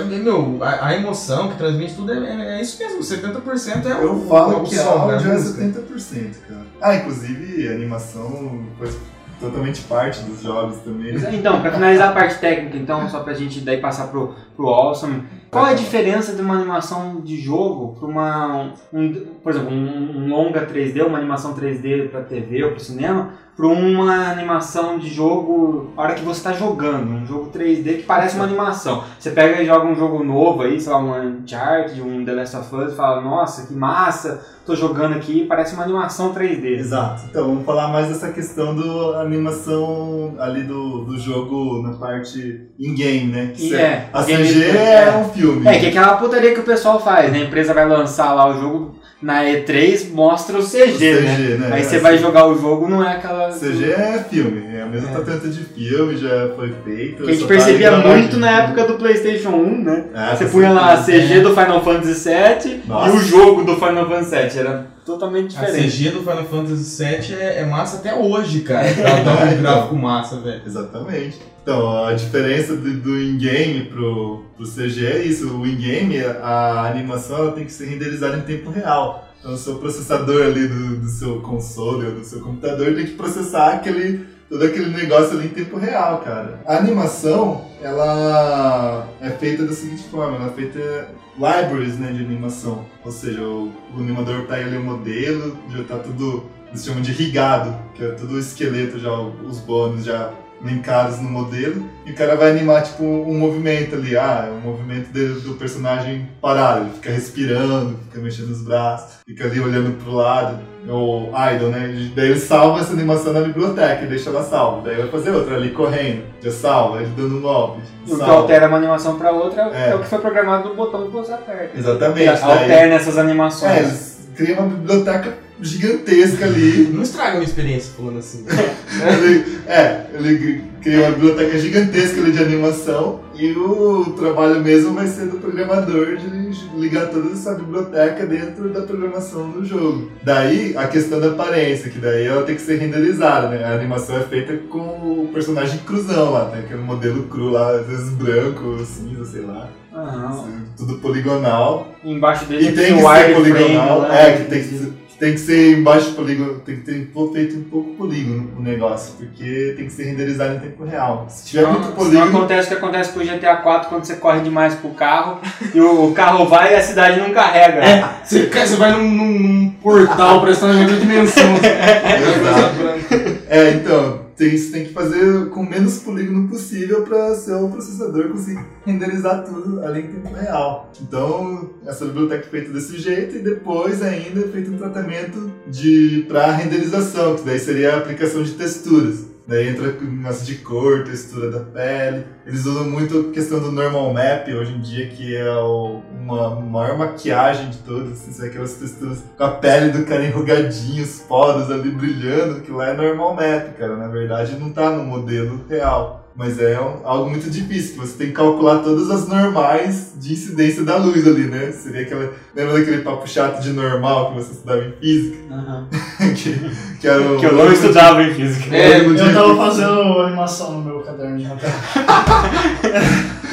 [SPEAKER 5] Não,
[SPEAKER 3] é, meu, a, a emoção que transmite tudo é, é- é isso mesmo. 70% é o.
[SPEAKER 5] Eu falo
[SPEAKER 3] o
[SPEAKER 5] que
[SPEAKER 3] som da
[SPEAKER 5] áudio é
[SPEAKER 3] música.
[SPEAKER 5] 70%, cara. Ah, inclusive animação faz totalmente parte dos jogos também. né?
[SPEAKER 3] é,
[SPEAKER 2] Mas, Então, pra finalizar a parte técnica, então, só pra gente daí passar pro, pro Awesome, qual é a diferença de uma animação de jogo pra uma. um- por exemplo, um, um longa 3D, uma animação 3D pra TV ou pro cinema, pra uma animação de jogo a hora que você tá jogando, um jogo 3D que parece uma animação. Você pega e joga um jogo novo aí, sei lá, um Uncharted, um The Last of Us, e fala, nossa, que massa, tô jogando aqui, parece uma animação 3D.
[SPEAKER 5] Exato. Então vamos falar mais dessa questão da animação ali do, do jogo na parte in-game, né? Que
[SPEAKER 2] E
[SPEAKER 5] cê-
[SPEAKER 2] é,
[SPEAKER 5] A
[SPEAKER 2] game
[SPEAKER 5] CG
[SPEAKER 2] play,
[SPEAKER 5] é um filme.
[SPEAKER 2] É, que é aquela putaria que o pessoal faz, né? A empresa vai lançar lá o jogo na E3, mostra o CG,
[SPEAKER 5] O CG,
[SPEAKER 2] né?
[SPEAKER 5] né?
[SPEAKER 2] Aí
[SPEAKER 5] É,
[SPEAKER 2] você vai jogar o jogo, não é aquela.
[SPEAKER 5] CG é filme, é a mesma
[SPEAKER 2] É.
[SPEAKER 5] tentativa de filme, já foi feito.
[SPEAKER 2] Que a gente
[SPEAKER 5] só tá
[SPEAKER 2] percebia
[SPEAKER 5] ali
[SPEAKER 2] muito
[SPEAKER 5] gravadinho.
[SPEAKER 2] na época do PlayStation 1, né?
[SPEAKER 5] É,
[SPEAKER 2] Você
[SPEAKER 5] com
[SPEAKER 2] punha lá a
[SPEAKER 5] certeza.
[SPEAKER 2] CG do Final Fantasy VII
[SPEAKER 5] Nossa. Ah,
[SPEAKER 2] e o jogo do Final Fantasy VII. Era totalmente
[SPEAKER 3] A
[SPEAKER 2] diferente.
[SPEAKER 3] CG do Final Fantasy VII é, é massa até hoje, cara. Pra dar um gráfico massa, velho.
[SPEAKER 5] né? Exatamente. Então, a diferença do, do in-game pro, pro CG é isso. O in-game, a animação ela tem que ser renderizada em tempo real. Então, o seu processador ali do, do seu console ou do seu computador tem que processar aquele, todo aquele negócio ali em tempo real, cara. A animação, ela é feita da seguinte forma, ela é feita libraries né, de animação. Ou seja, o, o animador pega ali o modelo, já tá tudo, eles chamam de rigado, que é tudo o esqueleto já, os bônus já linkadas no modelo, e o cara vai animar, tipo, um movimento ali, ah, é um movimento de- do personagem parar, ele fica respirando, fica mexendo os braços, fica ali olhando pro lado, ou idle, né? Daí ele salva essa animação na biblioteca e deixa ela salva, daí vai fazer outra ali correndo, já salva, ele dando um golpe,
[SPEAKER 2] E o que
[SPEAKER 5] salva.
[SPEAKER 2] altera uma animação pra outra é,
[SPEAKER 5] É.
[SPEAKER 2] o que foi programado no botão que você aperta.
[SPEAKER 5] Exatamente,
[SPEAKER 2] E
[SPEAKER 5] daí-
[SPEAKER 2] Alterna essas animações.
[SPEAKER 5] É, eles criam uma biblioteca gigantesca ali,
[SPEAKER 3] Não estraga a minha experiência falando assim.
[SPEAKER 5] Ele- é, ele criou uma biblioteca gigantesca ali de animação e o trabalho mesmo vai ser do programador de ligar toda essa biblioteca dentro da programação do jogo. Daí a questão da aparência, que daí ela tem que ser renderizada, né? A animação é feita com o personagem cruzão lá, né? aquele modelo cru lá, às vezes branco, cinza, sei lá,
[SPEAKER 2] Aham.
[SPEAKER 5] tudo poligonal.
[SPEAKER 2] Embaixo dele
[SPEAKER 5] E tem um que
[SPEAKER 2] o
[SPEAKER 5] ser
[SPEAKER 2] wireframe né?
[SPEAKER 5] poligonal,
[SPEAKER 2] lá,
[SPEAKER 5] é, que tem que, ser- que tem que ser embaixo do polígono, tem que ter pô- feito um pouco polígono o negócio, porque tem que ser renderizado em tempo real. Se tiver
[SPEAKER 2] Não,
[SPEAKER 5] É muito
[SPEAKER 2] senão
[SPEAKER 5] polígono,
[SPEAKER 2] acontece o que acontece com o GTA 4 quando você corre demais pro carro e o carro vai e a cidade não carrega.
[SPEAKER 3] Você, cara, você vai num, num- num portal pra estar na outra dimensão.
[SPEAKER 5] Exato. é, então, tem, isso tem que fazer com menos polígono possível para seu processador conseguir renderizar tudo ali em tempo real. Então, essa biblioteca é feita desse jeito e depois ainda é feito um tratamento de para renderização, que daí seria a aplicação de texturas. Daí entra com um negócio de cor, textura da pele. Eles usam muito a questão do normal map hoje em dia, que é o- uma maior maquiagem de todas. Assim, são aquelas texturas com a pele do cara enrugadinha, os poros ali brilhando, que lá é normal map, cara. Na verdade, não tá no modelo real. Mas é um- algo muito difícil, que você tem que calcular todas as normais de incidência da luz ali, né? Seria aquela. Lembra daquele papo chato de normal que você estudava em física?
[SPEAKER 2] Aham.
[SPEAKER 5] que, que era o.
[SPEAKER 2] Que eu não estudava em física.
[SPEAKER 3] É,
[SPEAKER 5] logaritmo de-
[SPEAKER 4] Eu tava fazendo animação no meu caderno de matéria.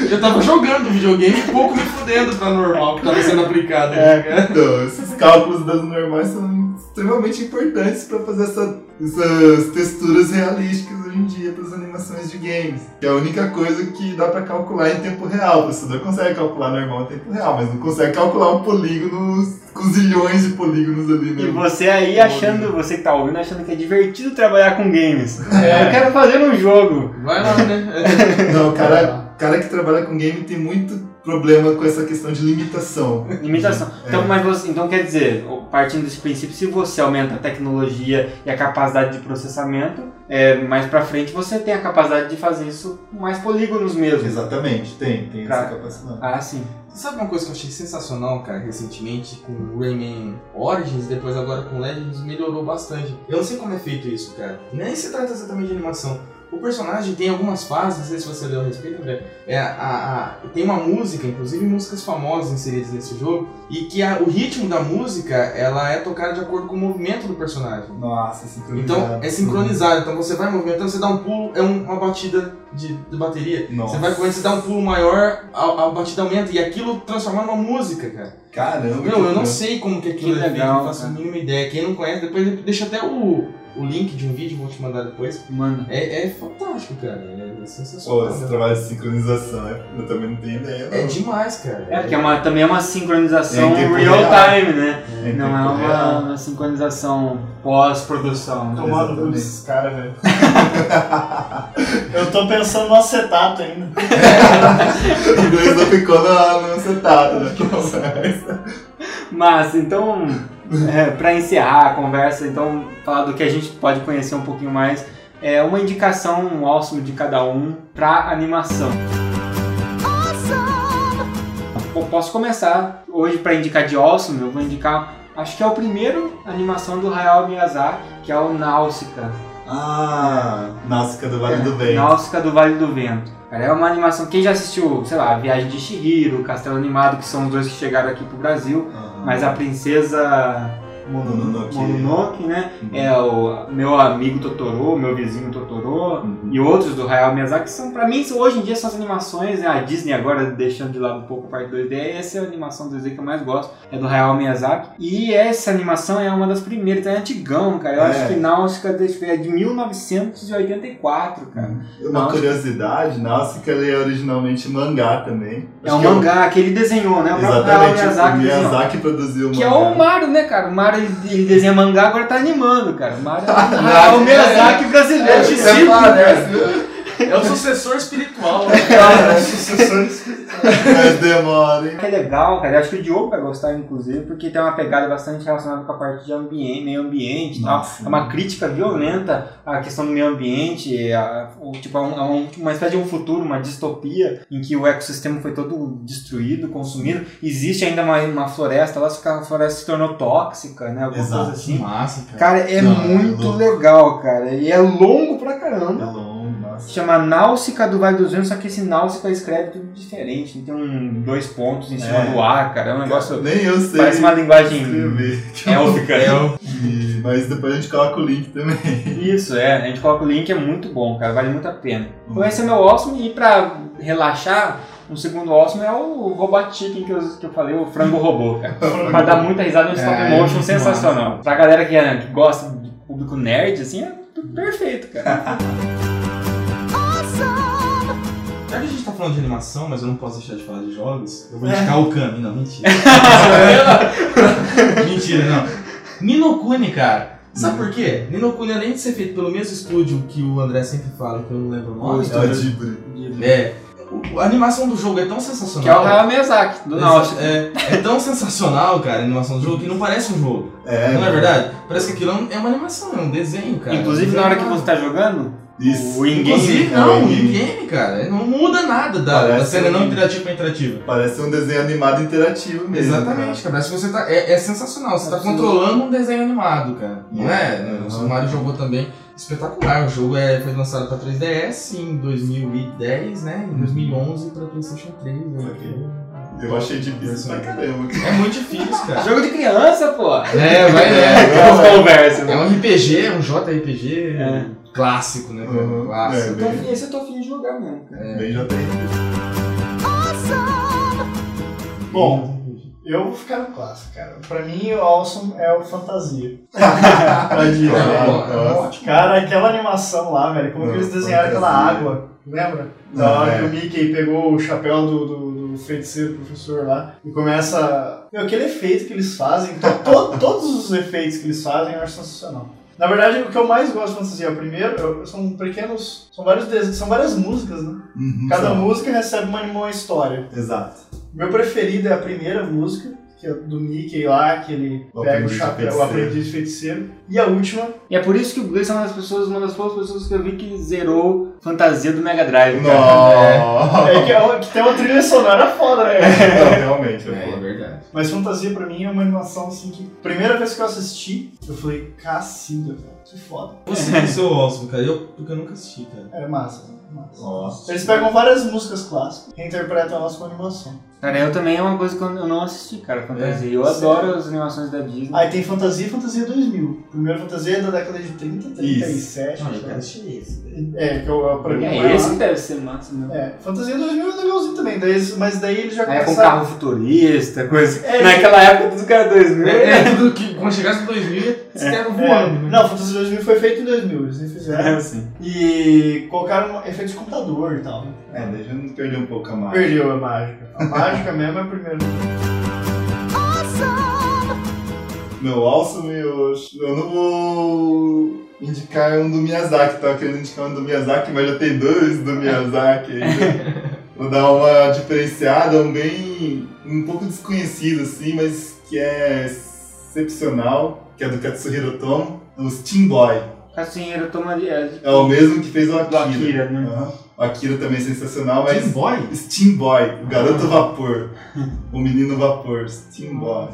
[SPEAKER 3] eu tava jogando videogame e pouco me fudendo pra normal que tava sendo aplicado.
[SPEAKER 5] É, então, esses cálculos das normais são extremamente importantes para fazer essa- essas texturas realísticas hoje em dia para as animações de games. Que é a única coisa que dá para calcular em tempo real. O processador consegue calcular normal em tempo real, mas não consegue calcular um polígono com zilhões de polígonos ali,
[SPEAKER 2] E
[SPEAKER 5] né?
[SPEAKER 2] você aí achando, você que tá ouvindo, achando que é divertido trabalhar com games.
[SPEAKER 5] É.
[SPEAKER 2] Eu quero fazer um jogo.
[SPEAKER 3] Vai lá, né?
[SPEAKER 5] Não, o cara, o cara que trabalha com game tem muito problema com essa questão de limitação.
[SPEAKER 2] Limitação.
[SPEAKER 5] É.
[SPEAKER 2] Então, mas você- então quer dizer, partindo desse princípio, se você aumenta a tecnologia e a capacidade de processamento, é, mais pra frente você tem a capacidade de fazer isso com mais polígonos mesmo.
[SPEAKER 5] Exatamente, tem, tem essa capacidade.
[SPEAKER 2] Ah, sim.
[SPEAKER 3] Sabe uma coisa que eu achei sensacional, cara, recentemente com o Rayman Origins, depois agora com Legends, melhorou bastante. Eu não sei como é feito isso, cara. Nem se trata exatamente de animação. O personagem tem algumas fases, não sei se você leu a respeito, André. É, a, a- tem uma música, inclusive músicas famosas inseridas nesse jogo, e que a- o ritmo da música ela é tocada de acordo com o movimento do personagem.
[SPEAKER 5] Nossa, tá sincronizado.
[SPEAKER 3] Então é sincronizado, então você vai movimentando, você dá um pulo, é um- uma batida de, de bateria.
[SPEAKER 5] Nossa.
[SPEAKER 3] Você vai correndo, você dá um pulo maior, a, a batida aumenta e aquilo transformar numa música, cara.
[SPEAKER 5] Caramba,
[SPEAKER 3] Não, eu não
[SPEAKER 4] Uhum.
[SPEAKER 5] que-
[SPEAKER 3] sei como que aquilo
[SPEAKER 2] Que
[SPEAKER 3] é feito,
[SPEAKER 2] legal,
[SPEAKER 3] não faço a
[SPEAKER 2] cara.
[SPEAKER 3] mínima ideia. Quem não conhece, depois deixa até o, o link de um vídeo, vou te mandar depois.
[SPEAKER 2] Mano.
[SPEAKER 3] É, é fantástico, cara. É, é
[SPEAKER 5] Pô,
[SPEAKER 3] sensacional.
[SPEAKER 5] esse trabalho de sincronização, é- eu também não tenho ideia. não.
[SPEAKER 3] É demais, cara.
[SPEAKER 2] É, porque é uma, também é uma sincronização
[SPEAKER 5] É, Em tempo
[SPEAKER 2] real
[SPEAKER 5] real.
[SPEAKER 2] time, né?
[SPEAKER 5] É
[SPEAKER 2] Não é
[SPEAKER 5] tempo
[SPEAKER 2] uma,
[SPEAKER 5] real.
[SPEAKER 2] uma sincronização pós-produção. né?
[SPEAKER 4] Tomando
[SPEAKER 5] Exatamente.
[SPEAKER 4] esses caras, velho. Eu tô pensando no acetato ainda.
[SPEAKER 5] O inglês não ficou na, no setado, né?
[SPEAKER 2] Mas, então, é, para encerrar a conversa, então, falar do que a gente pode conhecer um pouquinho mais, é uma indicação, um awesome de cada um pra animação. Eu posso começar hoje para indicar de awesome, eu vou indicar, acho que é o primeiro animação do Hayao Miyazaki, que é o Náusica.
[SPEAKER 5] Ah, Náusica do Vale do Bem. Ah.
[SPEAKER 2] Náusica do Vale do Vento. Cara, é uma animação, quem já assistiu, sei lá, Viagem de Shihiro, Castelo Animado, que são os dois que chegaram aqui pro Brasil, mas a princesa
[SPEAKER 5] Mononoke. Uhum.
[SPEAKER 2] Mononoke, né? É o meu amigo Totoro, meu vizinho Totoro
[SPEAKER 5] Uhum.
[SPEAKER 2] e outros do Hayao Miyazaki que são, pra mim, hoje em dia são as animações, né? A Disney agora deixando de lado um pouco a parte 2D, essa é a animação 2D que eu mais gosto, é do Hayao Miyazaki. E essa animação é uma das primeiras, então é antigão, cara. Eu
[SPEAKER 5] É.
[SPEAKER 2] acho que Náusica deixa eu ver, é de 1984, cara.
[SPEAKER 5] Uma
[SPEAKER 2] Náusica.
[SPEAKER 5] curiosidade, Náusica ele é originalmente mangá também.
[SPEAKER 2] É
[SPEAKER 5] Acho
[SPEAKER 2] um
[SPEAKER 5] que
[SPEAKER 2] mangá que ele desenhou, né? O próprio Hayao
[SPEAKER 5] Exatamente, tipo,
[SPEAKER 2] Miyazaki,
[SPEAKER 5] o
[SPEAKER 2] desenhou.
[SPEAKER 5] Miyazaki produziu o
[SPEAKER 2] Que é
[SPEAKER 5] mangá.
[SPEAKER 2] o Mario, né, cara? O Mario ele- ele desenha mangá, agora tá animando, cara. O Mario é o
[SPEAKER 5] Nada,
[SPEAKER 2] Miyazaki brasileiro.
[SPEAKER 5] É,
[SPEAKER 2] discípulo,
[SPEAKER 5] é,
[SPEAKER 2] né?
[SPEAKER 5] parece.
[SPEAKER 3] É o sucessor espiritual.
[SPEAKER 4] Cara, sucessores.
[SPEAKER 5] Mas demora, hein?
[SPEAKER 2] É legal, cara. Eu acho que o Diogo vai gostar, inclusive, porque tem uma pegada bastante relacionada com a parte de ambiente, meio ambiente e tal. É uma crítica violenta à questão do meio ambiente, a, o, tipo, a um- a um- uma espécie de um futuro, uma distopia, em que o ecossistema foi todo destruído, consumido. Existe ainda uma, uma floresta lá, só que a floresta se tornou tóxica, né? Alguma
[SPEAKER 5] Exato.
[SPEAKER 2] coisa assim.
[SPEAKER 3] Massa, cara.
[SPEAKER 2] Cara, é
[SPEAKER 5] Não, é
[SPEAKER 2] muito
[SPEAKER 5] louco.
[SPEAKER 2] legal, cara. E é longo pra caramba.
[SPEAKER 5] É longo, nossa.
[SPEAKER 2] Chama Náusica do Vale dos Ventos, só que esse Náusica escreve tudo diferente. Tem um dois pontos em cima
[SPEAKER 5] É.
[SPEAKER 2] do ar, cara. É um negócio.
[SPEAKER 5] Nem eu sei.
[SPEAKER 2] Parece uma linguagem
[SPEAKER 5] escrever.
[SPEAKER 2] élfica. né?
[SPEAKER 5] E- Mas depois a gente coloca o link também.
[SPEAKER 2] Isso, é. A gente coloca o link, é muito bom, cara. Vale muito a pena.
[SPEAKER 3] Uhum.
[SPEAKER 2] Então esse é meu Awesome. E pra relaxar, um segundo Awesome é o Robot Chicken que eu, que eu falei, o frango robô, cara. pra dar muita risada no stop
[SPEAKER 3] É,
[SPEAKER 2] motion,
[SPEAKER 3] muito
[SPEAKER 2] sensacional.
[SPEAKER 3] massa.
[SPEAKER 2] Pra galera que, é- que gosta de público nerd, assim, é perfeito, cara.
[SPEAKER 3] Já que a gente tá falando de animação, mas eu não posso deixar de falar de jogos, eu vou
[SPEAKER 2] É.
[SPEAKER 3] indicar o Kami. Não, mentira. mentira, não. Ninokuni, cara. Sabe
[SPEAKER 2] Uhum.
[SPEAKER 3] por quê? Ninokuni, além de ser feito pelo mesmo estúdio que o André sempre fala, que eu não lembro o nome.
[SPEAKER 5] É o Dibri.
[SPEAKER 3] É. O- A animação do jogo é tão sensacional.
[SPEAKER 2] que é o Hayao Miyazaki, do Náusica.
[SPEAKER 3] É, é tão sensacional, cara, a animação do jogo, que não parece um jogo.
[SPEAKER 5] É,
[SPEAKER 3] Não é verdade? Parece que aquilo é um- é uma animação, é um desenho, cara.
[SPEAKER 2] Inclusive, na hora que você tá jogando,
[SPEAKER 5] Isso.
[SPEAKER 2] o in-game.
[SPEAKER 3] Inclusive,
[SPEAKER 5] é um
[SPEAKER 3] não,
[SPEAKER 5] in-game.
[SPEAKER 3] ninguém, cara. Não muda nada da, da
[SPEAKER 5] Parece
[SPEAKER 3] cena
[SPEAKER 5] um-
[SPEAKER 3] não interativa pra interativa.
[SPEAKER 5] Parece um desenho animado interativo mesmo.
[SPEAKER 3] Exatamente, cara. Parece que você tá. É, é sensacional. Você tá
[SPEAKER 2] Absoluto.
[SPEAKER 3] controlando um desenho animado, cara. Não é?
[SPEAKER 5] Uhum.
[SPEAKER 3] O Mario jogou também. Espetacular. O jogo é, foi lançado pra 3DS em 2010, né? Em 2011 pra PlayStation 3. né?
[SPEAKER 5] cara. Eu achei difícil pra caramba.
[SPEAKER 3] É muito difícil, cara.
[SPEAKER 2] Jogo de criança, pô.
[SPEAKER 3] é, vai, é.
[SPEAKER 2] É, conversa,
[SPEAKER 3] É um RPG, um JRPG
[SPEAKER 2] É.
[SPEAKER 3] clássico, né? cara?
[SPEAKER 5] Uhum.
[SPEAKER 3] Clássico.
[SPEAKER 5] É, bem-
[SPEAKER 2] Então, Esse eu tô afim de jogar mesmo, cara.
[SPEAKER 5] Bem já tem.
[SPEAKER 4] Bom, eu vou ficar no clássico, cara. Pra mim, o Awesome é o Fantasia.
[SPEAKER 5] Tadinho.
[SPEAKER 3] Claro.
[SPEAKER 5] né? Nossa.
[SPEAKER 4] Cara, aquela animação lá, velho, como que
[SPEAKER 5] Não,
[SPEAKER 4] eles desenharam
[SPEAKER 5] fantasia.
[SPEAKER 4] aquela água, lembra? Da
[SPEAKER 5] Ah,
[SPEAKER 4] hora
[SPEAKER 5] é.
[SPEAKER 4] que o Mickey pegou o chapéu do, do, do feiticeiro professor lá e começa. Meu, aquele efeito que eles fazem, to, to- todos os efeitos que eles fazem eu acho sensacional. Na verdade, o que eu mais gosto de fantasia, é o primeiro, eu- são pequenos. São vários des- são várias músicas, né?
[SPEAKER 5] Uhum,
[SPEAKER 4] Cada
[SPEAKER 5] só.
[SPEAKER 4] música recebe uma, uma história.
[SPEAKER 5] um. Exato.
[SPEAKER 4] Meu preferido é a primeira música, que é do Mickey lá, que ele
[SPEAKER 5] O
[SPEAKER 4] pega o
[SPEAKER 5] aprendiz
[SPEAKER 4] chapéu, o
[SPEAKER 5] feiticeiro.
[SPEAKER 4] aprendiz feiticeiro. E a última,
[SPEAKER 2] E é por isso que o Gleison é uma das pessoas, uma das poucas pessoas que eu vi que zerou fantasia do Mega Drive. cara.
[SPEAKER 4] É
[SPEAKER 5] Nossa.
[SPEAKER 4] que, é uma- que tem uma trilha sonora foda, né?
[SPEAKER 5] Não, realmente.
[SPEAKER 3] É, é
[SPEAKER 5] pô.
[SPEAKER 3] verdade.
[SPEAKER 4] Mas Fantasia pra mim é uma animação assim que. Primeira vez que eu assisti, eu falei, cacilda, velho, que foda.
[SPEAKER 3] Você é seu ótimo, cara. Eu, porque eu nunca assisti, cara.
[SPEAKER 4] É massa, é massa.
[SPEAKER 5] Nossa.
[SPEAKER 4] Eles pegam várias músicas clássicas e interpretam elas com animação.
[SPEAKER 2] Cara, eu também é uma coisa que eu eu não assisti, cara, fantasia. eu
[SPEAKER 4] sério?
[SPEAKER 2] adoro as animações da Disney.
[SPEAKER 4] Aí tem Fantasia e Fantasia 2000. Primeiro Fantasia é da década de 30, 37.
[SPEAKER 3] Não, eu quero
[SPEAKER 4] acho.
[SPEAKER 3] assistir isso. velho.
[SPEAKER 4] É, que eu, pra mim
[SPEAKER 2] é
[SPEAKER 4] maior.
[SPEAKER 2] esse que deve ser massa, né?
[SPEAKER 4] É, Fantasia 2000 é legalzinho também, daí eles- mas daí eles já
[SPEAKER 2] É com
[SPEAKER 4] começaram.
[SPEAKER 2] carro futurista, coisa. assim.
[SPEAKER 4] É,
[SPEAKER 2] Naquela época dos caras 2000.
[SPEAKER 3] É, é tudo que quando chegasse em 2000, eles estavam voando. né?
[SPEAKER 4] É. Não, Fantasia 2000 foi feito em 2000, eles nem fizeram.
[SPEAKER 2] assim.
[SPEAKER 4] E colocaram efeitos de computador e tal. né?
[SPEAKER 5] É, deixa eu perder um pouco a marca.
[SPEAKER 4] Perdeu a mágica. A mágica mesmo é a primeira.
[SPEAKER 5] Meu awesome, eu, eu não vou indicar um do Miyazaki. Tava querendo indicar um do Miyazaki, mas já tem dois do Miyazaki. ainda. vou dar uma diferenciada, um bem. um pouco desconhecido assim, mas que é excepcional, que é do Katsuhiro Tomo, os Team Boy.
[SPEAKER 2] Cacinheiro toma. É,
[SPEAKER 5] É o mesmo que fez o
[SPEAKER 2] do
[SPEAKER 5] Akira.
[SPEAKER 2] Akira, né?
[SPEAKER 5] Aham. O Akira também é sensacional, mas.
[SPEAKER 3] Mas boy?
[SPEAKER 5] Steam Boy, o garoto vapor. O menino vapor, Steam Boy.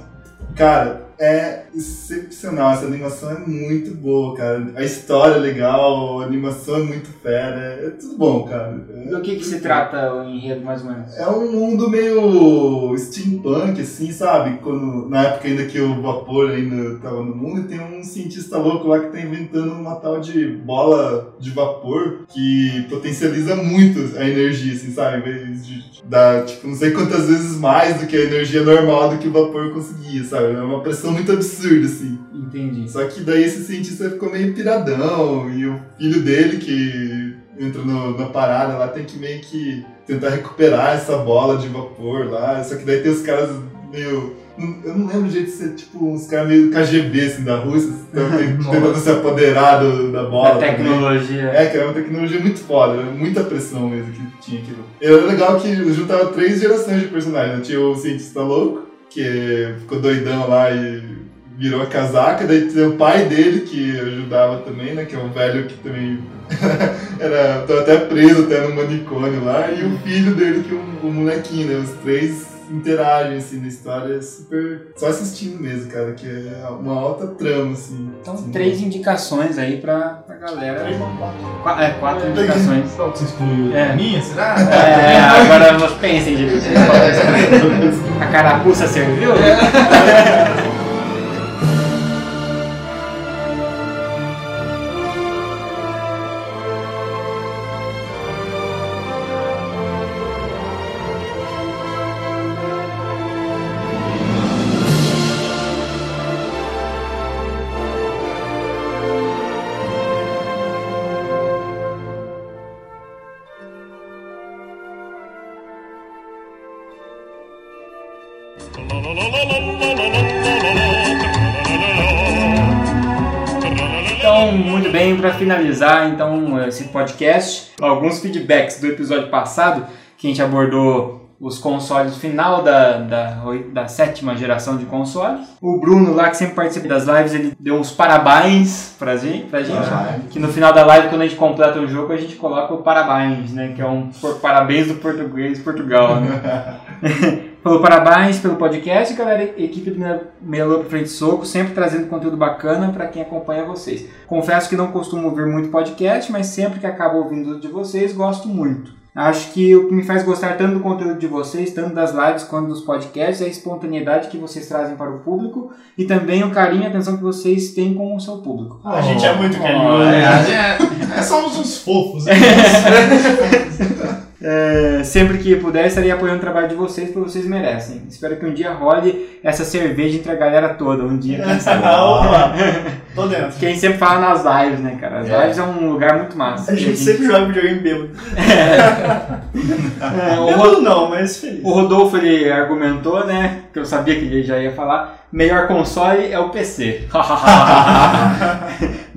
[SPEAKER 5] Cara, é excepcional. Essa animação é muito boa, cara. A história é legal, a animação é muito fera. É tudo bom, cara.
[SPEAKER 2] Do que, que se trata o enredo, mais ou menos?
[SPEAKER 5] É um mundo meio steampunk, assim, sabe? Quando, na época ainda que o vapor ainda tava no mundo, e tem um cientista louco lá que tá inventando uma tal de bola de vapor que potencializa muito a energia, assim, sabe? Em vez de dar, tipo, não sei quantas vezes mais do que a energia normal do que o vapor conseguia, sabe? É uma pressão muito absurda, assim.
[SPEAKER 2] Entendi.
[SPEAKER 5] Só que daí esse cientista ficou meio piradão e o filho dele que entra no- na parada lá tem que meio que tentar recuperar essa bola de vapor lá. Só que daí tem os caras meio não- Eu não lembro o jeito de ser tipo uns caras meio KGB assim da Rússia, que tão ten- tentando se apoderar do- da bola.
[SPEAKER 2] Da
[SPEAKER 5] também.
[SPEAKER 2] tecnologia.
[SPEAKER 5] É, que era uma tecnologia muito foda, era muita pressão mesmo que tinha aquilo. Era legal que juntava três gerações de personagens. né? Tinha o cientista louco, que ficou doidão lá e virou a casaca, daí tinha o pai dele que ajudava também, né? Que é um velho que também era. tava até preso até no manicômio lá, e o filho dele, que é um, um molequinho, né? Os três interagem assim na história, é super. Só assistindo mesmo, cara, que é uma alta trama, assim.
[SPEAKER 2] Então,
[SPEAKER 5] Sim.
[SPEAKER 2] três indicações aí pra, pra galera.
[SPEAKER 4] Três não, quatro.
[SPEAKER 2] Qua- é, quatro indicações.
[SPEAKER 3] Qual que você excluiu?
[SPEAKER 2] É.
[SPEAKER 3] A minha, será?
[SPEAKER 2] É, agora vocês pensem de A carapuça serviu? Então, muito bem, para finalizar então esse podcast, alguns feedbacks do episódio passado, que a gente abordou os consoles final da, da, oi- da sétima geração de consoles. O Bruno lá, que sempre participa das lives, ele deu uns parabéns pra gente, pra gente
[SPEAKER 5] Parabéns.
[SPEAKER 2] que no final da live, quando a gente completa o jogo, a gente coloca o parabéns, né, que é um por- parabéns do português de Portugal, né? Falou parabéns pelo podcast, galera. Equipe do Me- Melô pra Frente Soco, sempre trazendo conteúdo bacana para quem acompanha vocês. Confesso que não costumo ouvir muito podcast, mas sempre que acabo ouvindo o de vocês, gosto muito. Acho que o que me faz gostar tanto do conteúdo de vocês, tanto das lives quanto dos podcasts, é a espontaneidade que vocês trazem para o público e também o carinho e atenção que vocês têm com o seu público.
[SPEAKER 4] A gente é muito carinhoso.
[SPEAKER 3] É,
[SPEAKER 2] Olha.
[SPEAKER 3] a gente é- é, somos uns fofos. né?
[SPEAKER 2] É, sempre que puder, estarei apoiando o trabalho de vocês, porque vocês merecem. Espero que um dia role essa cerveja entre a galera toda. Um dia, quem sabe.
[SPEAKER 4] Olá. Tô dentro.
[SPEAKER 2] Quem sempre fala nas lives, né, cara? As
[SPEAKER 5] É.
[SPEAKER 2] lives é um lugar muito massa.
[SPEAKER 4] A gente sempre joga videogame bêbado.
[SPEAKER 2] É, o, Ro-
[SPEAKER 4] Bêbado não, mas feliz.
[SPEAKER 2] o Rodolfo ele argumentou, né? Que eu sabia que ele já ia falar. Melhor console é o PC.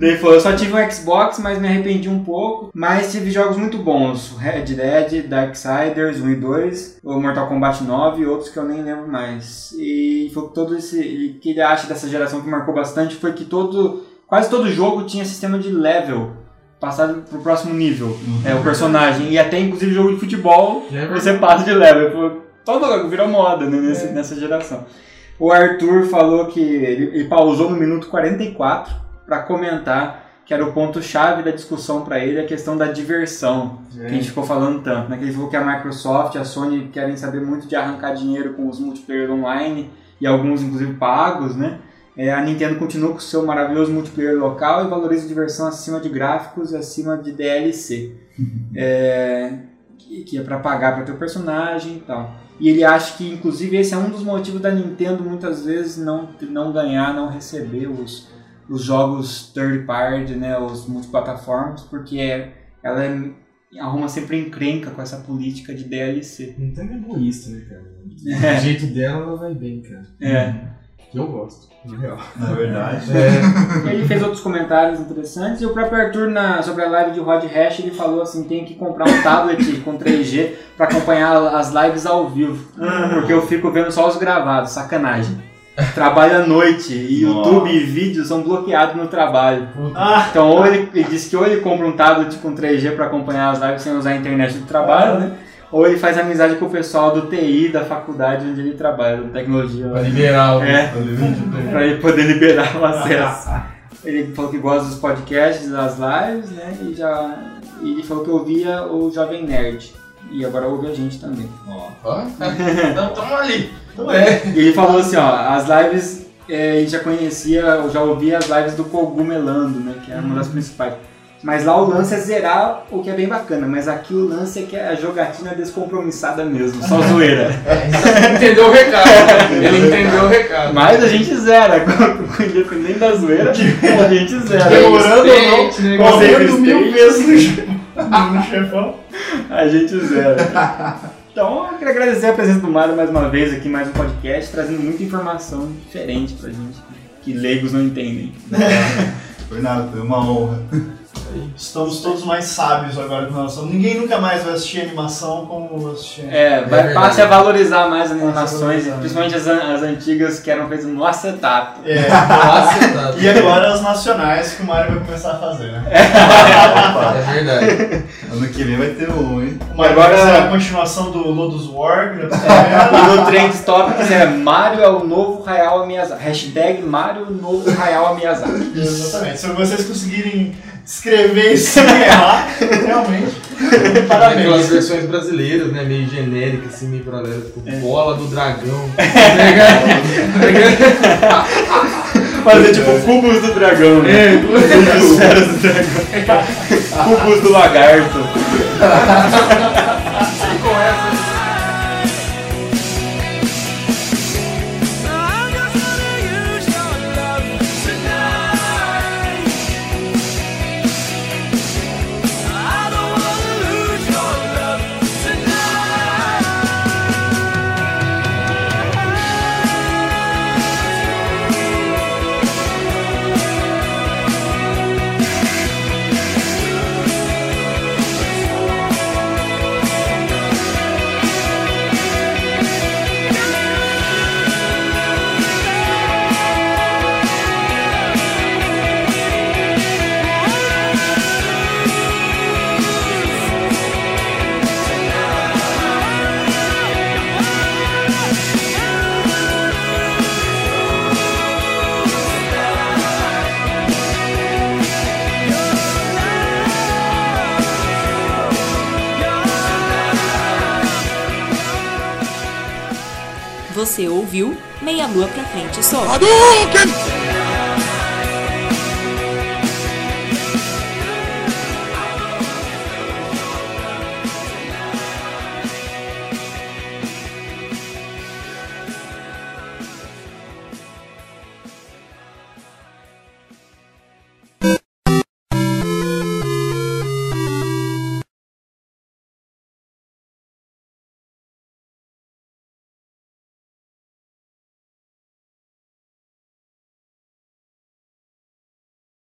[SPEAKER 2] Daí ele falou, eu só tive um Xbox, mas me arrependi um pouco. Mas tive jogos muito bons. Red Dead, Darksiders 1 e 2, o Mortal Kombat 9 e outros que eu nem lembro mais. E foi todo esse... E que ele acha dessa geração que marcou bastante foi que todo... Quase todo jogo tinha sistema de level. Passado pro próximo nível. É, o personagem. E até, inclusive, jogo de futebol
[SPEAKER 3] é.
[SPEAKER 2] você passa de level. Pô, Todo virou moda né, nesse- nessa geração. O Arthur falou que ele, ele pausou no minuto 44 para comentar que era o ponto-chave da discussão para ele, a questão da diversão,
[SPEAKER 3] É.
[SPEAKER 2] que a gente ficou falando tanto. Né? Que ele falou que a Microsoft e a Sony querem saber muito de arrancar dinheiro com os multiplayer online e alguns, inclusive, pagos, né? É, a Nintendo continua com o seu maravilhoso multiplayer local e valoriza a diversão acima de gráficos, acima de DLC. É, que, que é pra pagar pra ter o personagem e tal. E ele acha que, inclusive, esse é um dos motivos da Nintendo muitas vezes não, não ganhar, não receber os, os jogos third party, né, os multiplataformas, porque é- ela é- arruma sempre encrenca com essa política de DLC.
[SPEAKER 3] Nintendo é egoísta, né, cara?
[SPEAKER 2] É.
[SPEAKER 3] Do jeito dela, ela vai bem, cara. Hum.
[SPEAKER 2] É.
[SPEAKER 3] Que eu gosto, na real.
[SPEAKER 5] Na verdade.
[SPEAKER 2] Ele fez outros comentários interessantes e o próprio Arthur, na, sobre a live de Rod Hash, ele falou assim: tem que comprar um tablet com 3G pra acompanhar as lives ao vivo, porque eu fico vendo só os gravados, sacanagem. Trabalho à noite e YouTube e vídeo são bloqueados no trabalho.
[SPEAKER 4] Ah,
[SPEAKER 2] Então, ou ele, ele disse que ou ele compra um tablet com 3G pra acompanhar as lives sem usar a internet do trabalho, né? Ou ele faz amizade com o pessoal do TI da faculdade onde ele trabalha, da tecnologia. lá.
[SPEAKER 3] Pra liberar o...
[SPEAKER 2] É
[SPEAKER 5] Eu lembro de bem.
[SPEAKER 2] pra ele poder liberar o acesso. Ele falou que gosta dos podcasts, das lives, né? E já. E ele falou que ouvia o Jovem Nerd. E agora ouve a gente também.
[SPEAKER 3] Ó. Então, tamo ali.
[SPEAKER 4] então é.
[SPEAKER 2] E ele falou assim, ó, as lives. é, ele já conhecia, eu já ouvia as lives do Cogumelando, né? Que é uma das principais. Mas lá o lance é zerar, o que é bem bacana, mas aqui o lance é que é a jogatina descompromissada mesmo, só zoeira.
[SPEAKER 3] Entendeu o recado. Ele entendeu o recado.
[SPEAKER 2] Mas a gente zera, nem da zoeira, a gente zera.
[SPEAKER 4] Demorando ou não,
[SPEAKER 3] Respeite, né,
[SPEAKER 4] correndo
[SPEAKER 2] respeite.
[SPEAKER 4] mil vezes no che- no chefão.
[SPEAKER 2] A gente zera.
[SPEAKER 4] Então
[SPEAKER 2] Então, eu queria agradecer a presença do Mário mais uma vez aqui, mais um podcast, trazendo muita informação diferente pra gente, que leigos não entendem.
[SPEAKER 5] Foi nada, foi uma honra.
[SPEAKER 4] Estamos todos mais sábios agora com relação. Ninguém nunca mais vai assistir animação como assistia.
[SPEAKER 2] É, vai,
[SPEAKER 4] É
[SPEAKER 2] passe a
[SPEAKER 4] verdade.
[SPEAKER 2] valorizar mais as animações,
[SPEAKER 4] valorizar.
[SPEAKER 2] principalmente as, an- as antigas que eram feitas no acetato.
[SPEAKER 4] É.
[SPEAKER 3] tá.
[SPEAKER 4] e agora as nacionais que o Mario vai começar a fazer, né?
[SPEAKER 5] É verdade. Ano que vem vai ter um, hein?
[SPEAKER 4] O Mario
[SPEAKER 2] Agora-
[SPEAKER 4] vai fazer a continuação do Lodos War. né?
[SPEAKER 2] E no Trend Topics é Mario é o novo Hayao Miyazaki. Hashtag Mario é novo Hayao Miyazaki.
[SPEAKER 4] Exatamente. Se vocês conseguirem escrever isso sem errar, realmente,
[SPEAKER 3] Aquelas
[SPEAKER 4] parabéns.
[SPEAKER 3] versões brasileiras, né? Meio genéricas, assim, meio paralelas, tipo bola do dragão. Tá ligado?
[SPEAKER 2] Fazer tipo cubos do dragão. né? Cubos do dragão. Cubos do lagarto.
[SPEAKER 1] Você ouviu Meia Lua pra Frente Só.